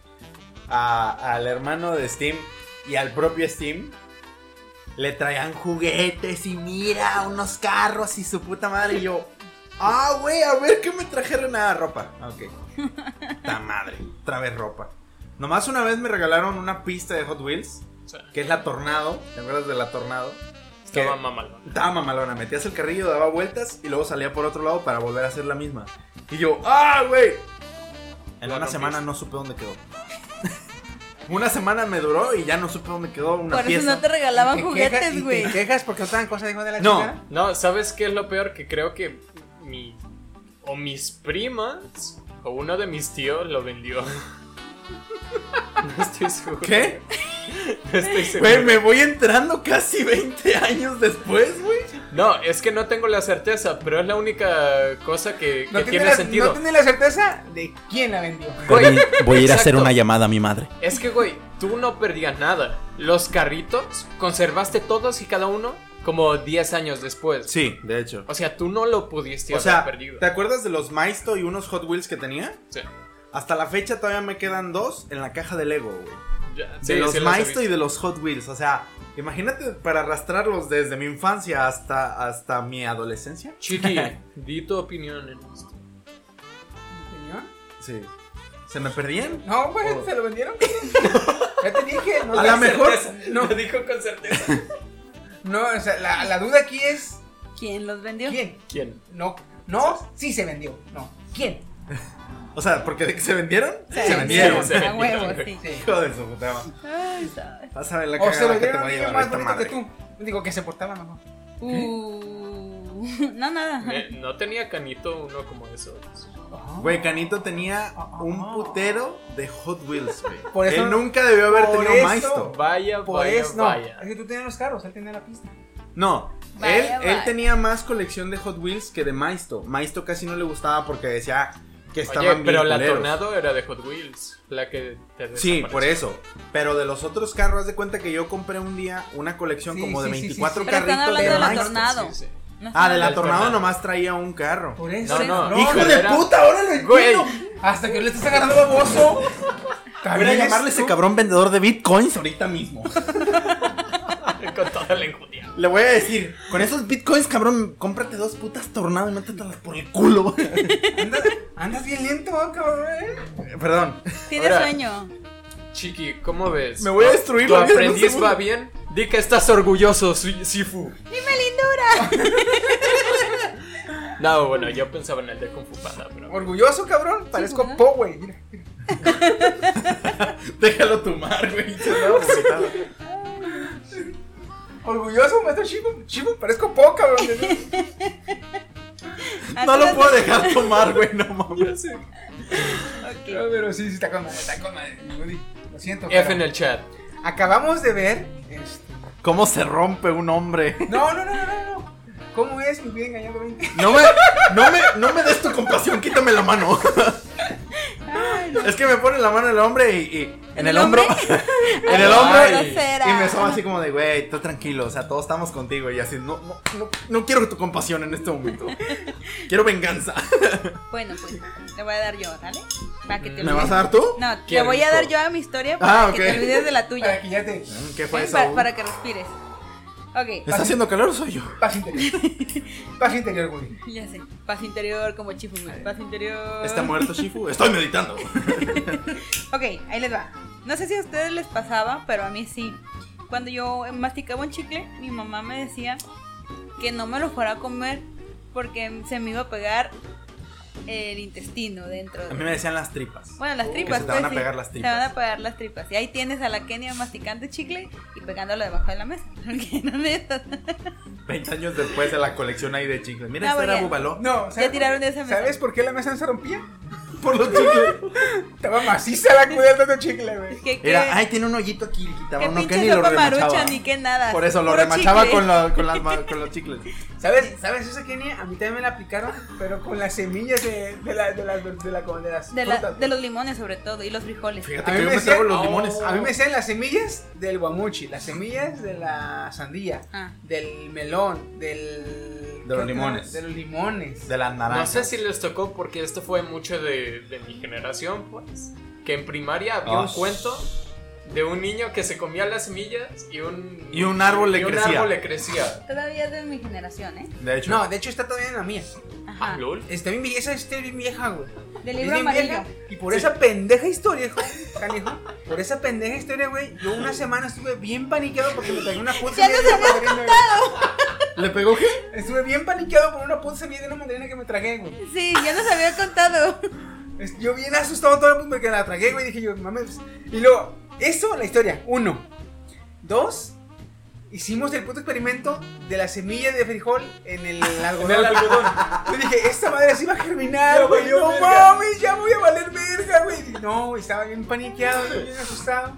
Speaker 3: a- al hermano de Steam y al propio Steam, le traían juguetes y mira, unos carros y su puta madre. Y yo, ah, güey, a ver qué me trajeron nada ropa. Ah, Ok. Ta madre, otra vez ropa. Nomás una vez me regalaron una pista de Hot Wheels,
Speaker 4: Sí.
Speaker 3: que es la Tornado. ¿Te acuerdas de la Tornado?
Speaker 4: Estaba
Speaker 3: Que-
Speaker 4: mamalón.
Speaker 3: estaba mamalona, metías el carrillo, daba vueltas y luego salía por otro lado para volver a hacer la misma. Y yo, ¡ah, güey! En
Speaker 4: La
Speaker 3: una
Speaker 4: rompiste.
Speaker 3: semana no supe dónde quedó. (laughs) una semana me duró y ya no supe dónde quedó una
Speaker 6: Por eso
Speaker 3: pieza.
Speaker 6: no te regalaban
Speaker 2: Te quejas- y
Speaker 6: juguetes, güey.
Speaker 2: ¿Te quejas porque otra cosa dijo de la
Speaker 3: No.
Speaker 2: chica?
Speaker 4: No, ¿sabes qué es lo peor? Que creo que mi. O mis primas. O uno de mis tíos lo vendió. (laughs) No estoy seguro.
Speaker 3: ¿Qué?
Speaker 4: No (laughs) estoy
Speaker 3: Güey,
Speaker 4: seguro.
Speaker 3: me voy entrando casi 20 años después, güey.
Speaker 4: No, es que no tengo la certeza, pero es la única cosa que, que
Speaker 2: No
Speaker 4: tiene
Speaker 2: la,
Speaker 4: sentido.
Speaker 2: No tiene la certeza de quién la vendió.
Speaker 4: Güey,
Speaker 8: Voy a ir a hacer
Speaker 4: exacto.
Speaker 8: una llamada a mi madre.
Speaker 4: Es que, güey, tú no perdías nada. Los carritos, conservaste todos y cada uno como 10 años después.
Speaker 3: Sí, de hecho.
Speaker 4: O sea, tú no lo pudiste
Speaker 3: O
Speaker 4: haber
Speaker 3: sea,
Speaker 4: perdido.
Speaker 3: ¿te acuerdas de los Maisto y unos Hot Wheels que tenía?
Speaker 4: Sí.
Speaker 3: Hasta la fecha todavía me quedan dos en la caja de Lego, güey.
Speaker 4: Ya-
Speaker 3: de
Speaker 4: sí,
Speaker 3: los
Speaker 4: sí he
Speaker 3: Maisto y
Speaker 4: visto.
Speaker 3: de los Hot Wheels. O sea, imagínate para arrastrarlos desde mi infancia hasta, hasta mi adolescencia. (laughs)
Speaker 4: Chiqui, di tu opinión en esto.
Speaker 2: ¿Señor?
Speaker 3: Sí. ¿Se me perdían?
Speaker 2: No, güey, se lo vendieron. ya te
Speaker 3: (laughs)
Speaker 2: dije, no
Speaker 3: A
Speaker 2: la
Speaker 3: lo mejor.
Speaker 4: No, (laughs) dijo con certeza.
Speaker 2: No, o sea, la, la duda aquí es
Speaker 6: ¿Quién los vendió?
Speaker 2: quién.
Speaker 4: ¿Quién?
Speaker 2: No, no, sí se vendió. No, ¿quién?
Speaker 3: O sea, porque de que se vendieron, se,
Speaker 4: vendieron.
Speaker 3: vendieron.
Speaker 4: Se
Speaker 6: A huevo,
Speaker 4: vendieron.
Speaker 6: sí.
Speaker 2: Sí.
Speaker 3: Hijo de su puta madre.
Speaker 6: Ay, sabes.
Speaker 3: Vas a ver la
Speaker 2: O se lo
Speaker 3: cagada que te
Speaker 2: vendieron a
Speaker 3: va a
Speaker 2: un niño
Speaker 3: llevar
Speaker 2: más
Speaker 3: esta
Speaker 2: bonito que
Speaker 3: madre.
Speaker 2: tú. Digo, que se portaba mejor.
Speaker 6: Uh, (laughs) no, nada.
Speaker 4: Me- no tenía canito uno como eso.
Speaker 3: Güey, Canito tenía un putero de Hot Wheels, güey.
Speaker 2: Por eso-
Speaker 3: Él nunca debió haber
Speaker 2: por
Speaker 3: tenido
Speaker 2: eso-
Speaker 3: Maisto.
Speaker 4: Vaya,
Speaker 2: Por
Speaker 4: vaya,
Speaker 3: Pues,
Speaker 2: eso, no.
Speaker 4: vaya.
Speaker 2: Es que tú tenías los carros, él tenía la pista.
Speaker 3: No,
Speaker 6: Vaya,
Speaker 3: él,
Speaker 6: vaya.
Speaker 3: él tenía más colección de Hot Wheels que de Maisto. Maisto casi no le gustaba porque decía que estaban
Speaker 4: Oye,
Speaker 3: bien
Speaker 4: pero la
Speaker 3: culeros.
Speaker 4: tornado era de Hot Wheels, la que te
Speaker 3: Sí,
Speaker 4: desapareció.
Speaker 3: por eso. Pero de los otros carros, haz de cuenta que yo compré un día una colección
Speaker 2: Sí,
Speaker 3: como de
Speaker 2: sí, sí,
Speaker 3: 24
Speaker 2: sí, sí.
Speaker 6: Pero están
Speaker 3: carritos
Speaker 6: hablando de la
Speaker 3: Maisto.
Speaker 6: tornado.
Speaker 4: Sí, sí.
Speaker 6: No está
Speaker 3: Ah, de
Speaker 4: Del
Speaker 3: la tornado
Speaker 4: Tornado.
Speaker 3: nomás traía un carro.
Speaker 2: Por eso.
Speaker 4: No, no.
Speaker 3: ¡Hijo
Speaker 4: no,
Speaker 3: de
Speaker 4: era-
Speaker 3: puta! ¡Ahora lo
Speaker 4: Güey.
Speaker 3: entiendo!
Speaker 2: Hasta que le estás agarrando baboso.
Speaker 3: Voy a llamarle a ese cabrón vendedor de bitcoins ahorita mismo.
Speaker 4: (laughs) Con toda la enjundia.
Speaker 3: Le voy a decir, con esos bitcoins, cabrón, cómprate dos putas tornado y métetelas por el culo.
Speaker 2: Andas, andas bien lento, cabrón.
Speaker 3: (laughs)
Speaker 2: ¿eh?
Speaker 3: Perdón.
Speaker 6: Tiene
Speaker 4: Ahora-
Speaker 6: sueño.
Speaker 4: Chiqui, ¿cómo ves?
Speaker 3: Me voy a destruir
Speaker 4: ¿Tu
Speaker 3: la vida en un
Speaker 4: aprendiz
Speaker 3: segundo.
Speaker 4: va bien? Di que estás orgulloso, Su- Sifu.
Speaker 6: ¡Dime lindura!
Speaker 4: (laughs) No, bueno, yo pensaba en el de Kung Fu Panda, pero...
Speaker 2: Orgulloso, cabrón. Parezco
Speaker 6: ¿verdad?
Speaker 2: Po, güey. Mira.
Speaker 3: Déjalo tomar, güey. Se lo voy a vomitar.
Speaker 2: Orgulloso, maestro Shifu. Shifu, parezco Po, cabrón.
Speaker 3: No lo puedo dejar tomar, güey, no mames.
Speaker 2: No, pero sí, sí, está con madre, está con madre. Woody, Lo siento.
Speaker 4: F
Speaker 2: pero
Speaker 4: en el chat.
Speaker 2: Acabamos de ver. este,
Speaker 3: ¿Cómo se rompe un hombre?
Speaker 2: No, no, no, no, no, no. ¿Cómo es? Me viene engañando 20.
Speaker 3: No me, no me, no me des tu compasión, quítame la mano.
Speaker 6: Ay,
Speaker 3: Es que me ponen la mano en el hombre y, y- en el
Speaker 6: ¿El hombre?
Speaker 3: hombro. (laughs) en el hombro.
Speaker 6: (laughs) Ay,
Speaker 3: y,
Speaker 6: grosera.
Speaker 3: y me son así como de, güey, tú tranquilo, o sea, todos estamos contigo. Y así, no, no, no, no quiero tu compasión en este momento. Quiero venganza.
Speaker 6: Bueno, pues te voy a dar yo, ¿vale? Para que te
Speaker 3: ¿Me
Speaker 6: olvides.
Speaker 3: vas a dar tú?
Speaker 6: No,
Speaker 4: Qué
Speaker 6: te voy a
Speaker 4: rico.
Speaker 6: dar yo a mi historia
Speaker 3: Ah,
Speaker 6: para que
Speaker 3: ok.
Speaker 6: te olvides de la tuya.
Speaker 2: Para que ya te.
Speaker 3: Mm, ¿Qué fue
Speaker 6: ¿eh?
Speaker 3: eso?
Speaker 6: Pa- para que respires. Ok,
Speaker 3: ¿Está haciendo calor o soy yo?
Speaker 2: Paz interior. Paz interior, güey.
Speaker 6: ya sé. Paz interior como chifu, güey. Paz interior.
Speaker 3: ¿Está muerto Shifu? Estoy meditando.
Speaker 6: Ok, ahí les va. No sé si a ustedes les pasaba, pero a mí sí. Cuando yo masticaba un chicle, mi mamá me decía que no me lo fuera a comer porque se me iba a pegar el intestino dentro.
Speaker 3: A mí me decían las tripas.
Speaker 6: Bueno, las
Speaker 3: Que
Speaker 6: tripas.
Speaker 3: se te van
Speaker 6: pues,
Speaker 3: a
Speaker 6: sí.
Speaker 3: pegar las
Speaker 6: Se van a
Speaker 3: tripas.
Speaker 6: pegar las tripas. Y ahí tienes a la Kenia masticando chicle y pegándolo debajo de la mesa. (laughs) Porque no neta.
Speaker 3: 20 años después de la colección ahí de chicles. Mira,
Speaker 6: No,
Speaker 3: este era
Speaker 6: porque-
Speaker 3: Bubaló.
Speaker 2: No,
Speaker 6: Ya tiraron de esa mesa.
Speaker 2: ¿Sabes por qué la mesa no se rompía?
Speaker 3: Por los chicles.
Speaker 2: Estaba maciza la cuida tanto chicle, güey.
Speaker 6: Que, que,
Speaker 3: Era, ay, tiene un hoyito aquí, le quitaba
Speaker 6: que
Speaker 3: uno que
Speaker 6: pinche
Speaker 3: ni lo
Speaker 6: sopa marucha
Speaker 3: remachaba.
Speaker 6: ni que nada.
Speaker 3: Por eso lo
Speaker 6: Puro
Speaker 3: remachaba
Speaker 6: chicle.
Speaker 3: con, la- con, las
Speaker 6: (laughs)
Speaker 3: ma- con los chicles.
Speaker 2: ¿Sabes? ¿Sabes esa Kenia? A mí también me la aplicaron, pero con las semillas de, de, la, de, las, de, la, de las
Speaker 6: De, la-
Speaker 2: frutas.
Speaker 6: de los limones sobre todo y los frijoles. Ah.
Speaker 3: Fíjate
Speaker 2: A
Speaker 3: que
Speaker 2: mí
Speaker 3: yo
Speaker 2: me
Speaker 3: me trago
Speaker 2: sé-
Speaker 3: los
Speaker 2: oh.
Speaker 3: limones.
Speaker 2: A mí me salen las semillas del guamuchi, las semillas de la sandía,
Speaker 6: Ah.
Speaker 2: del melón, del...
Speaker 3: De los limones.
Speaker 2: De los limones.
Speaker 3: De las
Speaker 4: No
Speaker 3: naranjas.
Speaker 4: sé si les tocó porque esto fue mucho de, de mi generación, pues. Que en primaria había
Speaker 3: Ah,
Speaker 4: un
Speaker 3: sí.
Speaker 4: cuento de un niño que se comía las semillas y un...
Speaker 3: Y un árbol le
Speaker 4: y
Speaker 3: crecía.
Speaker 4: un árbol le crecía.
Speaker 6: Todavía es de mi generación, ¿eh?
Speaker 3: De hecho,
Speaker 2: No, de hecho está todavía en la mía.
Speaker 4: Ah,
Speaker 6: Ajá.
Speaker 4: lol.
Speaker 2: Está bien vieja, está bien vieja, güey.
Speaker 6: Del
Speaker 2: Es
Speaker 6: libro
Speaker 2: bien
Speaker 6: amarillo.
Speaker 2: vieja. Y por esa pendeja historia, hijo, canijo, por esa pendeja historia, güey, yo una semana estuve bien paniqueado porque me pegué una puta
Speaker 6: Ya nos
Speaker 2: semilla de una
Speaker 6: habías
Speaker 2: mandarina,
Speaker 3: ¿le pegó qué?
Speaker 2: güey. Estuve bien paniqueado por una puta semilla de una mandarina que me tragué, güey.
Speaker 6: Sí, ya nos había contado.
Speaker 2: Es- Yo bien asustado todo el mundo porque la tragué, güey. Dije yo, mames. Y luego, eso, la historia. Uno. Dos. Hicimos el puto experimento de la semilla de frijol en
Speaker 4: (laughs)
Speaker 2: el algodón.
Speaker 4: el algodón.
Speaker 2: Yo dije, esta madre sí va a germinar, güey. Yo, mames, ya voy a valer verga, güey. Y No, güey, estaba bien paniqueado, yo bien asustado.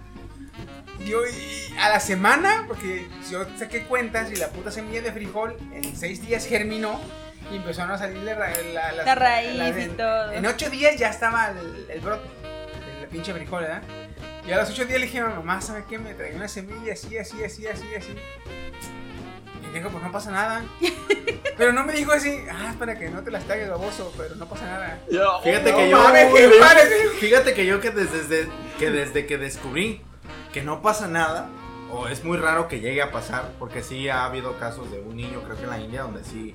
Speaker 2: Yo, y a la semana, porque yo saqué cuentas y la puta semilla de frijol en seis días germinó y empezaron a salirle ra- la, las-
Speaker 6: La raíz
Speaker 2: las-
Speaker 6: y todo.
Speaker 2: En ocho días ya estaba el, el brote, el pinche frijol, ¿verdad? Y a los ocho días le dije a mi mamá, ¿sabes qué? Me traí una semilla así, así, así, así, así. Y me dijo, pues no pasa
Speaker 6: (laughs)
Speaker 2: nada. Pero no me dijo así, ah, es para que no te las tragues, baboso, pero no pasa nada.
Speaker 3: Fíjate que
Speaker 2: oh, no
Speaker 3: yo.
Speaker 2: mames, qué padre.
Speaker 3: Fíjate que yo que desde, desde- que desde que descubrí que no pasa nada, o es muy raro que llegue a pasar, porque sí ha habido casos de un niño, creo que en la India, donde sí.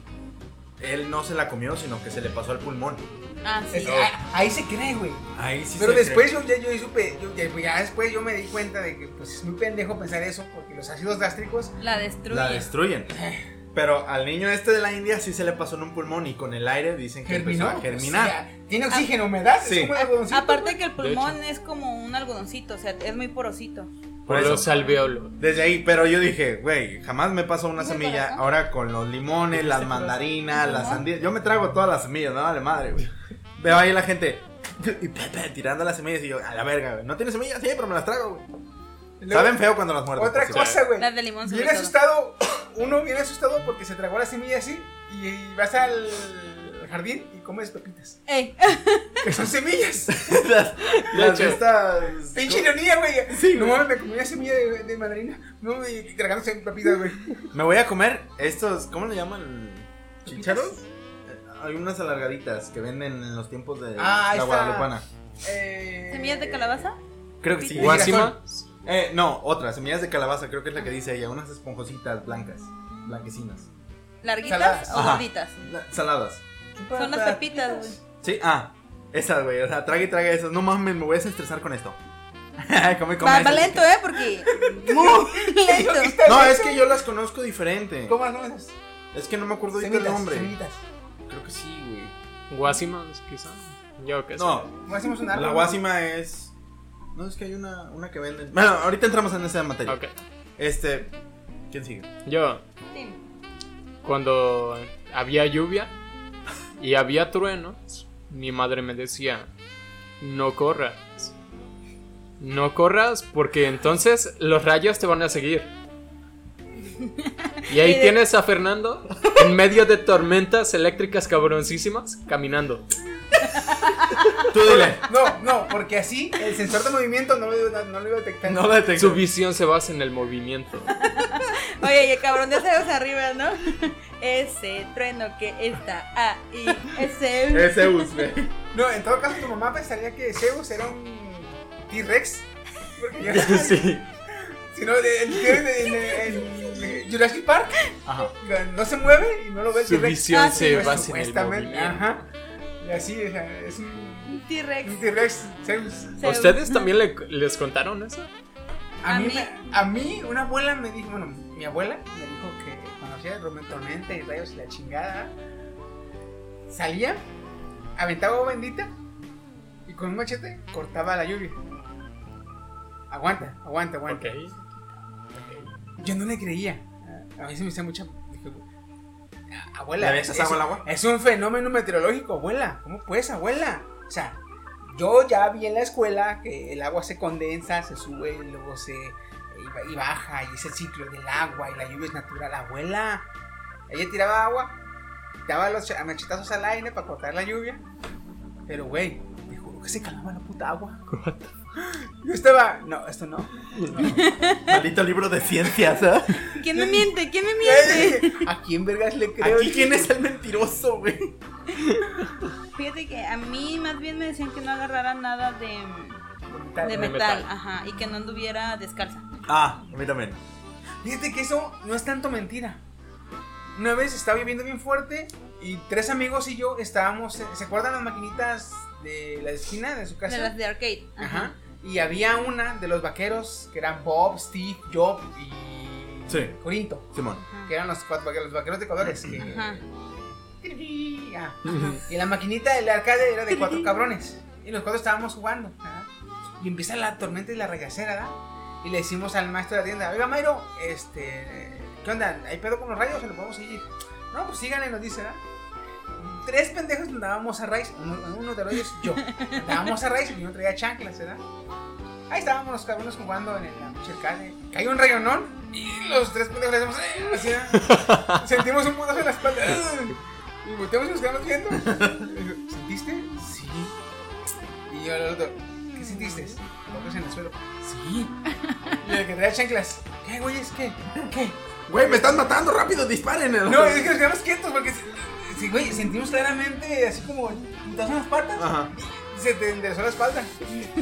Speaker 3: Él no se la comió, sino que se le pasó al pulmón.
Speaker 6: Ah, sí.
Speaker 2: Es- a- ahí se cree, güey.
Speaker 3: Ahí sí
Speaker 2: Pero
Speaker 3: se
Speaker 2: después yo, ya, yo supe, yo- ya, pues, ya después yo me di cuenta de que pues es muy pendejo pensar eso, porque los ácidos gástricos
Speaker 6: La
Speaker 3: cree-
Speaker 6: destruye.
Speaker 3: la destruyen. Pero al niño este de la India sí se le pasó en un pulmón y con el aire dicen que
Speaker 2: germinó. pues,
Speaker 3: empezó a germinar.
Speaker 2: o sea, tiene oxígeno, humedad,
Speaker 3: Sí.
Speaker 2: es como el algodoncito.
Speaker 6: Aparte que el pulmón es como un algodoncito, o sea, es muy porosito.
Speaker 3: Por
Speaker 4: Por
Speaker 3: eso.
Speaker 4: los alveolos.
Speaker 3: Desde ahí, pero yo dije, güey, jamás me pasó una
Speaker 6: ¿Dice
Speaker 3: semilla.
Speaker 6: corazón?
Speaker 3: Ahora con los limones, las mandarinas, las sandías. Yo me trago todas las semillas, no vale madre, güey. Veo ahí la gente y pe, pe, tirando las semillas y yo, a la verga, güey. ¿No tiene semillas? Sí, pero me las trago, güey.
Speaker 2: Luego,
Speaker 3: Saben feo cuando las muerden.
Speaker 2: Otra
Speaker 3: por cierto.
Speaker 2: cosa, güey.
Speaker 6: Las de limón sobre
Speaker 2: Bien
Speaker 6: todo.
Speaker 2: asustado, uno bien asustado porque se tragó la semilla así y, y vas al jardín y comes pepitas.
Speaker 6: Ey,
Speaker 2: Que son (laughs) semillas.
Speaker 3: (laughs) Las
Speaker 4: hecho.
Speaker 3: estas-
Speaker 2: Pinche ironía, güey. no mames, me comí una semilla de, de mandarina. No me tragándose pepitas,
Speaker 6: (laughs)
Speaker 2: güey.
Speaker 3: Me voy a comer estos, ¿cómo le llaman? ¿Chicharos? Hay unas alargaditas que venden en los tiempos de
Speaker 2: Ah,
Speaker 3: la
Speaker 2: esta-
Speaker 3: Guadalupana.
Speaker 2: Eh,
Speaker 6: ¿Semillas de calabaza?
Speaker 3: Creo que sí.
Speaker 4: Guasima.
Speaker 3: Eh, no, otra, semillas de calabaza, creo que es la que dice ella, unas esponjositas blancas, blanquecinas,
Speaker 6: ¿Larguitas
Speaker 2: Saladas.
Speaker 6: o
Speaker 3: Ajá.
Speaker 6: gorditas?
Speaker 3: la- saladas.
Speaker 6: Son las pepitas, güey.
Speaker 3: Sí, ah, esas, güey, o sea, traga y traga esas, no mames, me voy a estresar con esto. (laughs) come, come
Speaker 6: Va, va
Speaker 3: esas.
Speaker 6: lento, ¿eh?
Speaker 3: (laughs)
Speaker 6: Porque muy lento.
Speaker 3: No, es que yo las conozco diferente.
Speaker 2: ¿Cómo las comes?
Speaker 3: Es que no me acuerdo ahorita el
Speaker 2: Semillas,
Speaker 3: nombre.
Speaker 2: semillitas.
Speaker 3: Creo que sí, güey.
Speaker 4: Guasimas, quizá. Yo qué sé.
Speaker 3: No,
Speaker 2: ¿Cómo hacemos un árbol?
Speaker 3: la guásima es... No, es que hay una, una que venden... Bueno, ahorita entramos en esa materia.
Speaker 4: Ok.
Speaker 3: Este, ¿quién sigue?
Speaker 4: Yo,
Speaker 6: Sí.
Speaker 4: cuando había lluvia y había truenos, mi madre me decía, no corras. No corras porque entonces los rayos te van a seguir. Y ahí
Speaker 6: Y de-
Speaker 4: tienes a Fernando en medio de tormentas eléctricas cabroncísimas caminando.
Speaker 3: Tú dile.
Speaker 2: No, no, porque así el sensor de movimiento no lo, iba- no lo iba a detectar.
Speaker 3: No lo
Speaker 4: Su
Speaker 3: detecto.
Speaker 4: visión se basa en el movimiento.
Speaker 6: Oye, y el cabrón de dedos arriba, ¿no? (laughs) Ese trueno que está ahí. Ese.
Speaker 3: (laughs) Es Zeus, güey.
Speaker 4: (laughs)
Speaker 2: No, en todo caso tu mamá pensaría que Zeus era un T-Rex.
Speaker 4: (laughs)
Speaker 2: Porque yo,
Speaker 3: Sí.
Speaker 2: si no, el T-Rex en, en- en Jurassic Park
Speaker 3: Ajá.
Speaker 2: no se mueve y no lo ve el
Speaker 4: Su
Speaker 2: T-Rex.
Speaker 4: visión
Speaker 6: Ah, sí,
Speaker 4: se
Speaker 2: Pues,
Speaker 4: basa en el
Speaker 2: supuestamente,
Speaker 4: movimiento.
Speaker 2: Ajá. Y así, o sea, es un,
Speaker 6: Un T-Rex.
Speaker 2: un T-Rex, Zeus.
Speaker 6: Zeus.
Speaker 4: ¿A ¿Ustedes también le- les contaron eso?
Speaker 2: A
Speaker 6: A
Speaker 2: mí,
Speaker 6: mí-
Speaker 2: me- a mí, una abuela me dijo, bueno, mi abuela me dijo que conocía Romeo Tormenta y Rayos y la chingada. Salía, aventaba agua bendita y con un machete cortaba la lluvia. Aguanta, aguanta,
Speaker 4: Ok.
Speaker 2: aguanta. Yo no le creía. A mí se me hacía mucha. dije, Abuela,
Speaker 3: ¿Le
Speaker 2: es,
Speaker 3: echas agua al agua?
Speaker 2: es un fenómeno meteorológico, abuela. ¿Cómo puedes, abuela? O sea, yo ya vi en la escuela que el agua se condensa, se sube y luego se. y ba- y baja, y es el ciclo del agua, y la lluvia es natural, abuela. Ella tiraba agua, daba los cha- machetazos al aire para cortar la lluvia. Pero, güey, me juro que se calmaba la puta
Speaker 3: (laughs)
Speaker 2: agua. Yo estaba. No, esto no.
Speaker 3: Maldito libro de ciencias, ¿ah? (laughs)
Speaker 6: ¿Quién me miente? ¿Quién me miente?
Speaker 2: ¿A quién vergas le creo?
Speaker 3: Aquí quién es el mentiroso, güey.
Speaker 6: Fíjate que a mí más bien me decían que no agarrara nada de,
Speaker 2: Vomitar.
Speaker 6: de
Speaker 4: metal.
Speaker 6: metal, ajá, y que no anduviera descalza.
Speaker 3: Ah, a mí también.
Speaker 2: Fíjate que eso no es tanto mentira. Una vez estaba lloviendo bien fuerte y tres amigos y yo estábamos. ¿Se acuerdan las maquinitas de la esquina de su casa?
Speaker 6: De las de arcade. Ajá.
Speaker 2: Ajá. Y había una de los vaqueros que eran Bob, Steve, Job y.
Speaker 3: Sí.
Speaker 2: Corinto.
Speaker 3: Simón.
Speaker 2: Que eran los cuatro vaqueros, los vaqueros de colores. que-
Speaker 6: Ajá.
Speaker 2: Ah. Y la maquinita del arcade era de cuatro cabrones. Y los cuatro estábamos jugando. ¿verdad? Y empieza la tormenta y la regacera, ¿verdad? Y le decimos al maestro de la tienda, oiga Mairo, este, ¿qué onda? ¿Hay pedo con los rayos o lo podemos seguir? No, pues síganle, nos dice, ¿verdad? Tres pendejos andábamos a raíz, uno, uno de los ellos, yo. Andábamos a raíz y yo traía chanclas, ¿verdad? Ahí estábamos los cabrones jugando en el pinche arcade. Cayó un rayonón y los tres pendejos le hacemos, "Eh", así, ¿verdad? Sentimos un putazo en la espalda. "Ugh". Y volteamos y nos quedamos viendo. ¿Sentiste? Sí. Y yo al otro, ¿qué sentiste? Locos en el suelo. Sí. Y el que traía chanclas. ¿Qué, güey? ¿Es qué? ¿Qué?
Speaker 3: Güey, me están matando rápido, disparen.
Speaker 2: No, es que nos quedamos quietos porque, se- sí, güey, sentimos claramente así como putazo en las patas.
Speaker 3: Ajá.
Speaker 2: Y se te enderezó la espalda. Y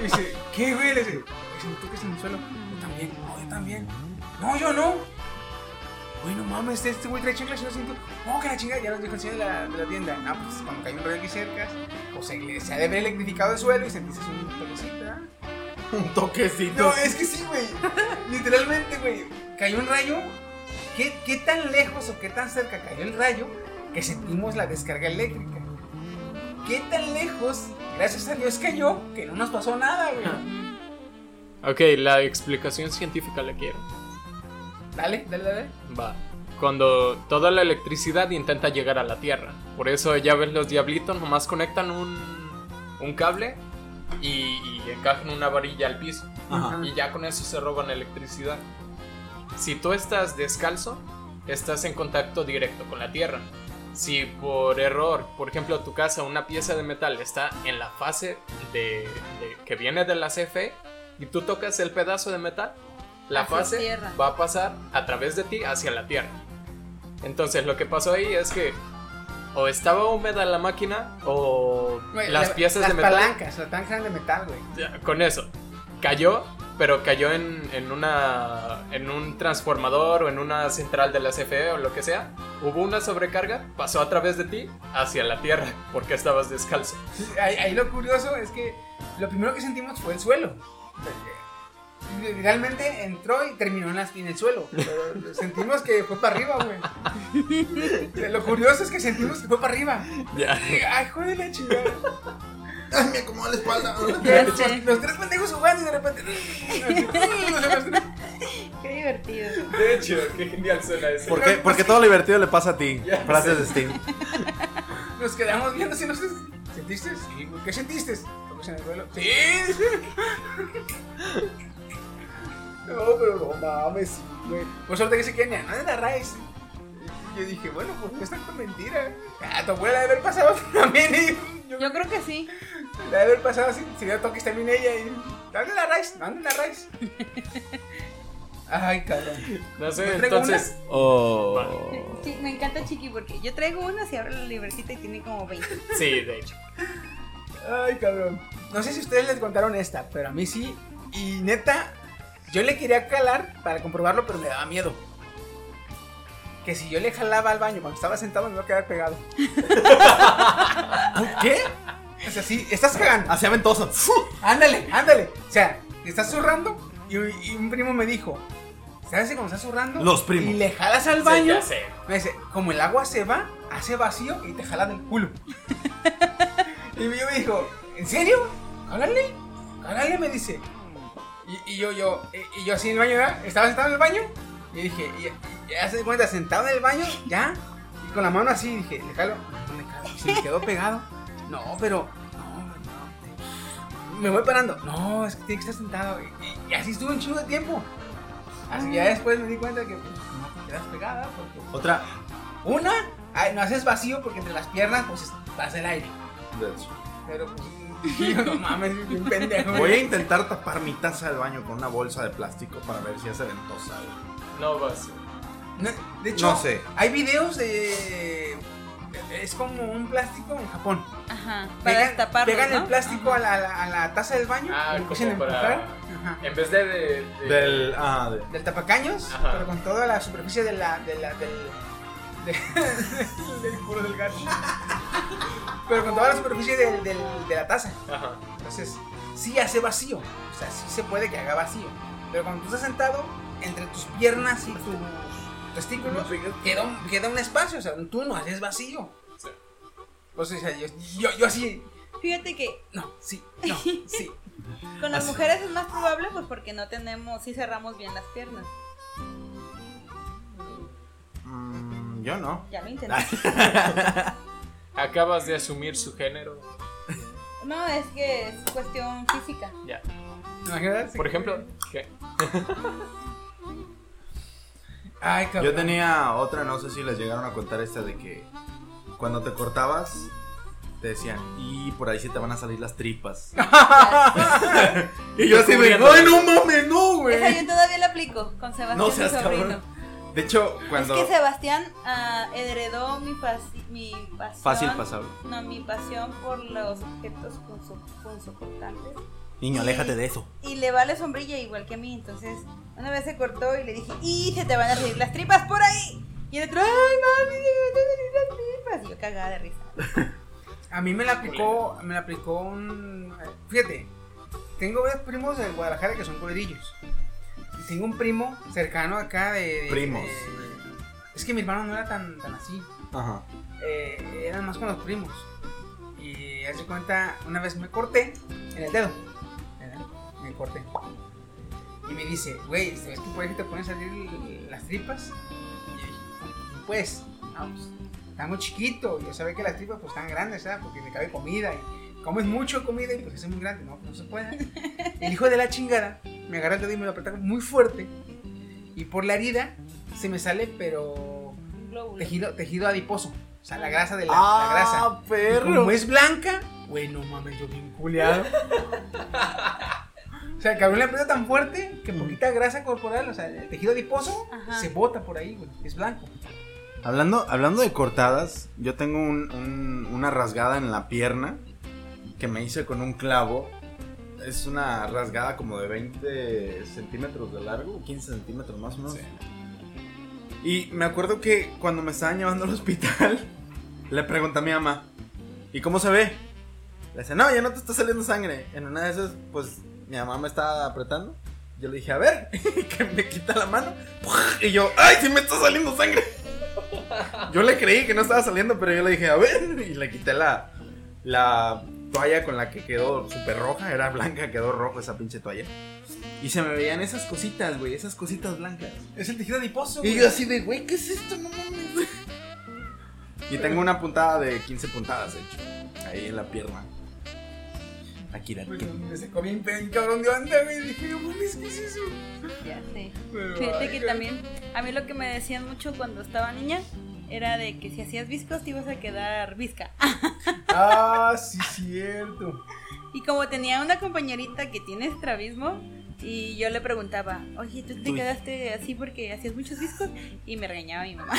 Speaker 2: dice, ¿qué, güey? Le dice, "Güey, ¿tú que en el suelo? Yo también, no, yo también. No, yo no. Güey, no mames, este güey trae chanclas, yo lo siento. No, que la chinga, ya nos dijo el señor de la, de la tienda. No, pues cuando cae un rayo aquí cerca, pues se, se ha de haber electrificado el suelo y sentiste un pelecita.
Speaker 3: Un toquecito.
Speaker 2: No, es que sí, güey. Literalmente, güey. Cayó un rayo. ¿Qué, ¿Qué tan lejos o qué tan cerca cayó el rayo que sentimos la descarga eléctrica? ¿Qué tan lejos, gracias a Dios, cayó que no nos pasó nada, güey?
Speaker 4: Ok, la explicación científica la quiero.
Speaker 2: Dale, dale, dale.
Speaker 4: Va. Cuando toda la electricidad intenta llegar a la Tierra. Por eso ya ves los diablitos, nomás conectan un, un cable y, y encajan una varilla al piso.
Speaker 3: Ajá.
Speaker 4: Y ya con eso se roban electricidad. Si tú estás descalzo, estás en contacto directo con la Tierra. Si por error, por ejemplo, tu casa, una pieza de metal está en la fase de, de- que viene de la CFE y tú tocas el pedazo de metal, la
Speaker 6: Hacia
Speaker 4: fase
Speaker 6: tierra.
Speaker 4: va a pasar a través de ti hacia la Tierra. Entonces lo que pasó ahí es que o estaba húmeda la máquina o
Speaker 2: Güey,
Speaker 4: las
Speaker 2: la-
Speaker 4: piezas
Speaker 2: las
Speaker 4: de metal
Speaker 2: Palancas, las palancas eran de metal, güey.
Speaker 4: ya, con eso. Cayó, pero cayó en, en una en un transformador o en una central de la CFE o lo que sea. Hubo una sobrecarga, pasó a través de ti hacia la tierra porque estabas
Speaker 3: (laughs)
Speaker 4: descalzo.
Speaker 2: Ahí, ahí lo curioso es que lo primero que sentimos fue el suelo. Realmente entró y terminó en, las- en el suelo. Pero sentimos que fue para arriba, güey. Lo curioso es que sentimos que fue para arriba.
Speaker 4: Ya.
Speaker 2: Ay, joder, la chingada.
Speaker 3: Ay, me acomodo la espalda.
Speaker 6: Ya
Speaker 2: Los,
Speaker 6: sé.
Speaker 2: los tres pendejos jugando y de
Speaker 6: (laughs)
Speaker 2: repente. (laughs)
Speaker 6: Qué divertido.
Speaker 4: De hecho, qué genial suena eso.
Speaker 3: ¿Por qué? Porque todo lo divertido le pasa a ti. Frases de Steam.
Speaker 2: Nos quedamos viendo si nos. ¿Sentiste? Sí, güey. ¿Qué sentiste? Tocos en el suelo. (laughs) Sí. No, pero no mames, güey. Por suerte que se Kenia, no es la raíz. Yo dije, bueno, pues no es tanta mentira. A Ah, tu abuela debe haber pasado (laughs) también. Y yo,
Speaker 6: Yo creo que sí.
Speaker 2: debe haber pasado si, si no toques también ella. Y, ¿Dónde la raíz? ¿Dónde la raíz? Ay, cabrón.
Speaker 4: No sé,
Speaker 2: ¿No traigo
Speaker 4: entonces.
Speaker 9: Oh.
Speaker 6: Sí, me encanta Chiqui porque yo traigo una si abro la libretita y tiene como 20.
Speaker 4: Sí, de hecho.
Speaker 2: Ay, cabrón. No sé si ustedes les contaron esta, pero a mí sí. Y neta, yo le quería calar para comprobarlo, pero me daba miedo. Que si yo le jalaba al baño cuando estaba sentado, me iba a quedar
Speaker 3: (laughs)
Speaker 2: pegado. ¿Qué? O sea, sí, estás cagando.
Speaker 3: Hacía ventoso.
Speaker 2: Ándale, ándale. O sea, te estás zurrando. Y, y un primo me dijo: ¿Sabes si cuando estás zurrando?
Speaker 3: Los primos.
Speaker 2: Y le jalas al
Speaker 4: Sí,
Speaker 2: baño.
Speaker 4: ya sé.
Speaker 2: Me dice, como el agua se va, hace vacío y te jala del culo. y yo me dijo, ¿en serio? Cálale, cálale, me dice. Y, y yo, yo, y, y yo así en el baño, ¿verdad? Estaba sentado en el baño. Y dije, y- y ya se cuenta, sentado en el baño, ya. Y con la mano así, dije, le jalo. No me jalo, se me quedó pegado. No, pero, no, no. Me voy parando. No, es que tiene que estar sentado. Y, y así estuve un chingo de tiempo. Así ya después me di cuenta que pues, no te quedas pegada porque
Speaker 3: Otra.
Speaker 2: una, ay, no haces vacío porque entre las piernas pues vas el aire. Pero pues, yo, (laughs) no mames, un pendejo.
Speaker 3: Voy a intentar tapar mi taza del baño con una bolsa de plástico para ver si hace ventosa. güey.
Speaker 4: No vas.
Speaker 2: No, de hecho,
Speaker 3: No sé.
Speaker 2: hay videos de. Es como un plástico en Japón.
Speaker 6: Ajá. Para
Speaker 2: Pegan-
Speaker 6: destaparlo,
Speaker 2: Pegan
Speaker 6: ¿no?
Speaker 2: el plástico
Speaker 6: Ajá.
Speaker 2: a la, a la- a la taza del baño
Speaker 4: Ah,
Speaker 2: y lo empiezan a
Speaker 4: como
Speaker 2: empujar.
Speaker 4: para-
Speaker 2: Ajá.
Speaker 4: En vez de. de- de-
Speaker 3: Del. Ah, de.
Speaker 2: Del tapacaños,
Speaker 4: Ajá.
Speaker 2: pero con toda la superficie de la, de la, del. (laughs) de- del culo del gato. (laughs) pero con toda la superficie del- del- de la taza.
Speaker 4: Ajá.
Speaker 2: Entonces, sí hace vacío. O sea, sí se puede que haga vacío. Pero cuando tú estás sentado, entre tus piernas y tus testículos, queda un, queda un espacio. O sea, tú no haces vacío.
Speaker 4: Sí.
Speaker 2: O sea, yo, yo, yo así,
Speaker 6: Fíjate que
Speaker 2: no, sí, no, sí.
Speaker 6: con las mujeres es más probable pues porque no tenemos, sí cerramos bien las piernas.
Speaker 3: Mm, yo no.
Speaker 6: Ya lo intenté.
Speaker 4: Acabas de asumir su género.
Speaker 6: No, es que es cuestión física.
Speaker 4: Ya.
Speaker 2: ¿Te imaginas?
Speaker 4: Por ejemplo, ¿qué?
Speaker 2: Ay, cabrón.
Speaker 3: Yo tenía otra, no sé si les llegaron a contar esta de que cuando te cortabas te decían, y por ahí se te van a salir las tripas. (laughs) y yo así de, ¡ay, no mames, no,
Speaker 6: Esa
Speaker 3: güey!
Speaker 6: yo todavía la aplico con Sebastián,
Speaker 3: Eh. No
Speaker 6: mi
Speaker 3: seas
Speaker 6: sobrino.
Speaker 3: cabrón. De hecho, cuando.
Speaker 6: Es que Sebastián ah, heredó mi, fasi- mi pasión.
Speaker 3: Fácil pasable.
Speaker 6: No, mi pasión por los objetos punzo- punzocortantes.
Speaker 3: Niño, aléjate de eso.
Speaker 6: Y le vale sombrilla igual que a mí. Entonces, una vez se cortó y le dije, ¡y se te van a salir las tripas por ahí! Y el otro, ¡ay, mami, se me van a salir las tripas! Y yo cagada de risa.
Speaker 2: A mí me la aplicó, me la aplicó un... Fíjate, tengo varios primos de Guadalajara que son cuadrillos. Y tengo un primo cercano acá de... de-
Speaker 3: Primos.
Speaker 2: de- es que mi hermano no era tan, tan así.
Speaker 3: Ajá.
Speaker 2: eh, eran más con los primos. Y hace cuenta, una vez me corté en el dedo. ¿verdad? Me corté. Y me dice, güey, ¿sabes que por ahí te pueden salir l- las tripas? Y yo dije, "No, pues, vamos, está muy chiquito. Yo sabía que las tripas pues están grandes, ¿sabes? Porque me cabe comida. Y comes mucho comida y pues es muy grande. No, pues, no se
Speaker 6: (laughs)
Speaker 2: puede. El hijo de la chingada me agarra el dedo y me lo aprieta muy fuerte. Y por la herida se me sale, pero
Speaker 6: Un glóbulo.
Speaker 2: tejido, tejido adiposo. O sea, la grasa de la, la grasa.
Speaker 3: ¡Ah,
Speaker 2: Y como
Speaker 3: perro!
Speaker 2: es blanca, güey, no mames, yo bien culeado. o sea, el cabrón le aprieta tan fuerte que poquita grasa corporal, o sea, el tejido adiposo
Speaker 6: Ajá.
Speaker 2: se bota por ahí, güey. Es blanco.
Speaker 3: Hablando, hablando de cortadas, yo tengo un- un- una rasgada en la pierna que me hice con un clavo. Es una rasgada como de 20 centímetros de largo, 15 centímetros más o menos. Y me acuerdo que cuando me estaban llevando al hospital, (laughs) le pregunté a mi mamá, ¿y cómo se ve? Le dice, no, ya no te está saliendo sangre. En una de esas, pues mi mamá me estaba apretando. Yo le dije, a ver, (laughs) que me quita la mano. Y yo, ¡ay, sí me está saliendo sangre! Yo le creí que no estaba saliendo, pero yo le dije, a ver, (laughs) y le quité la, la toalla con la que quedó súper roja, era blanca, quedó roja esa pinche toalla. Y se me veían esas cositas, güey, esas cositas blancas.
Speaker 2: Es el tejido adiposo,
Speaker 3: Y
Speaker 2: güey.
Speaker 3: yo así de, güey, ¿qué es esto? No mames. (laughs) Y tengo una puntada de 15 puntadas, de hecho, ahí en la pierna. Aquí, la
Speaker 2: Güey, Me sacó bien pe- cabrón de onda, güey. Dije, no mames, ¿qué es eso?
Speaker 6: Ya sé.
Speaker 2: Pero,
Speaker 6: Fíjate
Speaker 2: ay,
Speaker 6: que
Speaker 2: güey.
Speaker 6: también, a mí lo que me decían mucho cuando estaba niña era de que si hacías viscos te ibas a quedar visca.
Speaker 2: Ah, sí, cierto.
Speaker 6: Y como tenía una compañerita que tiene estrabismo, y yo le preguntaba, oye, ¿tú te
Speaker 2: Uy.
Speaker 6: quedaste así porque hacías muchos discos? Y me regañaba mi mamá.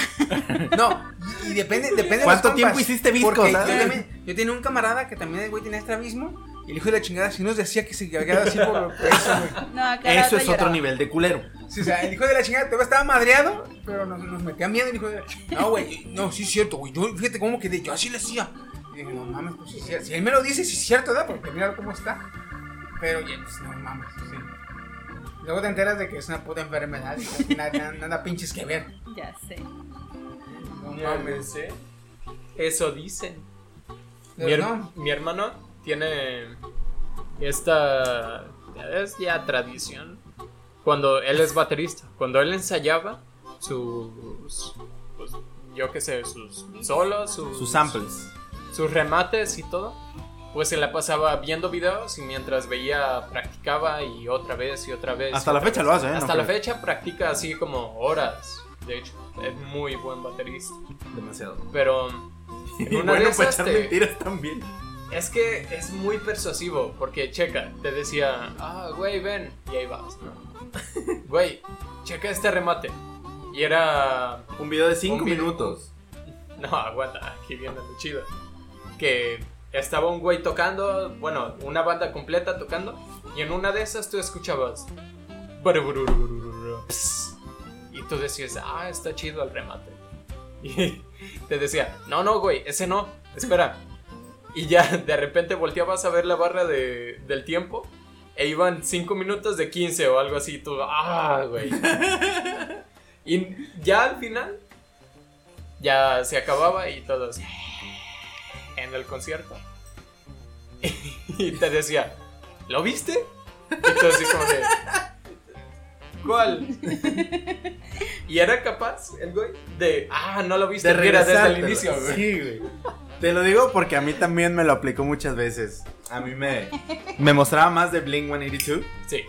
Speaker 2: No, y, y depende, depende de
Speaker 3: ¿Cuánto
Speaker 2: los
Speaker 3: tiempo
Speaker 2: compas,
Speaker 3: hiciste viscos,
Speaker 2: porque
Speaker 3: ah?
Speaker 2: Yo, también- yo tenía un camarada que también el güey tenía estrabismo. Y el hijo de la chingada sí nos decía que se quedaba así por peso, güey.
Speaker 6: No, acá
Speaker 3: Eso es otro nivel de culero.
Speaker 2: Sí, o sea, el hijo de la chingada todavía estaba madreado, pero nos, nos metía miedo el hijo de la chingada. No, güey, no, sí es cierto, güey. Yo, fíjate cómo quedé, yo así le hacía. Y dije, no mames, pues sí, sí, si él me lo dice, sí es cierto, ¿verdad? Porque mira cómo está. Pero ya, pues no mames, sí. Luego te enteras de que es una puta enfermedad y nada, nada, nada pinches que ver.
Speaker 6: Ya sé.
Speaker 2: No
Speaker 4: Ya
Speaker 2: mames. ¿eh?
Speaker 4: sé. Eso dicen.
Speaker 2: Pero
Speaker 4: Mi, her-
Speaker 2: no.
Speaker 4: mi hermano tiene esta es ya tradición. Cuando él es baterista, cuando él ensayaba sus pues, yo qué sé, sus solos, sus,
Speaker 3: Sus samples.
Speaker 4: sus remates y todo, pues se la pasaba viendo videos y mientras veía practicaba y otra vez y otra vez. y
Speaker 3: Hasta la
Speaker 4: otra
Speaker 3: fecha
Speaker 4: vez.
Speaker 3: lo hace, ¿eh? No
Speaker 4: Hasta la
Speaker 3: creo.
Speaker 4: fecha practica así como horas. De hecho, es muy buen baterista.
Speaker 3: Demasiado.
Speaker 4: Pero
Speaker 3: (laughs)
Speaker 4: en una de
Speaker 3: bueno, para
Speaker 4: esas
Speaker 3: echar
Speaker 4: te-
Speaker 3: mentiras también.
Speaker 4: es que es muy persuasivo, porque checa, te decía, ah, güey, ven, y ahí vas,
Speaker 3: (laughs)
Speaker 4: ¿no? Güey, checa este remate. Y era
Speaker 3: Un video de 5
Speaker 4: Un video-
Speaker 3: minutos.
Speaker 4: (laughs) no, aguanta, aquí viene lo chido. Que estaba un güey tocando, bueno, una banda completa tocando, y en una de esas tú escuchabas. "Baruburururururu", pss, Y tú decías, ah, está chido el remate. (laughs) Y te decía, no, no, güey, ese no, espera. Y ya de repente volteabas a ver la barra de- del tiempo. E iban 5 minutos de 15 o algo así. y Tú, ah,
Speaker 3: (laughs)
Speaker 4: güey. y ya al final ya se acababa y todos en el concierto. (laughs) y te decía, ¿lo viste? Y tú así como de,
Speaker 3: (laughs)
Speaker 4: ¿cuál? y era capaz el güey de, ah, no lo viste,
Speaker 3: De
Speaker 4: mira, desde el
Speaker 3: regresártelo.
Speaker 4: inicio, güey.
Speaker 3: Sí, güey.
Speaker 4: (laughs)
Speaker 3: Te lo digo porque a mí también me lo aplicó muchas veces. A mí me, me mostraba más de Blink 182
Speaker 4: Sí.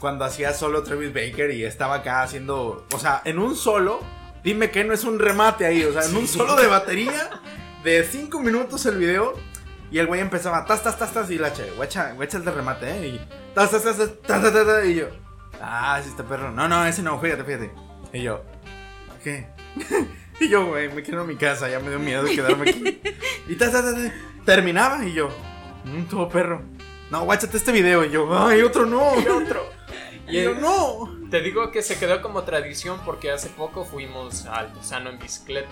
Speaker 3: cuando hacía solo Travis Baker y estaba acá haciendo. O sea, en un solo, dime que no es un remate ahí. O sea, en un solo de batería de 5 minutos el video. Y el güey empezaba, tas, tas, tas, tas, y la che, guacha, guacha el de remate, ¿eh? Y tas, tas, tas, tas, tas, tas, tas, tas, y yo, ah, sí, está perro. No, no, ese no, fíjate, fíjate. Y yo, ¿qué? (laughs) y yo, güey, me quiero a mi casa, ya me dio miedo de quedarme aquí. y tas, tas, tas, tas, terminaba, y yo, mmm, todo perro. No, guáchate este video, y yo, ay, otro no, otro.
Speaker 4: Y
Speaker 3: Pero no.
Speaker 4: Te digo que se quedó como tradición porque hace poco fuimos al Gusano en bicicleta.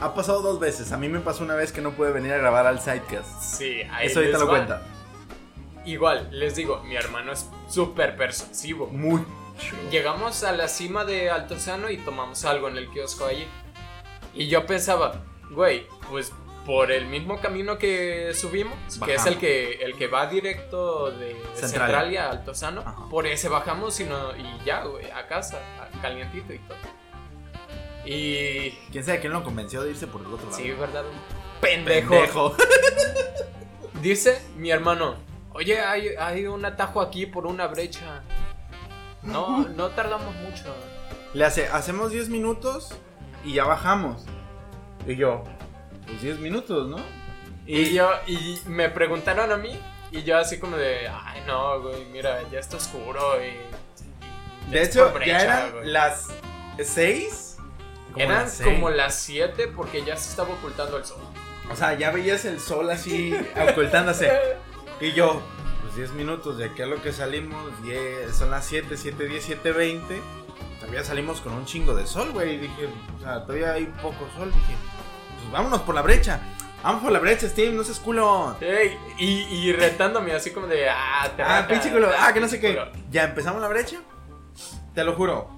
Speaker 3: Ha pasado dos veces. A mí me pasó una vez que no pude venir a grabar al Sidecast.
Speaker 4: Sí, ahí
Speaker 3: Eso ahorita
Speaker 4: les
Speaker 3: lo
Speaker 4: va.
Speaker 3: cuenta.
Speaker 4: Igual, les digo, mi hermano es súper persuasivo.
Speaker 3: Muy.
Speaker 4: Llegamos a la cima de Altozano y tomamos algo en el kiosco allí. Y yo pensaba, güey, pues por el mismo camino que subimos, que es
Speaker 3: Bajamos.
Speaker 4: el que, el que va directo de
Speaker 3: Centralia.
Speaker 4: Centralia a Altozano,
Speaker 3: Ajá.
Speaker 4: por ese bajamos y, no- y ya, güey, a casa, a- calientito y todo. Y...
Speaker 3: ¿Quién sabe quién lo convenció de irse por el otro lado?
Speaker 4: Sí, ¿verdad? Un pendejo.
Speaker 3: pendejo. (laughs)
Speaker 4: Dice mi hermano, oye, hay, hay un atajo aquí por una brecha. No, no tardamos mucho.
Speaker 3: Le hace, hacemos 10 minutos y ya bajamos. Y yo, pues 10 minutos, ¿no?
Speaker 4: Y yo, y me preguntaron a mí, y yo así como de, ay no, güey, mira, ya está oscuro y... y
Speaker 3: De
Speaker 4: es
Speaker 3: hecho,
Speaker 4: por brecha,
Speaker 3: ya eran
Speaker 4: güey".
Speaker 3: las 6.
Speaker 4: Eran como las 7 porque ya se estaba ocultando el sol.
Speaker 3: O sea, ya veías el sol así (laughs) ocultándose. Y yo, pues 10 minutos de aquí a lo que salimos, 10, son las 7, 7, 10, 7, 20. Todavía salimos con un chingo de sol, güey. Y dije, o sea, todavía hay poco sol. Dije, pues vámonos por la brecha. Vamos por la brecha, Steve, no seas culo.
Speaker 4: Ey, y, y retándome así como de, ah, te
Speaker 3: Ah,
Speaker 4: mata,
Speaker 3: pinche culo. Ah, que no sé qué.
Speaker 4: culo".
Speaker 3: Ya empezamos la brecha. Te lo juro.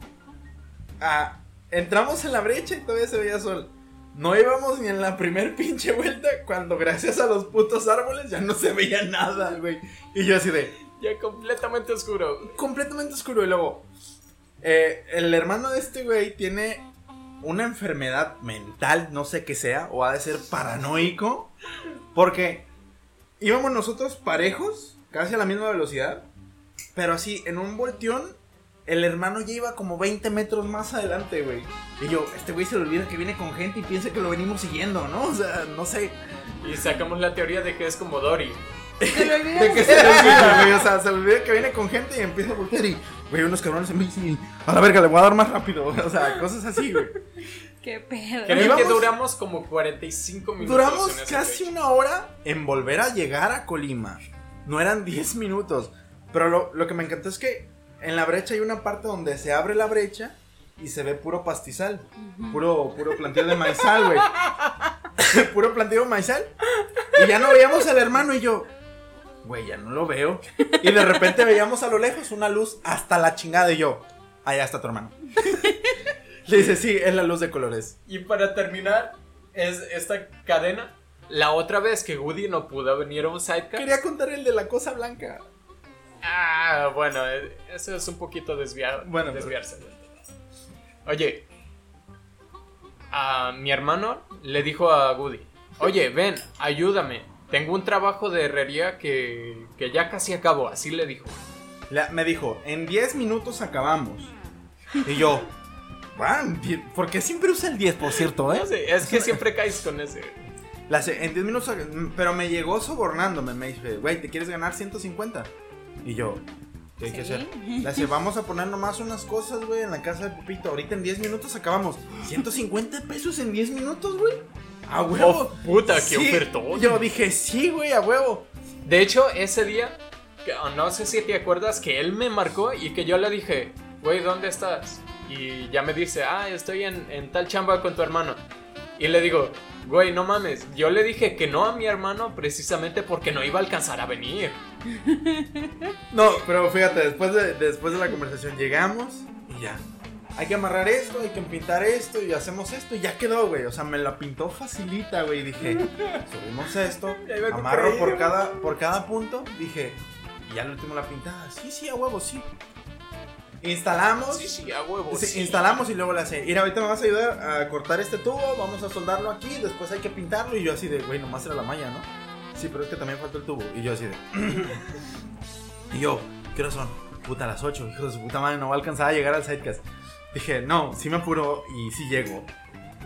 Speaker 3: Ah, entramos en la brecha y todavía se veía sol. No íbamos ni en la primer pinche vuelta cuando gracias a los putos árboles ya no se veía nada, güey. Y yo así de
Speaker 4: Ya completamente oscuro.
Speaker 3: completamente oscuro. Y luego, eh, el hermano de este güey tiene una enfermedad mental, no sé qué sea, o ha de ser paranoico, porque íbamos nosotros parejos, casi a la misma velocidad, pero así, en un volteón, El hermano ya iba como 20 metros más adelante, güey. Y yo, este güey se le olvida que viene con gente y piensa que lo venimos siguiendo, ¿no? O sea, no sé.
Speaker 4: Y sacamos la teoría de que es como Dory.
Speaker 3: De que se le olvida, güey. O sea, se le olvida que viene con gente y empieza a voltear y, güey, unos cabrones en bici. A la verga, le voy a dar más rápido. (laughs) O sea, cosas así, güey.
Speaker 6: Qué pedo.
Speaker 4: Creo
Speaker 3: Íbamos-
Speaker 4: que duramos como 45 minutos.
Speaker 3: Duramos
Speaker 4: en ese
Speaker 3: casi
Speaker 4: trecho.
Speaker 3: una hora en volver a llegar a Colima. No eran 10 minutos. Pero lo, lo que me encantó es que en la brecha hay una parte donde se abre la brecha y se ve puro pastizal. Puro, puro plantillo de maizal, güey. (laughs) puro plantillo de maizal. Y ya no veíamos al hermano y yo. Güey, ya no lo veo. Y de repente veíamos a lo lejos una luz hasta la chingada y yo. Allá está tu hermano. (laughs) Le dice, sí, es la luz de colores.
Speaker 4: Y para terminar, es esta cadena. La otra vez que Woody no pudo venir a un sidecar.
Speaker 3: Quería contar el de la cosa blanca.
Speaker 4: Ah, bueno, eh, eso es un poquito desviado.
Speaker 3: Bueno, pero-
Speaker 4: desviarse. Oye, a mi hermano le dijo a Woody: Oye, ven, ayúdame. Tengo un trabajo de herrería que, que ya casi acabo. Así le dijo.
Speaker 3: La- me dijo, en 10 minutos acabamos. Y yo, van, ¿por qué siempre usa el 10, por cierto, eh?
Speaker 4: No sé, es
Speaker 3: (laughs)
Speaker 4: que siempre caes con ese.
Speaker 3: La se- en 10 minutos, ac- mm, pero me llegó sobornándome, me dice, güey, ¿te quieres ganar 150? Y yo, ¿qué hay que
Speaker 6: Sí.
Speaker 3: hacer? La dice, vamos a poner nomás unas cosas, güey, en la casa de Pupito. Ahorita en 10 minutos acabamos. ¿150 pesos en 10 minutos, güey? A huevo.
Speaker 4: Oh, puta, qué
Speaker 3: Sí.
Speaker 4: ofertón.
Speaker 3: Yo dije, sí, güey, a huevo.
Speaker 4: De hecho, ese día, que- oh, no sé si te acuerdas que él me marcó y que yo le dije, güey, ¿dónde estás? Y ya me dice, ah, estoy en, en tal chamba con tu hermano. Y le digo, güey, no mames, yo le dije que no a mi hermano precisamente porque no iba a alcanzar a venir.
Speaker 3: No, pero fíjate, después de, después de la conversación llegamos y ya. Hay que amarrar esto, hay que pintar esto y hacemos esto y ya quedó, güey. O sea, me la pintó facilita, güey. Dije, subimos esto,
Speaker 10: (laughs) Ya iba a
Speaker 3: amarro por
Speaker 10: creer.
Speaker 3: cada, por cada punto. Dije, y ya al último la pintada. Sí, sí, a huevo, sí. Instalamos.
Speaker 4: Sí, sí, a huevo.
Speaker 3: Sí,
Speaker 4: sí.
Speaker 3: instalamos y luego le hace, mira, ahorita me vas a ayudar a cortar este tubo, vamos a soldarlo aquí, después hay que pintarlo. Y yo así de, güey, nomás era la malla, ¿no? Sí, pero es que también faltó el tubo. Y yo así de... (laughs) y yo, ¿qué horas son? Puta, las 8, hijo de su puta madre, no va a alcanzar a llegar al sidecast. Dije, no, sí me apuro y sí llego.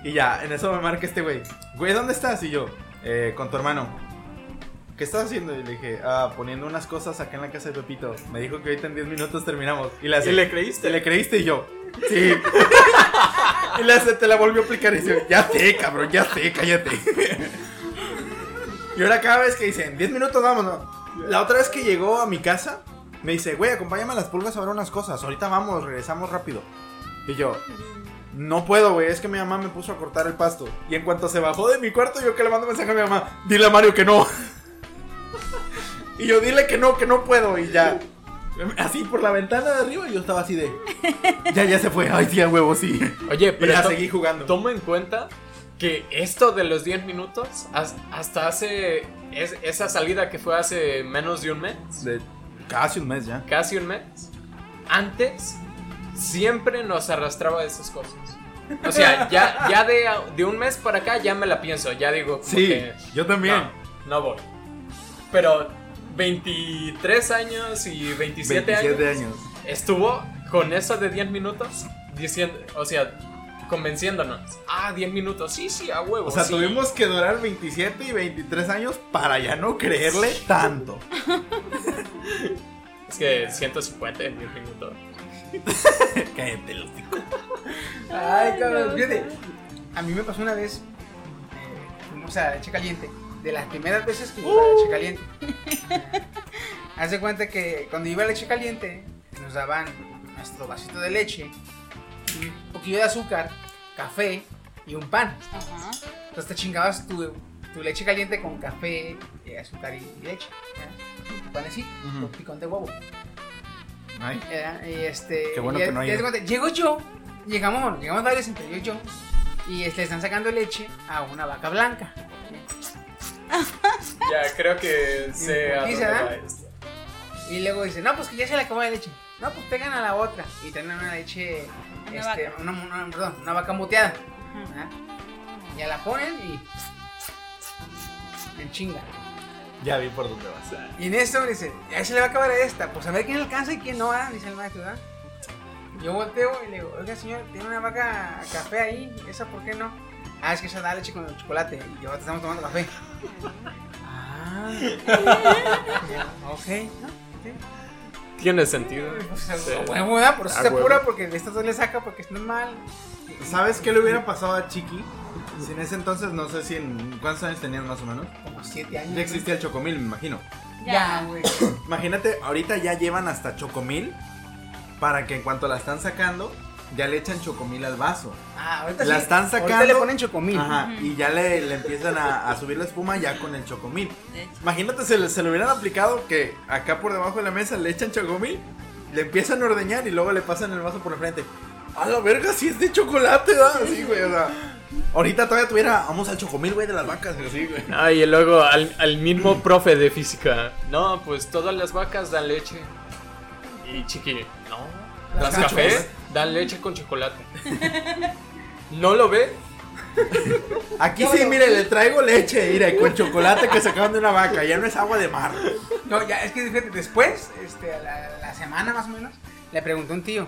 Speaker 3: Y ya, en eso me marca este güey, güey, ¿dónde estás? Y yo, "Eh, con tu hermano. ¿Qué estás haciendo? Y le dije, ah, poniendo unas cosas acá en la casa de Pepito. Me dijo que ahorita en 10 minutos terminamos. Y le hace,
Speaker 4: ¿Y le creíste?
Speaker 3: ¿Te le creíste? Y yo, sí. (laughs) y la, se te la volvió a aplicar y dice, ya sé, cabrón, ya sé, cállate. y ahora cada vez que dicen, 10 minutos, vámonos. La otra vez que llegó a mi casa, me dice, güey, acompáñame a las pulgas a ver unas cosas. Ahorita vamos, regresamos rápido. Y yo, no puedo, güey, es que mi mamá me puso a cortar el pasto. Y en cuanto se bajó de mi cuarto, yo que le mando mensaje a mi mamá, dile a Mario que no. (laughs) y yo, dile que no, que no puedo. Y ya, así por la ventana de arriba, yo estaba así de, ya, ya se fue. Ay, sí, a huevo, sí.
Speaker 4: Oye, pero
Speaker 3: ya
Speaker 4: to-
Speaker 3: seguí jugando.
Speaker 4: Toma en cuenta que esto de los 10 minutos, has- hasta hace es- esa salida que fue hace menos de un mes,
Speaker 3: De casi un mes ya.
Speaker 4: casi un mes, antes siempre nos arrastraba a esas cosas. O sea, ya, ya de, de un mes para acá ya me la pienso, ya digo, como
Speaker 3: Sí,
Speaker 4: que,
Speaker 3: yo también.
Speaker 4: no, no voy. Pero 23 años y 27,
Speaker 3: 27
Speaker 4: años,
Speaker 3: años.
Speaker 4: estuvo con eso de 10 minutos diciendo, o sea, convenciéndonos. Ah, 10 minutos, sí, sí, a huevo.
Speaker 3: O sea,
Speaker 4: sí.
Speaker 3: tuvimos que durar 27 y 23 años para ya no creerle tanto. (laughs)
Speaker 4: Es que 150 en 10 minutos.
Speaker 3: Cállate, los
Speaker 2: Ay, cabrón.
Speaker 6: no.
Speaker 2: Fíjate, a mí me pasó una vez, eh, fuimos a la leche caliente. De las primeras veces que iba a la
Speaker 6: Uh.
Speaker 2: leche caliente. (laughs) Haz de cuenta que cuando iba a la leche caliente, nos daban nuestro vasito de leche, un poquillo de azúcar, café y un pan.
Speaker 6: Ajá.
Speaker 2: Entonces te chingabas tu, tu leche caliente con café, eh, azúcar y leche. ¿ya? Y Tu panecito,
Speaker 3: Ujú.
Speaker 2: tu picón de huevo.
Speaker 3: Ay.
Speaker 2: ¿ya? Y este,
Speaker 3: Qué bueno
Speaker 2: y
Speaker 3: que no
Speaker 2: ya-
Speaker 3: hay
Speaker 2: ya
Speaker 3: uno.
Speaker 2: te cuenta, Llego yo, llegamos, llegamos varios entre yo y yo, y este, están sacando leche a una vaca blanca.
Speaker 4: Ya, creo que sé a dónde
Speaker 2: Dice, ¿ah?
Speaker 4: va esto.
Speaker 2: Y luego dicen, no, pues que ya se le acabó la leche. No, pues pegan a la otra. Y traen una leche,
Speaker 6: Una
Speaker 2: este,
Speaker 6: vaca.
Speaker 2: una, una- perdón, una vaca muteada. ¿ya? Ya la ponen y... En chinga.
Speaker 3: Ya vi por dónde vas.
Speaker 2: Y en esto me dice, ya se le va a acabar esta. Pues a ver quién alcanza y quién no, ah", dice el maestro, ¿verdad? Yo volteo y le digo, oiga señor, tiene una vaca a café ahí, ¿esa por qué no? Ah, es que esa da leche con el chocolate y yo estamos tomando café. ah, ok, ¿no?
Speaker 4: Tiene sentido.
Speaker 2: Pues,
Speaker 4: Sí.
Speaker 2: a huevo, ¿verdad? Por eso
Speaker 4: A
Speaker 2: se
Speaker 4: huevo.
Speaker 2: apura, porque de estas dos le saca porque es normal.
Speaker 3: ¿Sabes qué le hubiera pasado a Chiqui? Si en ese entonces, no sé si en. ¿Cuántos años tenían más o menos?
Speaker 2: Como siete años.
Speaker 3: Ya existía el chocomil, me imagino.
Speaker 2: Ya, güey.
Speaker 3: Imagínate, ahorita ya llevan hasta chocomil para que en cuanto la están sacando, ya le echan chocomil al vaso.
Speaker 2: Ah, ahorita
Speaker 3: La
Speaker 2: sí.
Speaker 3: están sacando.
Speaker 2: Ahorita le ponen chocomil.
Speaker 3: Ajá,
Speaker 2: Ujú.
Speaker 3: y ya le, le empiezan a, a subir la espuma ya con el chocomil.
Speaker 6: De hecho.
Speaker 3: Imagínate, se, le- se lo hubieran aplicado que acá por debajo de la mesa le echan chocomil, le empiezan a ordeñar y luego le pasan el vaso por el frente. A la verga, si es de chocolate, ¿verdad? Sí, güey, o sea. Ahorita todavía tuviera, vamos al chocomil, güey, de las vacas, y así, güey.
Speaker 4: Ah, y luego al, al mismo profe de física. No, pues todas las vacas dan leche. Y chiqui, no.
Speaker 3: Las
Speaker 4: Las café
Speaker 3: chocolate.
Speaker 4: dan leche con chocolate. (laughs) ¿No lo ve?
Speaker 3: Aquí sí, mire, le traigo leche, mire, con chocolate que sacaron de una vaca, ya no es agua de mar.
Speaker 2: No, ya, es que fíjate, después, este, a la, la semana más o menos, le preguntó un tío.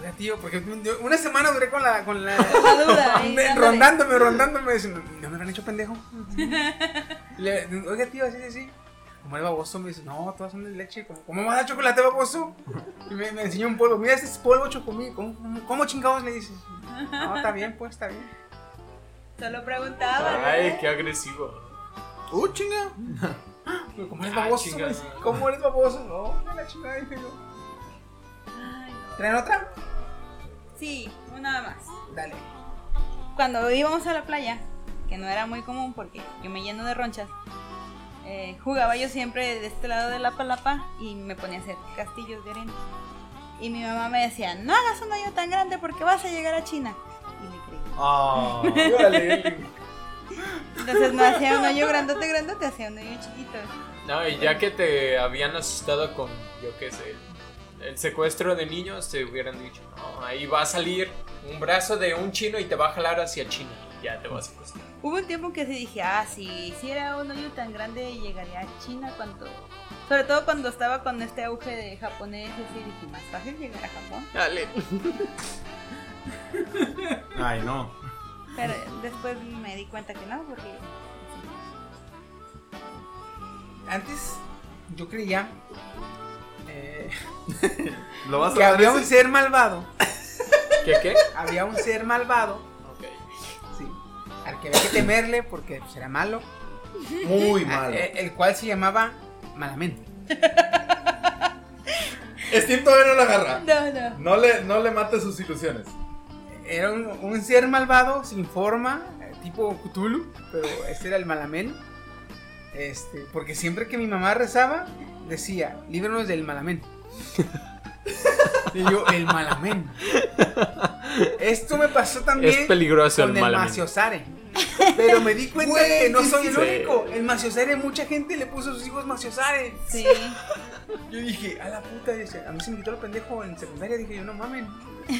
Speaker 2: Oiga, tío, porque yo una semana duré con la. Con la,
Speaker 6: (laughs) La duda, ahí,
Speaker 2: me-
Speaker 6: dándole.
Speaker 2: rondándome, rondándome. diciendo, No me habrán hecho pendejo. Le- Oiga, tío, así, así. Como el baboso me dice, no, todas son de leche. ¿Cómo, cómo va a dar chocolate, baboso? Y me, me enseñó un polvo. Mira, este es polvo chocomil. ¿Cómo, cómo, cómo chingados le dices? No, está bien, pues, está bien.
Speaker 6: Solo
Speaker 4: Ah,
Speaker 6: preguntaba. ¿no?
Speaker 4: Ay, qué agresivo.
Speaker 3: Uh, chinga.
Speaker 2: Pero, ¿Cómo eres
Speaker 4: Ah,
Speaker 2: baboso?
Speaker 4: chingada.
Speaker 2: me dice, ¿Cómo eres baboso? No, la chingada, dije yo.
Speaker 6: Ay, no.
Speaker 2: ¿Traen otra?
Speaker 6: Sí, una más.
Speaker 2: Dale.
Speaker 6: Cuando íbamos a la playa, que no era muy común porque yo me lleno de ronchas, eh, jugaba yo siempre de este lado de la palapa y me ponía a hacer castillos de arena. Y mi mamá me decía, no hagas un hoyo tan grande porque vas a llegar a China. Y le creí.
Speaker 11: Oh.
Speaker 3: Ah.
Speaker 6: Entonces no hacía un hoyo grandote, grandote, hacía un hoyo chiquito.
Speaker 4: No, y ya que te habían asustado con, yo qué sé, el secuestro de niños, te hubieran dicho, no, ahí va a salir un brazo de un chino y te va a jalar hacia China. Ya te vas a secuestrar.
Speaker 6: Hubo un tiempo que sí dije, ah, si hiciera un hoyo tan grande llegaría a China cuando... Sobre todo cuando estaba con este auge de japonés, así dije, más fácil llegar a Japón.
Speaker 4: Dale.
Speaker 3: Ay, no.
Speaker 6: Pero después me di cuenta que no, porque...
Speaker 2: Antes yo creía eh,
Speaker 3: Lo vas
Speaker 2: que
Speaker 3: a hacer.
Speaker 2: había un ser malvado.
Speaker 4: ¿Qué (laughs) qué?
Speaker 2: Había un ser malvado
Speaker 4: Ok.
Speaker 2: sí, al que había que temerle porque pues, era malo.
Speaker 3: Muy
Speaker 2: a-
Speaker 11: Eh,
Speaker 3: malo.
Speaker 2: e- el cual se llamaba Malamente.
Speaker 3: Steam todavía no la agarra.
Speaker 6: No,
Speaker 3: (laughs)
Speaker 6: no.
Speaker 3: No le, no le mate sus ilusiones.
Speaker 2: Era un, un ser malvado sin forma, eh, tipo Cthulhu, pero este era el Malamén. Este, porque siempre que mi mamá rezaba, decía, líbranos del Malamén. y yo, el Malamén. Esto me pasó también.
Speaker 4: Es peligroso
Speaker 2: con
Speaker 4: el
Speaker 2: el,
Speaker 4: mal amigo.
Speaker 2: Maciosare. Pero me di cuenta
Speaker 3: Güey,
Speaker 2: que no
Speaker 3: sí,
Speaker 2: soy
Speaker 3: sí,
Speaker 2: el
Speaker 3: sí.
Speaker 2: único. El Maciosare, mucha gente le puso a sus hijos Maciosare.
Speaker 6: Sí.
Speaker 2: Yo dije, a la puta, dice, a mí se me quitó el pendejo en secundaria. Dije, yo no mamen.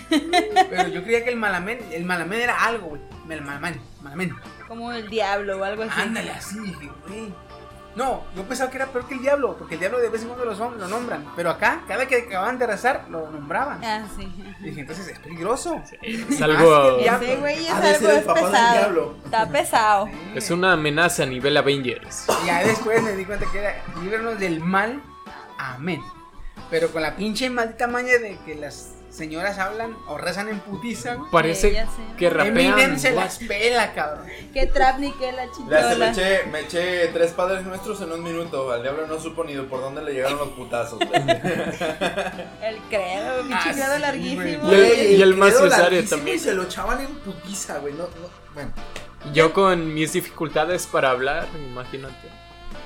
Speaker 2: Pero yo creía que el malamén, el malamén era algo, güey. El malamén, malamén.
Speaker 6: Como el diablo o algo así.
Speaker 2: Ándale así, dije, güey. No, yo pensaba que era peor que el diablo, porque el diablo de vez en cuando los nom- lo nombran. Pero acá, cada que acababan de arrasar, lo nombraban.
Speaker 6: Ah, sí.
Speaker 2: Dije, entonces es peligroso.
Speaker 4: Es (laughs) algo...
Speaker 2: Ya,
Speaker 6: Ese güey es
Speaker 3: ha de
Speaker 6: algo
Speaker 3: ser el
Speaker 6: es
Speaker 3: papá del
Speaker 6: pesado.
Speaker 3: diablo.
Speaker 6: Está pesado.
Speaker 4: Es una amenaza a nivel Avengers.
Speaker 2: Y ya después me di cuenta que era líbranos del mal, amén. Pero con la pinche maldita maña de que las señoras hablan o rezan en putiza, güey.
Speaker 6: Sí,
Speaker 4: Parece
Speaker 6: ya sé.
Speaker 4: que rapean.
Speaker 2: Eminem se las pela, cabrón.
Speaker 6: Qué trap ni qué la
Speaker 11: Ya se me
Speaker 6: chitola.
Speaker 11: eché, me eché tres padres nuestros en un minuto. Al diablo no supo ni por dónde le llegaron los putazos. güey.
Speaker 6: El credo, mi
Speaker 2: Ah,
Speaker 6: chingado
Speaker 2: sí,
Speaker 6: larguísimo.
Speaker 4: Y el-
Speaker 3: Güey,
Speaker 4: y el más
Speaker 3: dedo
Speaker 4: usuario
Speaker 3: larguísimo
Speaker 4: también.
Speaker 3: Y se lo echaban en putiza, güey. No, no, bueno,
Speaker 4: Yo con mis dificultades para hablar, imagínate.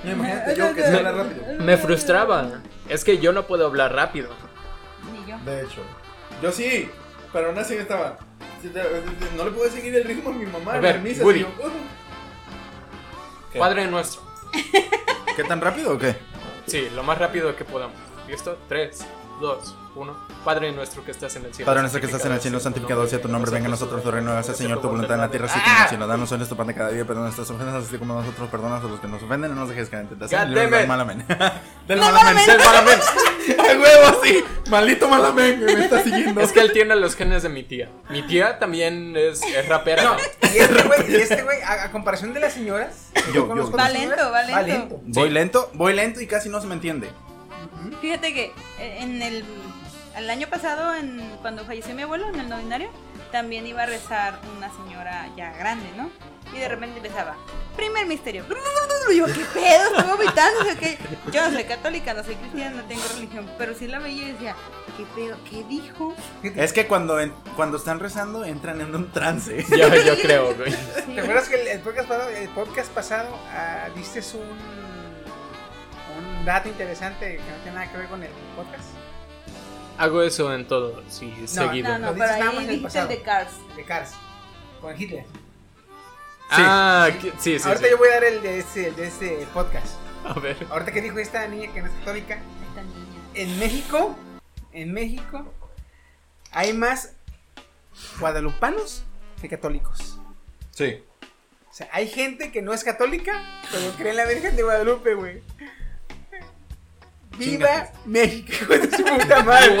Speaker 3: imagínate yo que se habla rápido.
Speaker 4: Me frustraba. Es que yo no puedo hablar rápido.
Speaker 6: Ni yo.
Speaker 3: De hecho.
Speaker 11: Yo sí, pero aún así estaba. No le pude seguir el ritmo a mi mamá.
Speaker 4: A ver,
Speaker 11: en misa,
Speaker 4: Woody.
Speaker 11: y yo, "Ujú". ¿Qué?
Speaker 4: Padre nuestro.
Speaker 3: ¿Qué tan rápido o qué?
Speaker 4: Sí, lo más rápido que podamos. ¿Listo? 3, 2, 1. Padre nuestro que estás en el cielo.
Speaker 3: Padre nuestro que estás en el cielo, santificado sea tu nombre, venga a nosotros tu reino, hágase Señor tu voluntad en la tierra, así como en
Speaker 4: ¡Ah!
Speaker 3: el cielo. Danos hoy nuestro pan de cada día, perdona nuestras ofensas, así como nosotros perdonamos a los que nos ofenden, no nos dejes caer en tentación.
Speaker 4: God
Speaker 3: (laughs) y líbranos
Speaker 4: damn it.
Speaker 3: del mal, amén. Del mal, amén. Del mal, amén. huevo, sí. Maldito Malamén, güey, me está siguiendo.
Speaker 4: Es que él tiene los genes de mi tía. Mi tía también es, es rapera. ¿no?
Speaker 2: Y este güey, y este güey, a, a comparación de las señoras, que
Speaker 3: Yo, yo.
Speaker 2: conozco
Speaker 6: Va
Speaker 2: a las
Speaker 6: lento,
Speaker 2: señoras,
Speaker 6: va lento.
Speaker 3: Voy lento, voy lento y casi no se me entiende.
Speaker 6: Fíjate que eh, en el, el año pasado, en, cuando falleció mi abuelo en el novenario, también iba a rezar una señora ya grande, ¿no? Y de repente empezaba, primer misterio. Y yo, ¿qué pedo? Estoy vomitando. o sea, ¿qué? Yo no soy católica, no soy cristiana, no tengo religión. Pero sí la veía y decía, ¿qué pedo? ¿Qué dijo?
Speaker 3: Es que cuando, en- cuando están rezando entran en un trance.
Speaker 4: (laughs) Yo, yo creo, güey.
Speaker 2: ¿Te acuerdas que el, el podcast pasado, el podcast pasado ah, diste un, un dato interesante que no tiene nada que ver con el podcast?
Speaker 4: Hago eso en todo, sí, seguido.
Speaker 6: No, no,
Speaker 2: Lo
Speaker 6: pero
Speaker 2: dices nada más
Speaker 6: ahí
Speaker 2: en el
Speaker 6: dijiste el
Speaker 2: pasado.
Speaker 6: de Cars.
Speaker 2: De Cars, con Hitler.
Speaker 4: Ah, que- sí, sí,
Speaker 2: Ahorita
Speaker 4: sí.
Speaker 2: yo voy a dar el de ese, el de ese podcast.
Speaker 4: A ver.
Speaker 2: Ahorita que dijo esta niña que no es católica,
Speaker 6: Esta niña.
Speaker 2: en México, en México hay más guadalupanos que católicos.
Speaker 3: Sí.
Speaker 2: O sea, hay gente que no es católica, pero cree en la Virgen de Guadalupe, güey. Viva México, (laughs) hijo de su puta madre.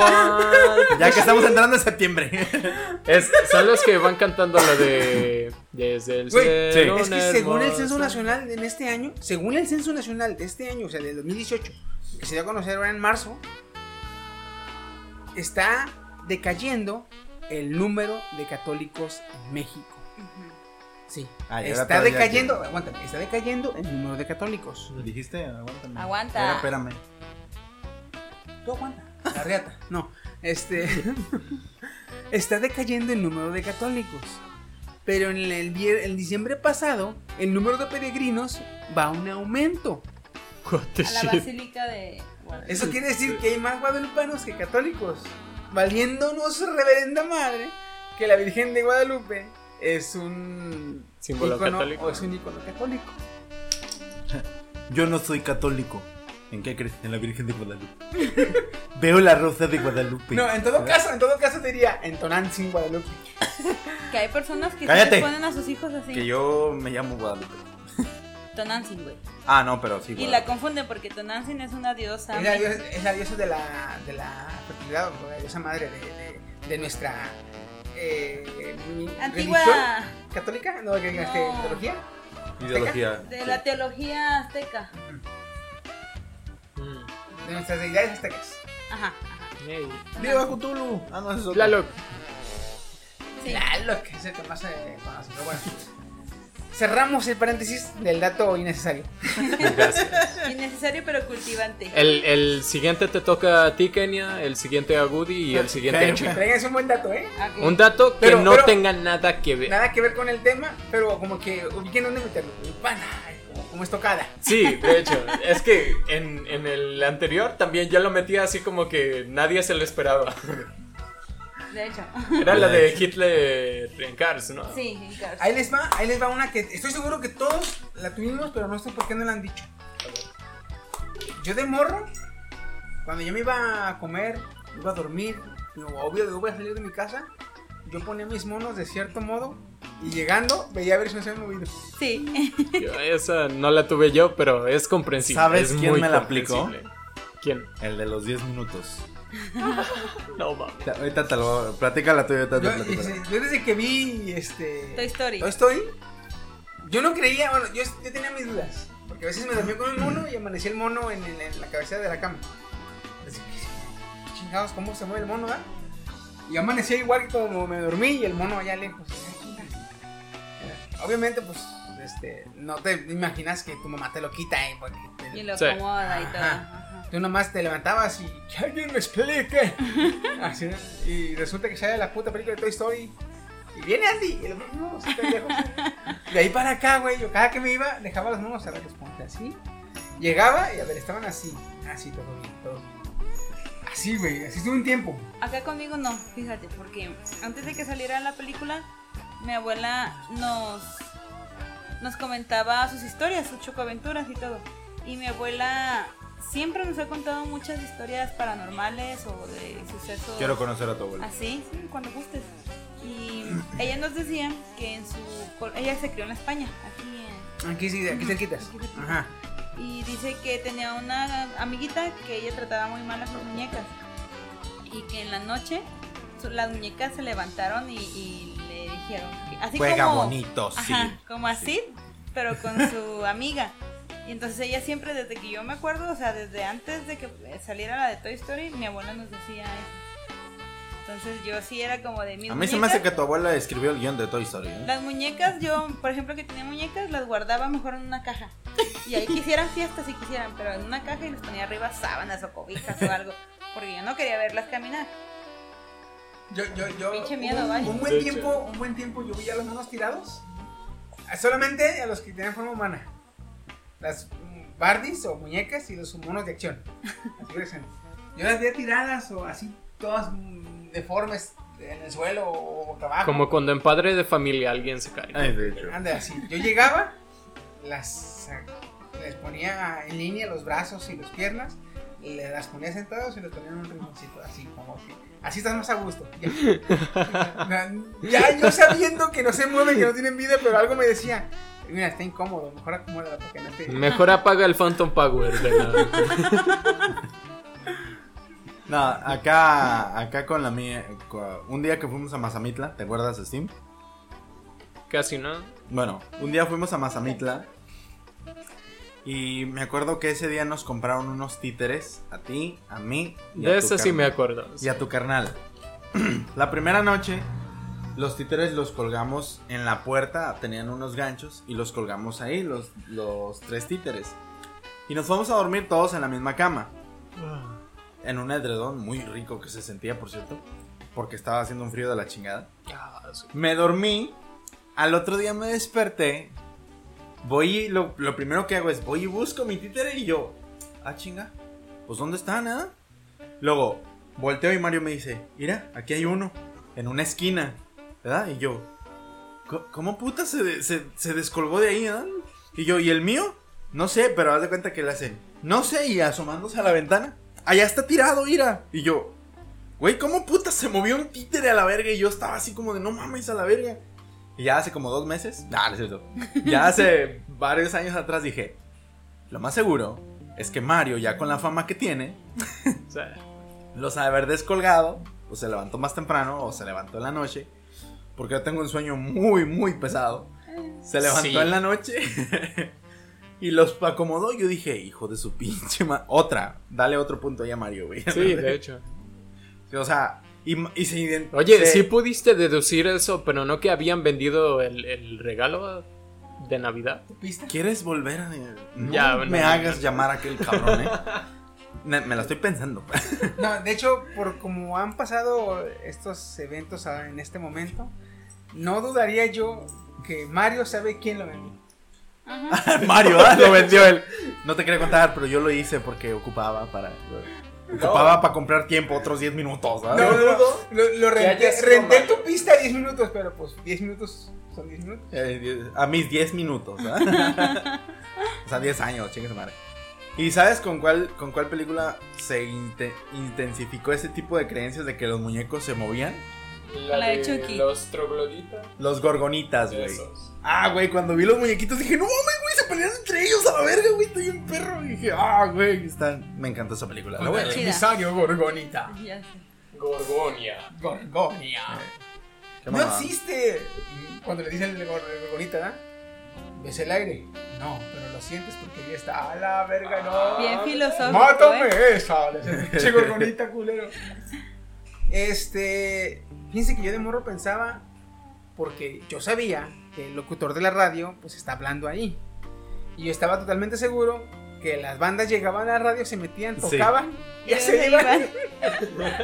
Speaker 3: Ya que estamos entrando en septiembre.
Speaker 4: Es- son los que van cantando lo de. Desde el
Speaker 2: Güey,
Speaker 4: cielo
Speaker 2: Es que
Speaker 4: un
Speaker 2: según el
Speaker 4: hermoso-
Speaker 2: censo nacional en este año, según el censo nacional de este año, o sea, del 2018, que se dio a conocer ahora en marzo, está decayendo el número de católicos en México. Sí,
Speaker 3: Ay, ahora
Speaker 2: está
Speaker 3: todavía
Speaker 2: decayendo, aguántame, está decayendo el número de católicos.
Speaker 3: Dijiste, aguántame.
Speaker 6: Aguanta.
Speaker 3: Espera, espérame.
Speaker 2: Tú aguanta, la reata. No, este. (laughs) está decayendo el número de católicos. Pero en el, vier- el diciembre pasado, el número de peregrinos va a un aumento.
Speaker 4: What the
Speaker 3: (laughs)
Speaker 6: A la
Speaker 4: shit.
Speaker 6: basílica de Guadalupe.
Speaker 2: Eso quiere decir que hay más guadalupanos que católicos. Valiéndonos reverenda madre que la Virgen de Guadalupe es un
Speaker 4: Símbolo
Speaker 2: ícono
Speaker 4: católico.
Speaker 2: o es un ícono católico.
Speaker 3: Yo no soy católico. ¿En qué crees? En la Virgen de Guadalupe. (laughs) Veo la rosa de Guadalupe.
Speaker 2: No, en todo caso, en todo caso diría entonando sin Guadalupe.
Speaker 6: Que hay personas que sí
Speaker 3: Cállate.
Speaker 6: les ponen a sus hijos así.
Speaker 3: Que yo me llamo Guadalupe.
Speaker 6: Tonantzin, güey.
Speaker 3: Ah, no, pero sí.
Speaker 6: Y la confunden porque Tonantzin es una diosa.
Speaker 2: Es la, diosa, es la diosa de la, de la fertilidad, o la diosa madre de, de- de nuestra eh, mi-
Speaker 6: Antigua
Speaker 2: religión católica, no, que digas que
Speaker 6: No.
Speaker 2: teología.
Speaker 3: Ideología.
Speaker 6: de la teología azteca.
Speaker 4: Mm.
Speaker 2: de nuestras deidades aztecas.
Speaker 6: Ajá. ajá.
Speaker 4: Hey.
Speaker 3: Viva Cthulhu. Ah, no, eso es otro.
Speaker 4: Tlaloc.
Speaker 6: Sí.
Speaker 2: Claro que es el que más se conoce, pero bueno. Cerramos el paréntesis del dato innecesario.
Speaker 6: Innecesario pero cultivante.
Speaker 3: Eh,
Speaker 4: El, el siguiente te toca a ti, Kenia. El siguiente a Woody. Y el siguiente a
Speaker 3: Ok,
Speaker 4: Chico.
Speaker 2: Traigan, es un buen dato, ¿eh?
Speaker 6: Aquí.
Speaker 4: Un dato que
Speaker 2: Pero-
Speaker 4: no
Speaker 2: pero-
Speaker 4: tenga nada que ver.
Speaker 2: Nada que ver con el tema, pero como que ubiquen dónde meterlo. Pana, como, como estocada.
Speaker 4: Sí, de hecho. Es que en, en el anterior también ya lo metía así como que nadie se lo esperaba.
Speaker 6: De hecho.
Speaker 4: Era la de Hitler en Cars, ¿no?
Speaker 6: Sí, en Cars.
Speaker 2: Ahí les va, ahí les va una que estoy seguro que todos la tuvimos, pero no sé por qué no la han dicho. Yo de morro, cuando yo me iba a comer, me iba a dormir, digo, obvio, yo voy a salir de mi casa, yo ponía mis monos de cierto modo y llegando veía a ver si no se habían movido.
Speaker 6: Sí.
Speaker 4: Yo esa no la tuve yo, pero es comprensible.
Speaker 3: ¿Sabes
Speaker 4: es
Speaker 3: quién
Speaker 4: muy
Speaker 3: me la aplicó?
Speaker 4: comprensible. ¿Quién?
Speaker 3: El de los 10 minutos.
Speaker 4: No mames.
Speaker 3: Ta- Ahorita te lo. Platícala tú, ahorita te
Speaker 2: Yo,
Speaker 3: lo platico.
Speaker 2: (laughs) yo desde que vi este
Speaker 6: Toy Story.
Speaker 2: Toy Story, yo no creía, bueno, yo, yo tenía mis dudas, porque a veces me dormía con el mono y amanecía el mono en, el- en la cabecera de la cama. Así que, chingados, ¿cómo se mueve el mono, ah? Y amanecía igual que como me dormí y el mono allá lejos. Obviamente, pues, este, no te imaginas que tu mamá te lo quita, eh, porque te-
Speaker 6: Y lo
Speaker 4: Sí.
Speaker 6: acomoda y todo.
Speaker 2: Ajá.
Speaker 6: Ajá.
Speaker 2: Tú nomás te levantabas y que alguien me explique. Así, y resulta que sale la puta película de Toy Story. Y viene Andy. Y los monos, sí, pendejos. De ahí para acá, güey. Yo cada que me iba, dejaba los monos a ver, ponte así. Llegaba y a ver, estaban así. Así, todo bien, todo bien. Así, güey. Así estuve un tiempo.
Speaker 6: Acá conmigo no, fíjate, porque antes de que saliera la película, mi abuela nos, nos comentaba sus historias, sus chocoaventuras y todo. Y mi abuela siempre nos ha contado muchas historias paranormales o de sucesos
Speaker 3: Quiero conocer a tu abuelo.
Speaker 6: así, sí, cuando gustes. Y ella nos decía que en su... col- Ella se crió en España, aquí en...
Speaker 2: Aquí sí, aquí cerquitas.
Speaker 6: Aquí cerquitas.
Speaker 2: Ajá.
Speaker 6: y dice que tenía una amiguita que ella trataba muy mal a sus muñecas y que en la noche su- las muñecas se levantaron y, y le dijeron que- así
Speaker 3: Juega
Speaker 6: como
Speaker 3: bonito, sí.
Speaker 6: ajá, como así pero con
Speaker 3: (laughs)
Speaker 6: su amiga y entonces ella siempre desde que yo me acuerdo o sea desde antes de que saliera la de Toy Story mi abuela nos decía eso. entonces yo sí era como de mis
Speaker 3: A mí se me hace que
Speaker 6: muñecas-
Speaker 3: tu abuela escribió el guión de Toy Story. ¿eh?
Speaker 6: las muñecas, yo, por ejemplo, que tenía muñecas, las guardaba mejor en una caja. Y ahí quisieran fiestas si quisieran, pero en una caja y les ponía arriba sábanas o cobijas o algo. Porque yo no quería verlas caminar.
Speaker 2: Yo, yo, yo.
Speaker 6: Pinche miedo,
Speaker 2: un,
Speaker 6: vaya.
Speaker 2: un
Speaker 6: De
Speaker 2: buen
Speaker 6: hecho.
Speaker 2: tiempo, un buen tiempo yo vi a los monos tirados. Ah, Solamente a los que tenían forma humana. Las mm, Barbies o muñecas y los monos de acción. Así le dicen. Yo las veía tiradas o así, todas mm, deformes en el suelo o boca abajo.
Speaker 4: Como cuando en padre de familia alguien se cae.
Speaker 2: Anda, así. Yo llegaba, las sac- les ponía en línea los brazos y las piernas, le- las ponía sentados y les ponía en un rinconcito, así como que. Así estás más a gusto. Ya. Ya, yo sabiendo que no se mueven, que no tienen vida, pero algo me decía. Mira, está incómodo, mejor acomódala para que no te.
Speaker 4: Mejor apaga el Phantom Power de la- (laughs)
Speaker 3: No, acá, acá con la mía. cua- Un día que fuimos a Mazamitla, ¿te acuerdas, Steam?
Speaker 4: Casi, ¿no?
Speaker 3: Bueno, un día fuimos a Mazamitla. Y me acuerdo que ese día nos compraron unos títeres. A ti, a mí. y a
Speaker 4: De
Speaker 3: tu
Speaker 4: ese sí
Speaker 3: carnal.
Speaker 4: me acuerdo.
Speaker 3: Y a tu carnal. (clears throat) la primera noche, los títeres los colgamos en la puerta. Tenían unos ganchos y los colgamos ahí, los, los tres títeres. Y nos fuimos a dormir todos en la misma cama. En un edredón muy rico que se sentía, por cierto. Porque estaba haciendo un frío de la chingada. Me dormí. Al otro día me desperté. Voy y lo, lo primero que hago es voy y busco mi títere y yo. Ah, chinga. Pues ¿dónde está, nada? Luego, volteo y Mario me dice, mira, aquí hay uno. En una esquina. ¿Verdad? Y yo. "Co- ¿Cómo puta se, de- se, se descolgó de ahí, verdad? Y yo, ¿y el mío? No sé, pero haz de cuenta que le hacen. No sé, y asomándose a la ventana. Allá está tirado, ira. Y yo, Güey, ¿cómo puta se movió un títere a la verga? Y yo estaba así como de, no mames a la verga. Y ya hace como dos meses, nah, no es cierto. Ya hace varios años atrás dije, lo más seguro es que Mario, ya con la fama que tiene, los ha de haber descolgado, o se levantó más temprano, o se levantó en la noche, porque yo tengo un sueño muy, muy pesado. Se levantó
Speaker 4: Sí.
Speaker 3: en la noche (laughs) y los acomodó. Yo dije, hijo de su pinche ma- Otra, dale otro punto ahí a Mario, güey. (laughs)
Speaker 4: Sí, de hecho.
Speaker 3: Sí, O sea, y, y se ident-
Speaker 4: Oye,
Speaker 3: se-
Speaker 4: sí pudiste deducir eso, pero no que habían vendido el, el regalo de Navidad.
Speaker 3: ¿Quieres volver a.? No
Speaker 4: Ya,
Speaker 3: me
Speaker 4: no, no,
Speaker 3: hagas
Speaker 4: no.
Speaker 3: llamar a aquel
Speaker 4: (laughs)
Speaker 3: cabrón, ¿eh? Me, me la estoy pensando.
Speaker 2: No, de hecho, por como han pasado estos eventos a- en este momento, no dudaría yo que Mario sabe quién lo vendió.
Speaker 3: Mario, ah, lo vendió él. No te quería contar, pero yo lo hice porque ocupaba para. Ocupaba para comprar tiempo otros 10 minutos.
Speaker 2: No,
Speaker 3: ¿verdad?
Speaker 2: no, no, lo, lo
Speaker 3: Que haya
Speaker 2: renté,
Speaker 3: sido
Speaker 2: renté
Speaker 3: Mario.
Speaker 2: tu pista 10 minutos, pero pues 10 minutos son 10 minutos.
Speaker 3: Eh, die- a mis 10 minutos, ¿verdad? o sea, 10 años, chingue su madre. ¿Y sabes con cuál, con cuál película se inte- intensificó ese tipo de creencias de que los muñecos se movían?
Speaker 6: La La de de Chucky.
Speaker 4: Los trogloditas.
Speaker 3: Los gorgonitas, güey.
Speaker 4: Esos.
Speaker 3: Ah, güey, cuando vi los muñequitos dije, no mames, güey, se pelearon entre ellos a la verga, güey, estoy un perro. Y dije, ah, güey, están. Me encantó esa película. La voy a ver.
Speaker 6: Chida.
Speaker 2: Gorgonita.
Speaker 6: Ya sé.
Speaker 4: Gorgonia.
Speaker 2: Gorgonia.
Speaker 3: Eh,
Speaker 2: No
Speaker 3: Qué mamada.
Speaker 2: existe. Cuando le dicen el gor- el gorgonita, ¿verdad? ¿Ves el aire? No, pero lo sientes porque ya está. A la verga, no.
Speaker 6: Bien
Speaker 2: (laughs)
Speaker 6: filosófico,
Speaker 2: Mátame
Speaker 6: ¿eh?
Speaker 2: esa. le dice, "Pinche gorgonita, culero. Este. Fíjense que yo de morro pensaba. Porque yo sabía que el locutor de la radio, pues está hablando ahí. Y yo estaba totalmente seguro que las bandas llegaban a la radio, se metían,
Speaker 3: Sí.
Speaker 2: tocaban y ya
Speaker 6: Ya
Speaker 2: se
Speaker 6: se
Speaker 2: iban.
Speaker 6: iban.
Speaker 2: (laughs)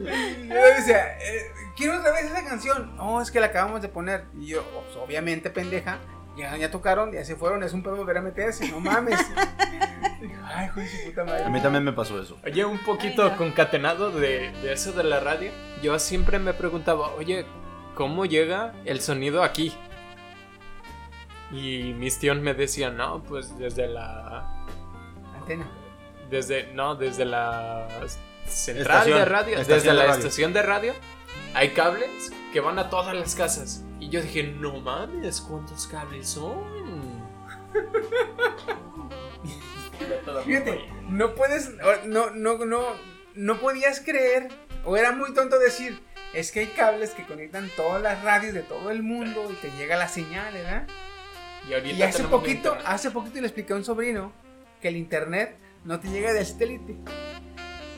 Speaker 2: Y yo decía, eh, quiero otra vez esa canción. No, es que la acabamos de poner. Y yo, pues, obviamente, pendeja. Ya, ya tocaron, ya se fueron, es un pedo volver a meterse,
Speaker 4: (laughs)
Speaker 2: no mames. Digo, Ay, hijo de su puta madre.
Speaker 3: A mí también me pasó eso.
Speaker 4: Oye, un poquito
Speaker 6: Ay, no.
Speaker 4: concatenado de, de eso de la radio. Yo siempre me preguntaba, oye, ¿cómo llega el sonido aquí? Y mis tíos me decían, no, pues desde la.
Speaker 2: Antena.
Speaker 4: Desde. No, desde la central
Speaker 3: Estación.
Speaker 4: de radio.
Speaker 3: Estación
Speaker 4: desde
Speaker 3: de
Speaker 4: la
Speaker 3: radio.
Speaker 4: estación de radio. Hay cables que van a todas las casas. Y yo dije, no mames, ¿cuántos cables son?
Speaker 2: Fíjate, no puedes, o- no, no, no, no podías creer, o era muy tonto decir, es que hay cables que conectan todas las radios de todo el mundo y te llega la señal, ¿verdad?
Speaker 4: Y ahorita
Speaker 2: Y hace
Speaker 4: tenemos
Speaker 2: poquito,
Speaker 3: ah,
Speaker 4: internet.
Speaker 2: hace poquito le expliqué a un sobrino que el internet no te llega del satélite,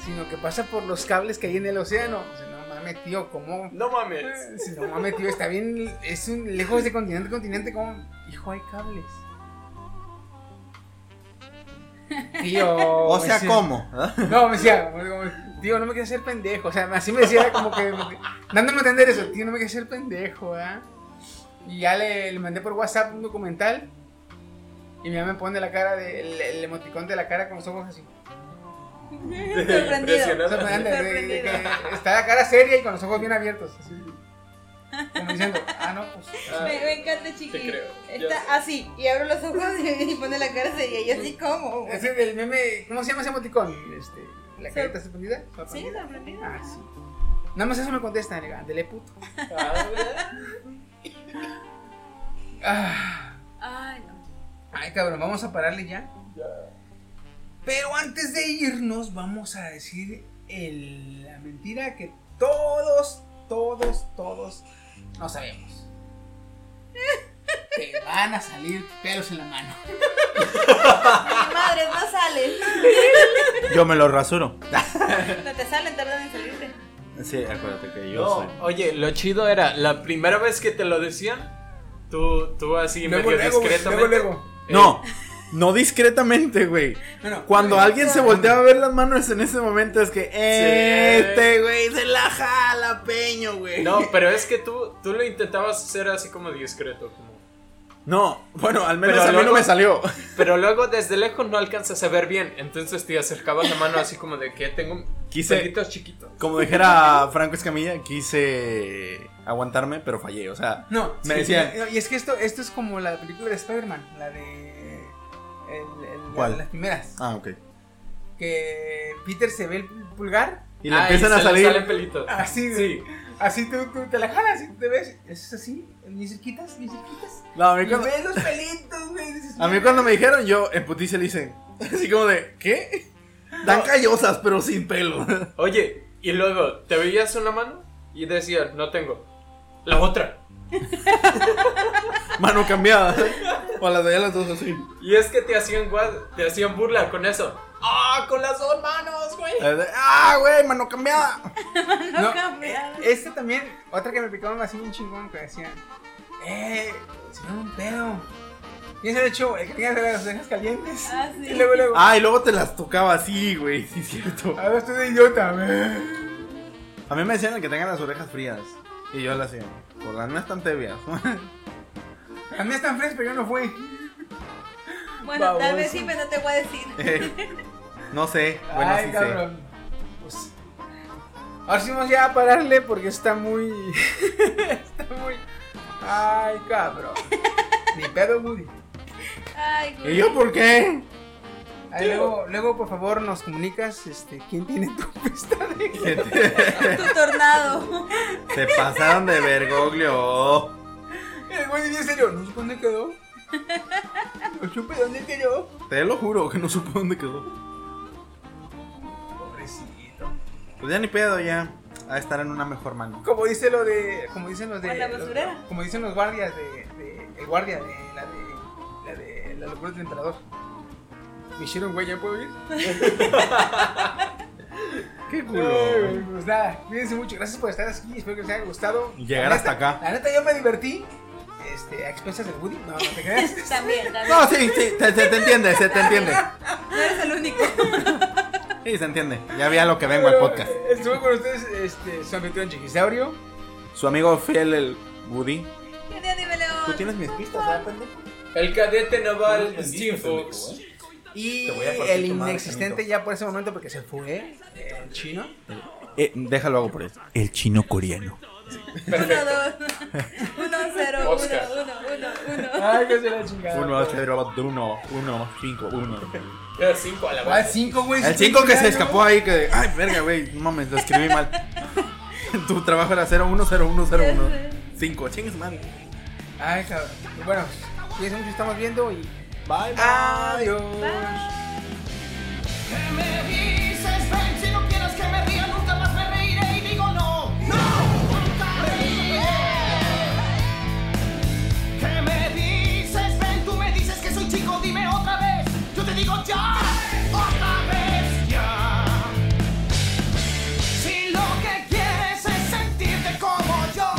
Speaker 2: sino que pasa por los cables que hay en el océano. O sea, no mames, tío, ¿cómo?
Speaker 12: No mames.
Speaker 2: Eh, sí, no mames, tío, está bien, es un lejos de continente a continente, ¿cómo? Hijo, hay cables. Tío.
Speaker 3: O
Speaker 2: me
Speaker 3: sea,
Speaker 2: decía-
Speaker 3: ¿cómo?
Speaker 2: No, me decía, como, tío, no me quieres hacer pendejo. O sea, así me decía como que dándome a entender eso, tío, no me quieres hacer pendejo, ¿verdad? Y ya le, le mandé por WhatsApp un documental y mi mamá me pone la cara de, el, el emoticón de la cara con los ojos así.
Speaker 6: Sorprendido.
Speaker 2: Sorprendente, de- de que
Speaker 6: Sorprendido.
Speaker 2: está la cara seria y con los ojos bien abiertos. Así. Como diciendo, ah, no, pues.
Speaker 6: Me, me encanta, chiqui.
Speaker 2: Te creo.
Speaker 6: Está así, y abro los ojos (laughs) y pone la cara seria. Y así como. güey.
Speaker 2: Ese del meme, ¿cómo se llama ese emoticón? Este, la carita sorprendida.
Speaker 6: Sí,
Speaker 2: sorprendida.
Speaker 6: sorprendido.
Speaker 2: Ah, sí. Nada más eso me contesta, nega, dele puto. Ah,
Speaker 6: Ay, no.
Speaker 2: Ay, cabrón, vamos a pararle ya. Pero antes de irnos, vamos a decir el- la mentira que todos, todos, todos no sabemos. Te van a salir pelos en la mano.
Speaker 6: Mi madre, no sale.
Speaker 3: Yo me lo rasuro.
Speaker 6: No te salen, tardan en salirte.
Speaker 3: Sí, acuérdate que yo soy.
Speaker 4: No, oye, lo chido era, la primera vez que te lo decían, tú, tú así
Speaker 2: Luego,
Speaker 4: medio
Speaker 2: luego, güey,
Speaker 4: discretamente. Eh,
Speaker 2: luego, luego.
Speaker 3: No, Eh, no discretamente, güey.
Speaker 2: Bueno,
Speaker 3: Cuando alguien se volteaba a ver las manos en ese momento es que este güey se la jala, peño, güey.
Speaker 4: No, pero es que tú, tú lo intentabas hacer así como discreto. Como...
Speaker 3: No, bueno, al menos
Speaker 4: Pero
Speaker 3: a mí
Speaker 4: luego-
Speaker 3: no me salió.
Speaker 4: Pero luego desde lejos no alcanzas a ver bien, entonces te acercabas la mano así como de que tengo
Speaker 3: Quise-
Speaker 4: pelitos chiquitos.
Speaker 3: Como dijera Franco Escamilla, quise aguantarme, pero fallé, o sea,
Speaker 2: No,
Speaker 3: me
Speaker 2: sí,
Speaker 3: decían,
Speaker 2: no, Y es que esto, esto es como la película de Spider-Man, la de. el- el-
Speaker 3: ¿Cuál?
Speaker 2: la- las primeras.
Speaker 3: ah, ok.
Speaker 2: Que Peter se ve el pulgar.
Speaker 3: Y le
Speaker 4: Ah,
Speaker 3: empiezan
Speaker 4: y
Speaker 3: a
Speaker 4: se le
Speaker 3: salir.
Speaker 4: salen pelitos.
Speaker 2: Así,
Speaker 4: Sí.
Speaker 2: Así tú, tú te la jalas y te ves. Eso es así, ni cerquitas, ni cerquitas.
Speaker 3: No, a
Speaker 2: Y
Speaker 3: mí cuando,
Speaker 2: ves los pelitos, güey. dices,
Speaker 3: a mí cuando me dijeron, yo en putí se le hice. (laughs) Así como de, ¿qué? Tan callosas, pero sin pelo.
Speaker 4: Oye, y luego te veías una mano y decías, no tengo. La otra.
Speaker 3: Mano cambiada. O las de las dos así.
Speaker 4: Y es que te hacían, guas- te hacían burla con eso. ¡Ah, con las dos manos, güey!
Speaker 3: Las de, Ah, güey, mano cambiada.
Speaker 2: No,
Speaker 6: cambiado.
Speaker 2: eh, esta también, otra que me picaban así un chingón que decían, eh, se me un pedo. Y eso de hecho, el que tengas las orejas calientes.
Speaker 6: Ah, sí.
Speaker 2: Y luego, luego,
Speaker 3: Ah, y luego te las tocaba así, güey, sí, es cierto.
Speaker 2: a ver, estoy de idiota, güey.
Speaker 3: A mí me decían el que tengan las orejas frías. Y yo las hacía. Por las no están tebias. (laughs)
Speaker 2: A mí están frescos, pero yo no fui.
Speaker 6: Bueno, tal vez sí, pero no te voy a decir.
Speaker 3: no sé. Bueno,
Speaker 2: Ay,
Speaker 3: sí sé.
Speaker 2: cabrón. Pues, ahora sí vamos ya a pararle porque está muy. (laughs) está muy. Ay,
Speaker 3: (laughs)
Speaker 2: cabrón. Ni pedo, Woody.
Speaker 6: Ay, güey.
Speaker 3: ¿Y yo por qué?
Speaker 2: Ahí luego, luego, por favor, nos comunicas este, quién tiene tu (laughs) pista de
Speaker 3: Se, te- (laughs)
Speaker 6: Tu tornado.
Speaker 3: se pasaron de vergoglio.
Speaker 2: El güey en serio, no sé dónde
Speaker 3: (laughs)
Speaker 2: quedó. No supe dónde quedó.
Speaker 3: Te lo juro que no supe dónde quedó.
Speaker 2: Pobrecito.
Speaker 3: Pues ya ni pedo, ya. A estar en una mejor mano.
Speaker 2: Como dice lo de. Como dicen los de.
Speaker 6: ¿O la
Speaker 2: los-
Speaker 6: basurera?
Speaker 2: como dicen los guardias de. de- el guardia de la de. La de la locura del emperador. Me hicieron güey, ¿ya (laughs) puedo ir?
Speaker 3: Qué
Speaker 2: Ay, Pues nada, cuídense mucho. Gracias por estar aquí. Espero que les haya gustado.
Speaker 3: Y llegar
Speaker 2: La
Speaker 3: hasta
Speaker 2: neta-
Speaker 3: acá.
Speaker 2: La neta, yo me divertí. Este, a expensas del Woody. No, no te
Speaker 3: (laughs)
Speaker 2: creas.
Speaker 6: También, también.
Speaker 3: No, sí, sí, se, se te entiende, se te entiende.
Speaker 6: No eres el único.
Speaker 3: Sí, se entiende. Ya veía lo que vengo al podcast.
Speaker 2: Estuve con ustedes, este, su anfitrión Chiquisaurio.
Speaker 3: Su amigo fiel, el Woody.
Speaker 6: Qué día nivel
Speaker 3: Tú
Speaker 6: león.
Speaker 3: tienes mis pistas, ¿verdad, pendejo?
Speaker 4: El cadete naval Steve Fox.
Speaker 2: Y
Speaker 3: Te voy a partir
Speaker 2: el
Speaker 3: tu madre,
Speaker 2: inexistente
Speaker 3: Juanito.
Speaker 2: ya por ese momento porque se fue el chino.
Speaker 3: Eh, déjalo hago por eso. El chino coreano.
Speaker 6: Uno, dos. Uno, cero,
Speaker 4: Oscar.
Speaker 6: uno, uno, uno, uno.
Speaker 2: Ay, que se la chingada.
Speaker 3: Uno, cero, uno, uno, cinco, uno.
Speaker 4: Era cinco a la
Speaker 2: Ah,
Speaker 4: vez.
Speaker 2: cinco, güey.
Speaker 3: El 5 que se escapó ahí que. Ay, verga, güey. No mames, lo escribí mal. tu trabajo era 010101. 5, chingues mal.
Speaker 2: Ay, cabrón. Bueno, cuídense mucho, estamos viendo y
Speaker 4: Bye, bye.
Speaker 7: Que me dices, ven, si no quieres que me ría, nunca más me reiré y digo no, no, nunca me reiré. Que me dices, ven, tú me dices que soy chico, dime otra vez, yo te digo ya, otra vez ya. Si lo que quieres es sentirte como yo,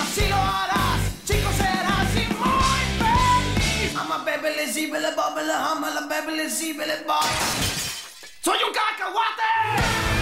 Speaker 7: así lo harás, chico serás y muy feliz. I'm a bebele, zibele, bobele, humble, bebele, zibele, boy. Soy un cacahuate.